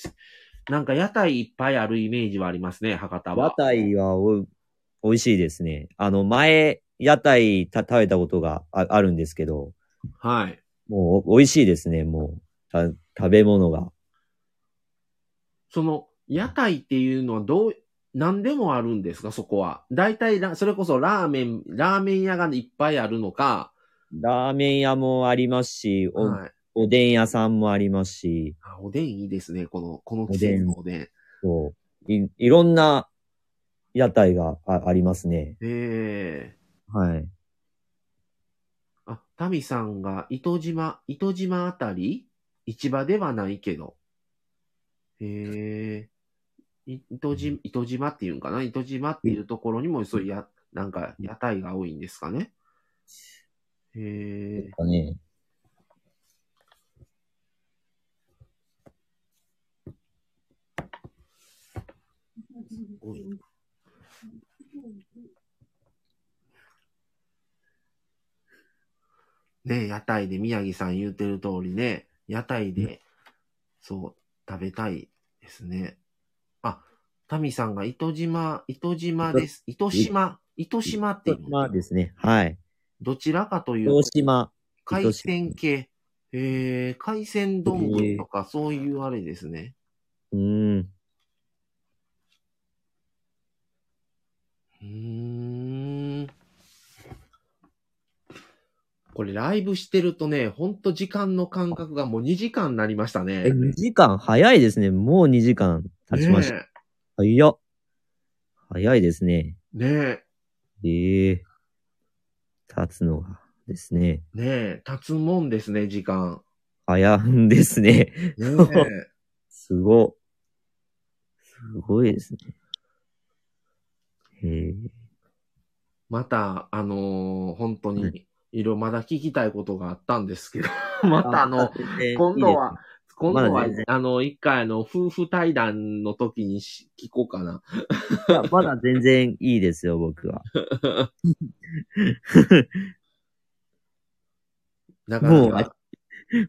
S1: なんか屋台いっぱいあるイメージはありますね、博多
S2: 屋
S1: は。
S2: 台はおい美味しいですね。あの、前、屋台た食べたことがああるんですけど、
S1: はい。
S2: もうお美味しいですね、もう。た食べ物が。
S1: その、屋台っていうのはどう、何でもあるんですか、そこは。大体ラ、それこそラーメン、ラーメン屋がいっぱいあるのか、
S2: ラーメン屋もありますし、お,、
S1: はい。
S2: おでん屋さんもありますし、
S1: あおでんいいですね、この、この季節のおでん。
S2: そういいろんな屋台があありますね。
S1: ええ
S2: はい。
S1: あ、タミさんが糸島、糸島あたり市場ではないけど。へえ。い糸島、糸島っていうんかな糸島っていうところにも、そういうや、なんか屋台が多いんですかねへえ。
S2: ね、
S1: 多いねえ屋台で宮城さん言うてる通りね、屋台で、そう、食べたいですね。あ、タミさんが糸島、糸島です。糸島、糸島っていう
S2: まあ
S1: の
S2: ですね。はい。
S1: どちらかという
S2: 広
S1: と、
S2: 島。
S1: 海鮮系。えー、海鮮丼とかそういうあれですね。
S2: うん。
S1: うーんこれライブしてるとね、ほんと時間の間隔がもう2時間になりましたね。
S2: え、2時間早いですね。もう2時間経ちました。
S1: ね
S2: 早っ。早いですね。
S1: え。ね
S2: ええ経つのがですね。
S1: え。ねえ。経つもんですね、時間。
S2: 早んですね。
S1: ねえ。
S2: すご。すごいですね。へえ
S1: また、あのー本当に、いろいろまだ聞きたいことがあったんですけど、またあの、、今度は、今度
S2: ま
S1: は
S2: だ全然、
S1: あの、一回あの、夫婦対談の時にし聞こうかな。
S2: いやまだ全然いいですよ、僕は。
S1: なかな
S2: もう
S1: か、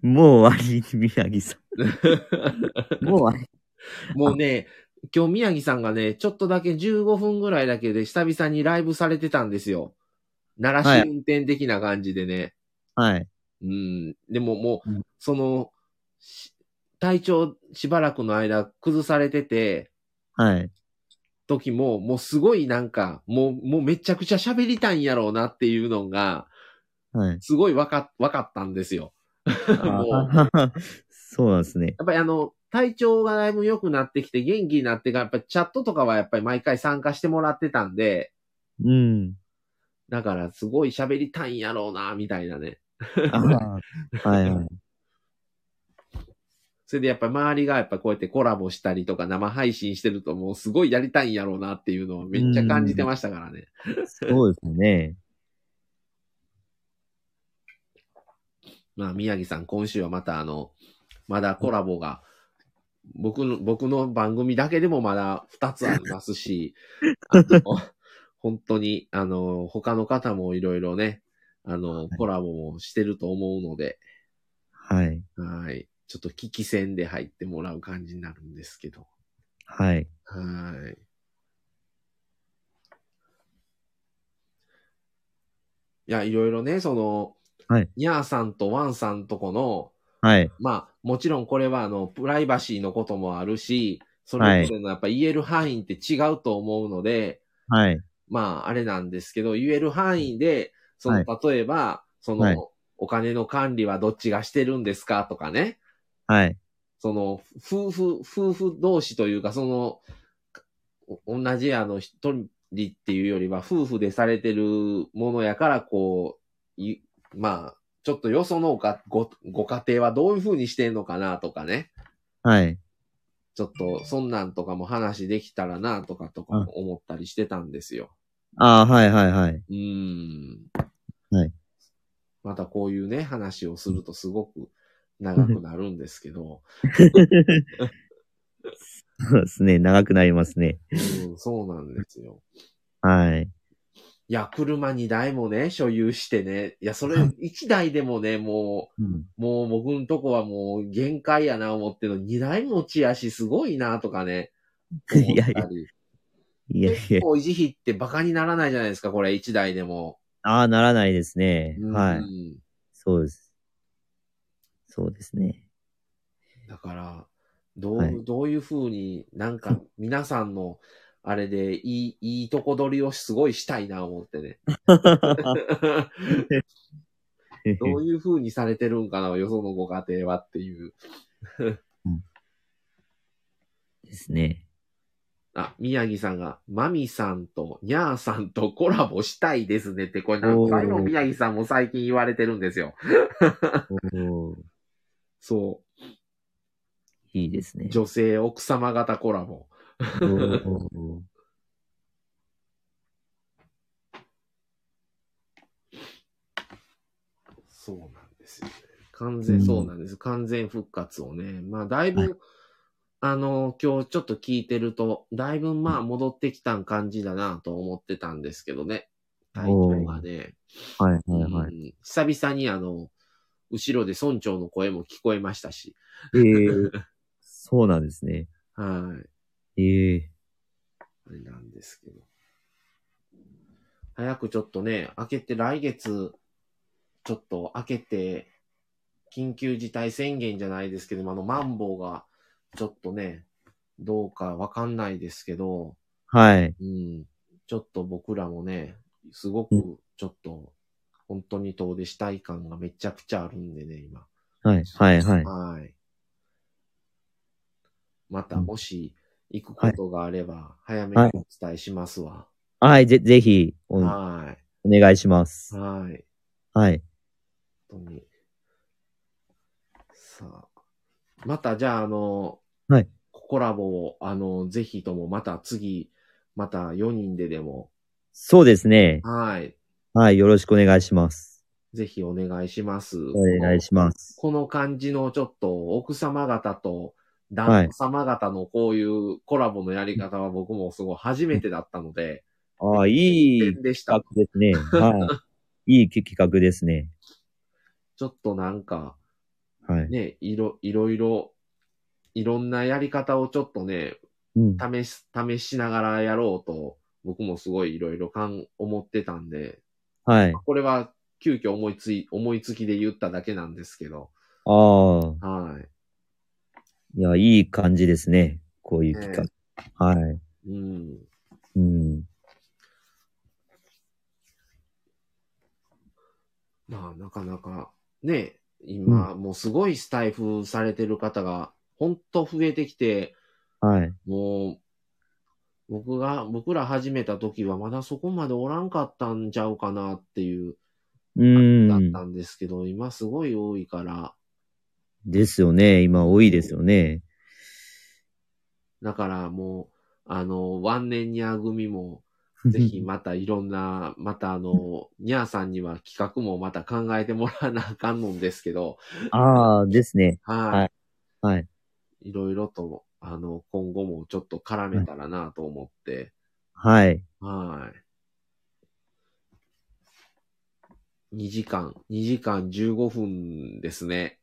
S2: もう終わり、宮城さん。もう終わ
S1: もうね、今日宮城さんがね、ちょっとだけ15分ぐらいだけで久々にライブされてたんですよ。奈良市運転的な感じでね。
S2: り。はい。
S1: うん。でももう、
S2: うん
S1: その、し体調しばらくの間崩されてて、
S2: はい。
S1: 時も、もうすごいなんか、もう、もうめちゃくちゃ喋りたいんやろうなっていうのが、
S2: はい。
S1: すごいわか、わかったんですよ。もう、
S2: あそうなんですね。
S1: やっぱりあの、体調がだいぶ良くなってきて、元気になってから、やっぱりチャットとかはやっぱり毎回参加してもらってたんで、
S2: うん。
S1: だからすごい喋りたいんやろうな、みたいなね。
S2: あはいはい。
S1: それでやっぱり周りがやっぱこうやってコラボしたりとか生配信してるともうすごいやりたいんやろうなっていうのをめっちゃ感じてましたからね。
S2: そうですね。
S1: まあ宮城さん今週はまたあの、まだコラボが、僕の、僕の番組だけでもまだ2つありますし、あの本当にあの、他の方もいろいろね、あの、コラボもしてると思うので、
S2: はい。
S1: はい。ちょっと危機戦で入ってもらう感じになるんですけど。
S2: はい。
S1: はい。いや、いろいろね、その、
S2: はい
S1: ニャーさんとワンさんとこの、
S2: はい。
S1: まあ、もちろんこれは、あの、プライバシーのこともあるし、それぞれのやっぱ言える範囲って違うと思うので、
S2: はい。
S1: まあ、あれなんですけど、言える範囲で、その、例えば、その、
S2: はい
S1: お金の管理はどっちがしてるんですかとかね。
S2: はい。
S1: その、夫婦、夫婦同士というか、その、お同じあの、一人っていうよりは、夫婦でされてるものやから、こう、いまあ、ちょっとよそのおかご、ご家庭はどういうふうにしてんのかなとかね。
S2: はい。
S1: ちょっと、そんなんとかも話できたらなとかとかも思ったりしてたんですよ。
S2: ああ、はいはいはい。
S1: うーん。
S2: はい。
S1: またこういうね、話をするとすごく長くなるんですけ ど、
S2: そうですね。長くなりますね。
S1: うん、そうなんですよ。
S2: はい。
S1: いや、車2台もね、所有してね。いや、それ1台でもね、も
S2: うん
S1: う、もう僕んとこはもう限界やな思ってるの、2台持ちやし、すごいなとかね。思
S2: いや
S1: っ
S2: いや
S1: たり。
S2: いやい
S1: 結
S2: や。
S1: 構維持費ってバカにならないじゃないですか、これ1台でも。
S2: ああ、ならないですね。は
S1: う
S2: い。
S1: ん
S2: そうです。そうですね。
S1: だから、どう、
S2: はい
S1: どういうふうになん か皆さんの、あれでいい、いいとこ取りをすごいしたいな思 ってね。どういうふうにされてるんかな、よそのご家庭はっていう。
S2: ですね。
S1: あ、宮城さんが、マミさんとニャーさんとコラボしたいですねって、これ何回も
S2: おー
S1: 宮城さんも最近言われてるんですよ。
S2: おー
S1: そ
S2: いいですね
S1: う。。女性奥様方コラボ。
S2: おー
S1: そうなんですよ、ね。完全、そうなんです。完全復活をね。まあ、だいぶ、
S2: はい
S1: あの、今日ちょっと聞いてると、だいぶまあ戻ってきたん感じだなと思ってたんですけどね。体調がね。
S2: はいはいは
S1: う
S2: い。
S1: ん久々にあの、後ろで村長の声も聞こえましたし。
S2: えー、そうなんですね。
S1: はい。
S2: ええ
S1: あれなんですけど。早くちょっとね、明けて来月、ちょっと明けて、緊急事態宣言じゃないですけど、あの、マンボウが、ちょっとね、どうかわかんないですけど、
S2: はい。
S1: うん、ちょっと僕らもね、すご
S2: う
S1: く、ちょっと、本当に遠出したい感がめちゃくちゃあるんでね、今。
S2: はいはいはい。
S1: はい。また、もし、行くことがあれば、早めにお伝えしますわ。
S2: はい、ぜ、ぜひお、お
S1: は
S2: 願いしま
S1: い。
S2: す。
S1: はい。
S2: はい。
S1: 本当に。さあ。また、じゃあ、あの、
S2: はい。
S1: コラボを、あの、ぜひとも、また次、また4人ででも、
S2: そうですね。
S1: はい。
S2: はい、よろしくお願いします。
S1: ぜひお願いします。
S2: お願いします。
S1: この感じのちょっと奥様方と旦那様方のこういうコラボのやり方は僕もすごい初めてだったので、
S2: ああ、いい
S1: 点でした
S2: 企。画ですね。はい。いい企画ですね。
S1: ちょっとなんか、
S2: はい。
S1: ね、いろ、いろいろ、いろんなやり方をちょっとね、
S2: うん。
S1: 試し、試しながらやろうと、僕もすごいいろいろかん、思ってたんで、
S2: はい。
S1: これは急遽思いつい、思いつきで言っただけなんですけど、
S2: ああ。
S1: はい。
S2: いや、いい感じですね。こういう企画。はい。
S1: うん。
S2: うん。
S1: まあ、なかなか、ね、今、もうすごいスタイフされてる方が、ほんと増えてきて、
S2: はい。
S1: もう、僕が、僕ら始めた時はまだそこまでおらんかったんちゃうかなっていう、
S2: う
S1: だっ
S2: ん。
S1: たんですけど、今すごい多いから、
S2: ですよね。今多いですよね。
S1: だからもう、あの、ワンネンニャー組も、ぜひまたいろんな、 またあの、ニャーさんには企画もまた考えてもらわなあかんのんですけど、
S2: ああ、ですね。
S1: は
S2: はい。
S1: い。いろいろと、あの、今後もちょっと絡めたらなあと思って、
S2: はい。
S1: はい。2時間、2時間15分ですね。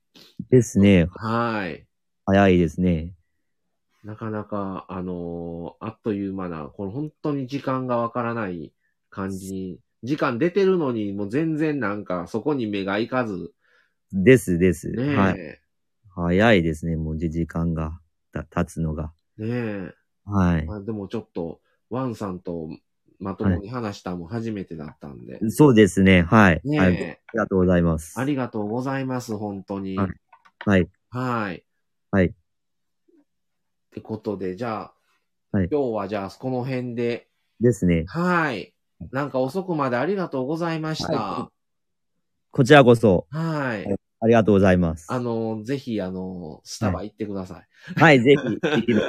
S2: ですね。
S1: はい。
S2: 早いですね。
S1: なかなか、あのーあっという間な、この本当に時間がわからない感じに、時間出てるのに、もう全然なんかそこに目がいかず、
S2: ですです。
S1: ねえ、
S2: はい。早いですね。もうじ時間がた経つのが。
S1: ね
S2: は
S1: え、
S2: い。
S1: まあ、でもちょっと、ワンさんとまともに話したのも初めてだったんで、
S2: そうですね。はい。
S1: ねえ、
S2: はい。ありがとうございます。
S1: ありがとうございます、本当に。
S2: はいはい。
S1: はい。
S2: はい
S1: ってことで、じゃあ、
S2: はい
S1: 今日はじゃあ、この辺で、
S2: ですね。
S1: はい。なんか遅くまでありがとうございました。
S2: こちらこそ、
S1: はい。
S2: ありがとうございます。
S1: あの、 ぜひ、あの、スタバ行ってください。
S2: はい、ぜひ、できる。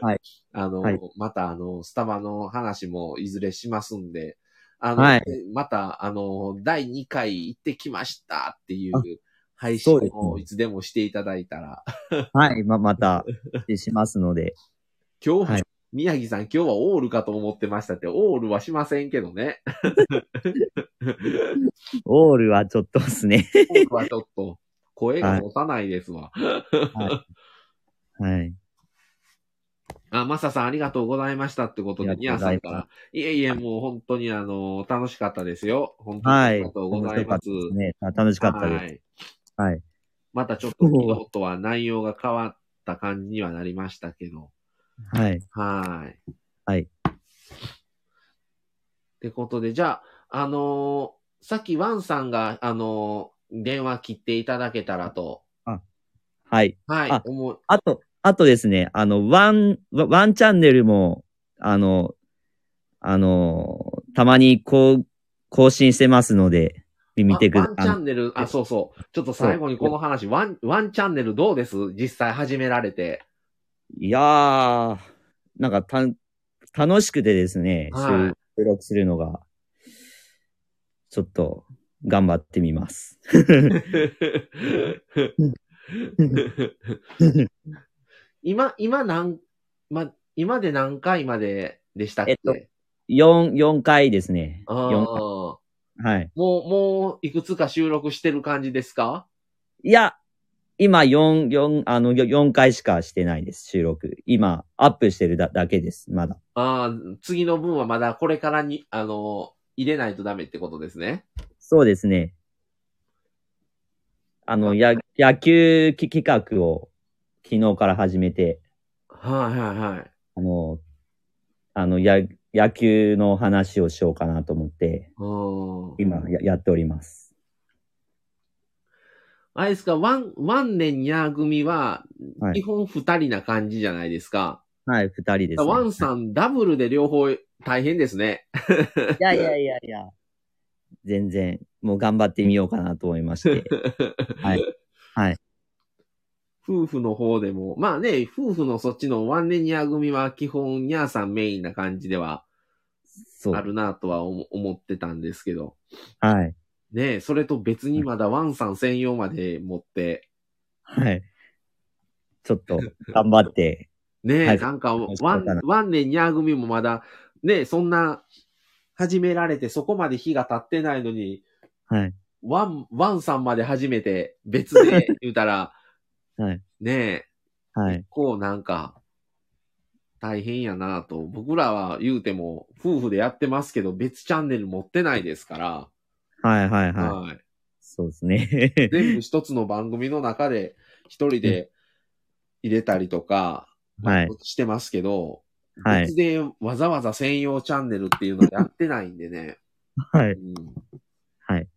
S2: はい
S1: あの、
S2: はい
S1: また、あの、スタバの話もいずれしますんで、あの、
S2: はい
S1: また、あの、第2回行ってきましたってい
S2: あ
S1: う配信
S2: そうです
S1: を
S2: ね
S1: いつでもしていただいたら、
S2: はい、ま、また、します ので。
S1: 今日は、
S2: はい
S1: 宮城さん今日はオールかと思ってましたって、オールはしませんけど ね。
S2: オールはちょっとですね。
S1: オールはちょっと、声が持たないですわ。
S2: はい。
S1: あ、マサさんありがとうございましたってことで、
S2: あ
S1: ニ
S2: り
S1: ャ
S2: が
S1: ー
S2: と
S1: さ
S2: うご
S1: ん
S2: ざいま
S1: か
S2: す
S1: ら。いえいえ、もう本当にあの、楽しかったですよ。本当にあ
S2: はい。
S1: りがとうございます。
S2: ね、楽しかったです。
S1: い。
S2: はい。
S1: またちょっと昨日とは内容が変わった感じにはなりましたけど。
S2: はい。
S1: はい。
S2: はい。
S1: ってことで、じゃあ、あのーさっきワンさんが、あのー電話切っていただけたらと。
S2: はい。
S1: はい
S2: あ。
S1: 思う
S2: あと、あとですね、あの、ワン、ワワンチャンネルも、あの、あの、たまにこう、更新してますので、み見てく
S1: あ
S2: だ
S1: ワンチ
S2: あ
S1: ャ
S2: の
S1: ンネル、あ、そうそう。ちょっと最後にこの話、ワン、ワンチャンネルどうです実際始められて。
S2: いやー、なんかたん、楽しくてですね、
S1: はい
S2: 収収録するのが、ちょっと、頑張って みます。
S1: 今、今何、ま、今で何回まででしたっけ、
S2: えっと4、四回ですね。
S1: あー
S2: 四回
S1: も
S2: はい。
S1: う、もう、いくつか収録してる感じですか
S2: いや、今4、4、あの、4回しかしてないです、収録。今、アップしてるだだけです、まだ。
S1: ああ、次の分はまだこれからに、あの、入れないとダメってことですね。
S2: そうですね。あの、や、野球き企画を昨日から始めて、
S1: はいはいはい。
S2: あの、あの、や、野球の話をしようかなと思って、
S1: うん。
S2: 今ややっております。
S1: あれですか、ワン、ワンネンニャー組は、
S2: はい
S1: 基本二人な感じじゃないですか。
S2: はい、二人です、ね。
S1: ワンさん、ダブルで両方大変ですね。
S2: いやいやいやいや。全然、もう頑張ってみようかなと思い まして。はい。
S1: 夫婦の方でも、まあね、夫婦のそっちのワンネニア組は基本ニャーさんメインな感じでは
S2: そう。
S1: あるなとは思思ってたんですけど、
S2: はい。
S1: ねえそれと別にまだワンさん専用まで持って、
S2: はい。ちょっと、頑張って。
S1: ねえ、
S2: はい
S1: なんかワン、ワンネニア組もまだ、ねえそんな、始められてそこまで日が経ってないのに、
S2: はい。
S1: ワン、ワンさんまで初めて別で言うた ら、
S2: はい
S1: ねえ、
S2: はい。
S1: こうなんか、大変やなと。僕らは言うても、夫婦でやってますけど、別チャンネル持ってないですから、
S2: はいは
S1: はい。
S2: いはい。そうですね。
S1: 全部一つの番組の中で、一人で入れたりとか、
S2: はい。
S1: してますけど、
S2: はい
S1: 別でわざわざ専用チャンネルっていうのやってないんでね。
S2: はい。
S1: うん
S2: はい。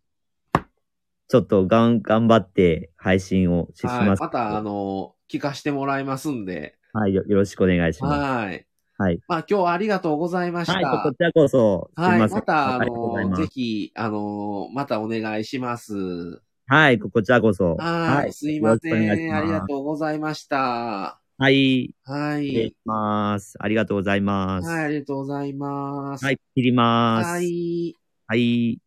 S2: ちょっとがん、頑張って配信をし
S1: はい。
S2: ま。
S1: ますた、あ、の、聞かしてもらいますんで。
S2: はい、よよろしくお願いします。
S1: はい。
S2: はい。
S1: まあ今日はありがとうございました。
S2: はい、こちらこそ、す
S1: は
S2: み
S1: い。
S2: ま
S1: ま
S2: せん。
S1: た、あ
S2: ありがとうござい
S1: の、
S2: ます
S1: ぜひ、あの、またお願いします。
S2: はい、ここちらこそ。
S1: はい。すいませ
S2: よろしくお願いし
S1: ん。
S2: ます
S1: ありがとうございました。
S2: はい、
S1: は
S2: 失礼
S1: い
S2: し。ます。ありがとうございます。
S1: はい、ありがとうございます。
S2: はい、切ります。
S1: は。い。
S2: はい。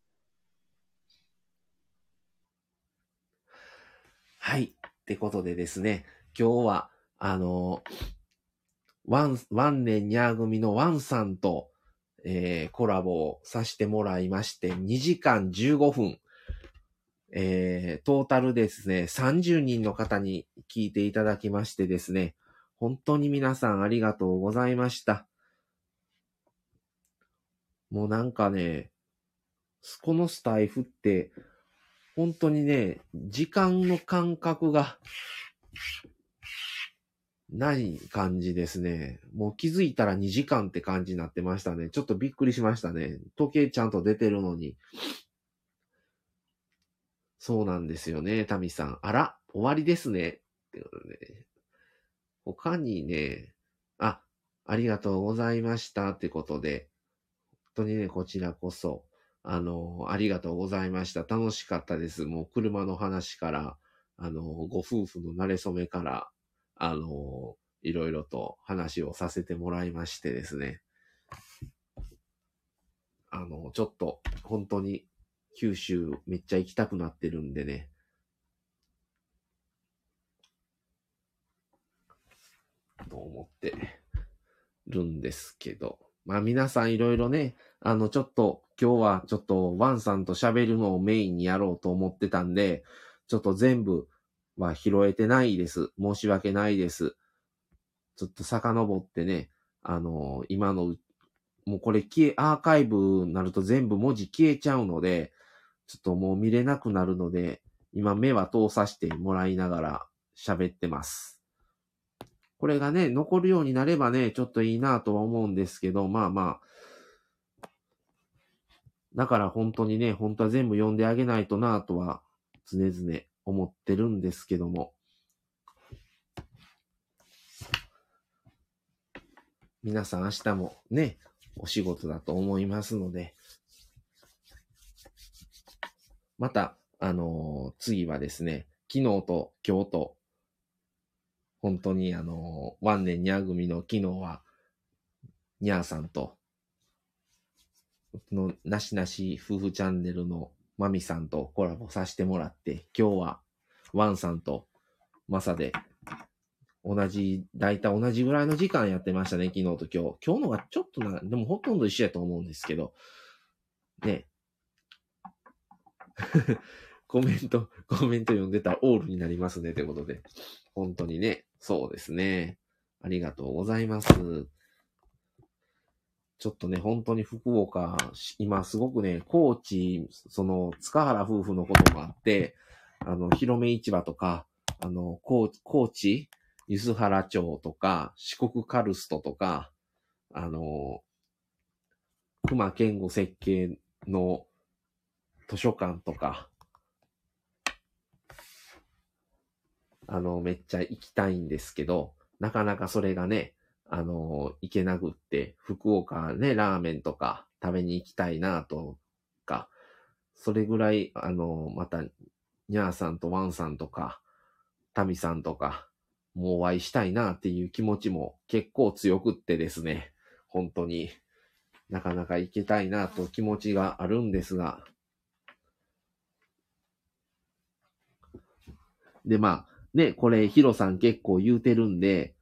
S1: はい。ってことでですね、今日は、あの、ワン、ワンネンニャー組のワンさんと、えーコラボをさせてもらいまして、2時間15分、えートータルですね、30人の方に聞いていただきましてですね、本当に皆さんありがとうございました。もうなんかね、このスタイフって、本当にね、時間の感覚がない感じですね。もう気づいたら2時間って感じになってましたね。ちょっとびっくりしましたね。時計ちゃんと出てるのに。そうなんですよね、タミさん。あら、終わりですね。ってことで他にね、あ、ありがとうございました。ってことで、本当にね、こちらこそ。あの、ありがとうございました。楽しかったです。もう車の話から、あの、ご夫婦の慣れ初めから、あの、いろいろと話をさせてもらいましてですね。あの、ちょっと、本当に、九州めっちゃ行きたくなってるんでね。と思ってるんですけど。まあ皆さんいろいろね、あの、ちょっと、今日はちょっと、ワンさんと喋るのをメインにやろうと思ってたんで、ちょっと全部は拾えてないです。申し訳ないです。ちょっと遡ってね、あの今の、もうこれ消え、アーカイブになると全部文字消えちゃうので、ちょっともう見れなくなるので、今目は通させてもらいながら喋ってます。これがね、残るようになればね、ちょっといいなとは思うんですけど、まあまあ、だから本当にね、本当は全部読んであげないとなぁとは常々思ってるんですけども。皆さん明日もね、お仕事だと思いますので。また、あのー次はですね、昨日と今日と、本当にあのーワンネンニャー組の昨日は、ニャーさんと、のなしなし夫婦チャンネルのまみさんとコラボさせてもらって、今日はワンさんとマサで同じ、だいたい同じぐらいの時間やってましたね、昨日と今日。今日のがちょっとな、でもほとんど一緒やと思うんですけど、ね。 コメント、コメント読んでたらオールになりますね、ということで。本当にね、そうですね。ありがとうございます。ちょっとね、本当に福岡、し今すごくね、高知、その、塚原夫婦のこともあって、あの、広め市場とか、あの、高高知、梼原町とか、四国カルストとか、あの、熊健吾設計の図書館とか、あの、めっちゃ行きたいんですけど、なかなかそれがね、あの、行けなくって、福岡ね、ラーメンとか食べに行きたいなとか、それぐらい、あの、また、にゃーさんとワンさんとか、タミさんとか、もうお会いしたいなっていう気持ちも結構強くってですね、本当になかなか行けたいなと気持ちがあるんですが、で、まあ、ね、これ、ヒロさん結構言うてるんで、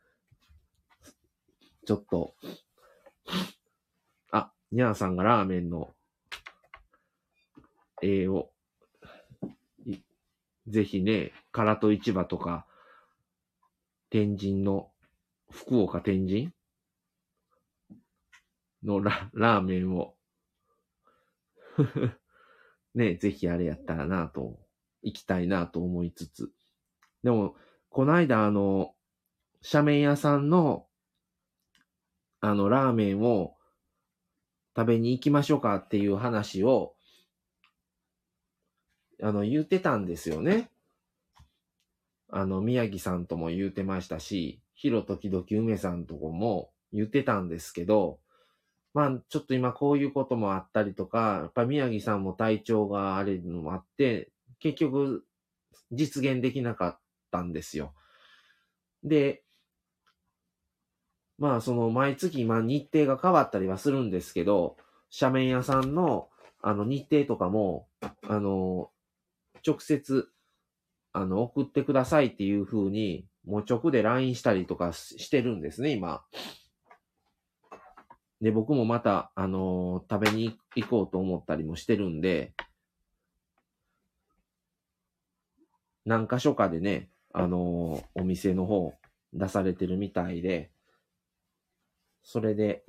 S1: ちょっと、あ、ニャーさんがラーメンの、絵を、いぜひね、唐戸市場とか、天神の、福岡天神のララーメンを、 ね、ぜひあれやったらなと、行きたいなと思いつつ。でも、こないだあの、斜面屋さんのあの、ラーメンを食べに行きましょうかっていう話を、あの、言ってたんですよね。あの、宮城さんとも言うてましたし、ヒロ時々梅さんとこも言ってたんですけど、まあ、ちょっと今こういうこともあったりとか、やっぱり宮城さんも体調があれのもあって、結局、実現できなかったんですよ。で、まあ、その、毎月、まあ、日程が変わったりはするんですけど、斜面屋さんの、あの、日程とかも、あの、直接、あの、送ってくださいっていう風に、もう直で LINE したりとかししてるんですね、今。で、僕もまた、あのー食べに行こうと思ったりもしてるんで、何箇所かでね、あのーお店の方出されてるみたいで、それで、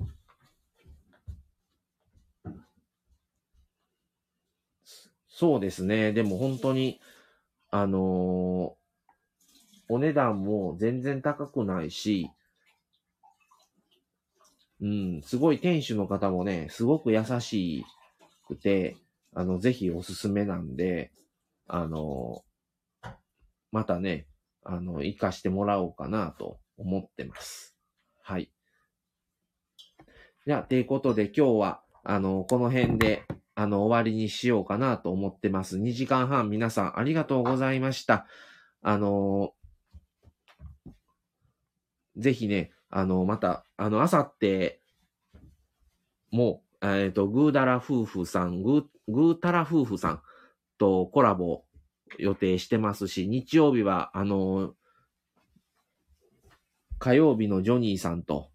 S1: そうですね。でも本当に、あのーお値段も全然高くないし、うん、すごい店主の方もね、すごく優しくて、あの、ぜひおすすめなんで、あのーまたね、あの、活かしてもらおうかなと思ってます。はい。じゃあ、ということで今日は、あの、この辺で、あの、終わりにしようかなと思ってます。2時間半皆さんありがとうございました。あのーぜひね、あの、また、あの、あさって、もう、えっ、と、ぐーだら夫婦さん、ぐー、ぐーたら夫婦さんとコラボ予定してますし、日曜日は、あのー火曜日のジョニーさんと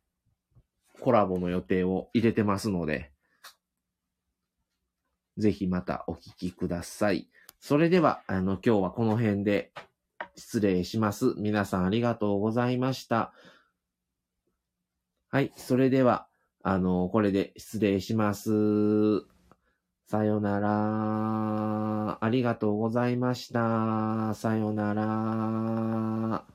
S1: コラボの予定を入れてますので、ぜひまたお聞きください。それでは、あの、今日はこの辺で失礼します。皆さんありがとうございました。はい、それでは、あの、これで失礼します。さよなら。ありがとうございました。さよなら。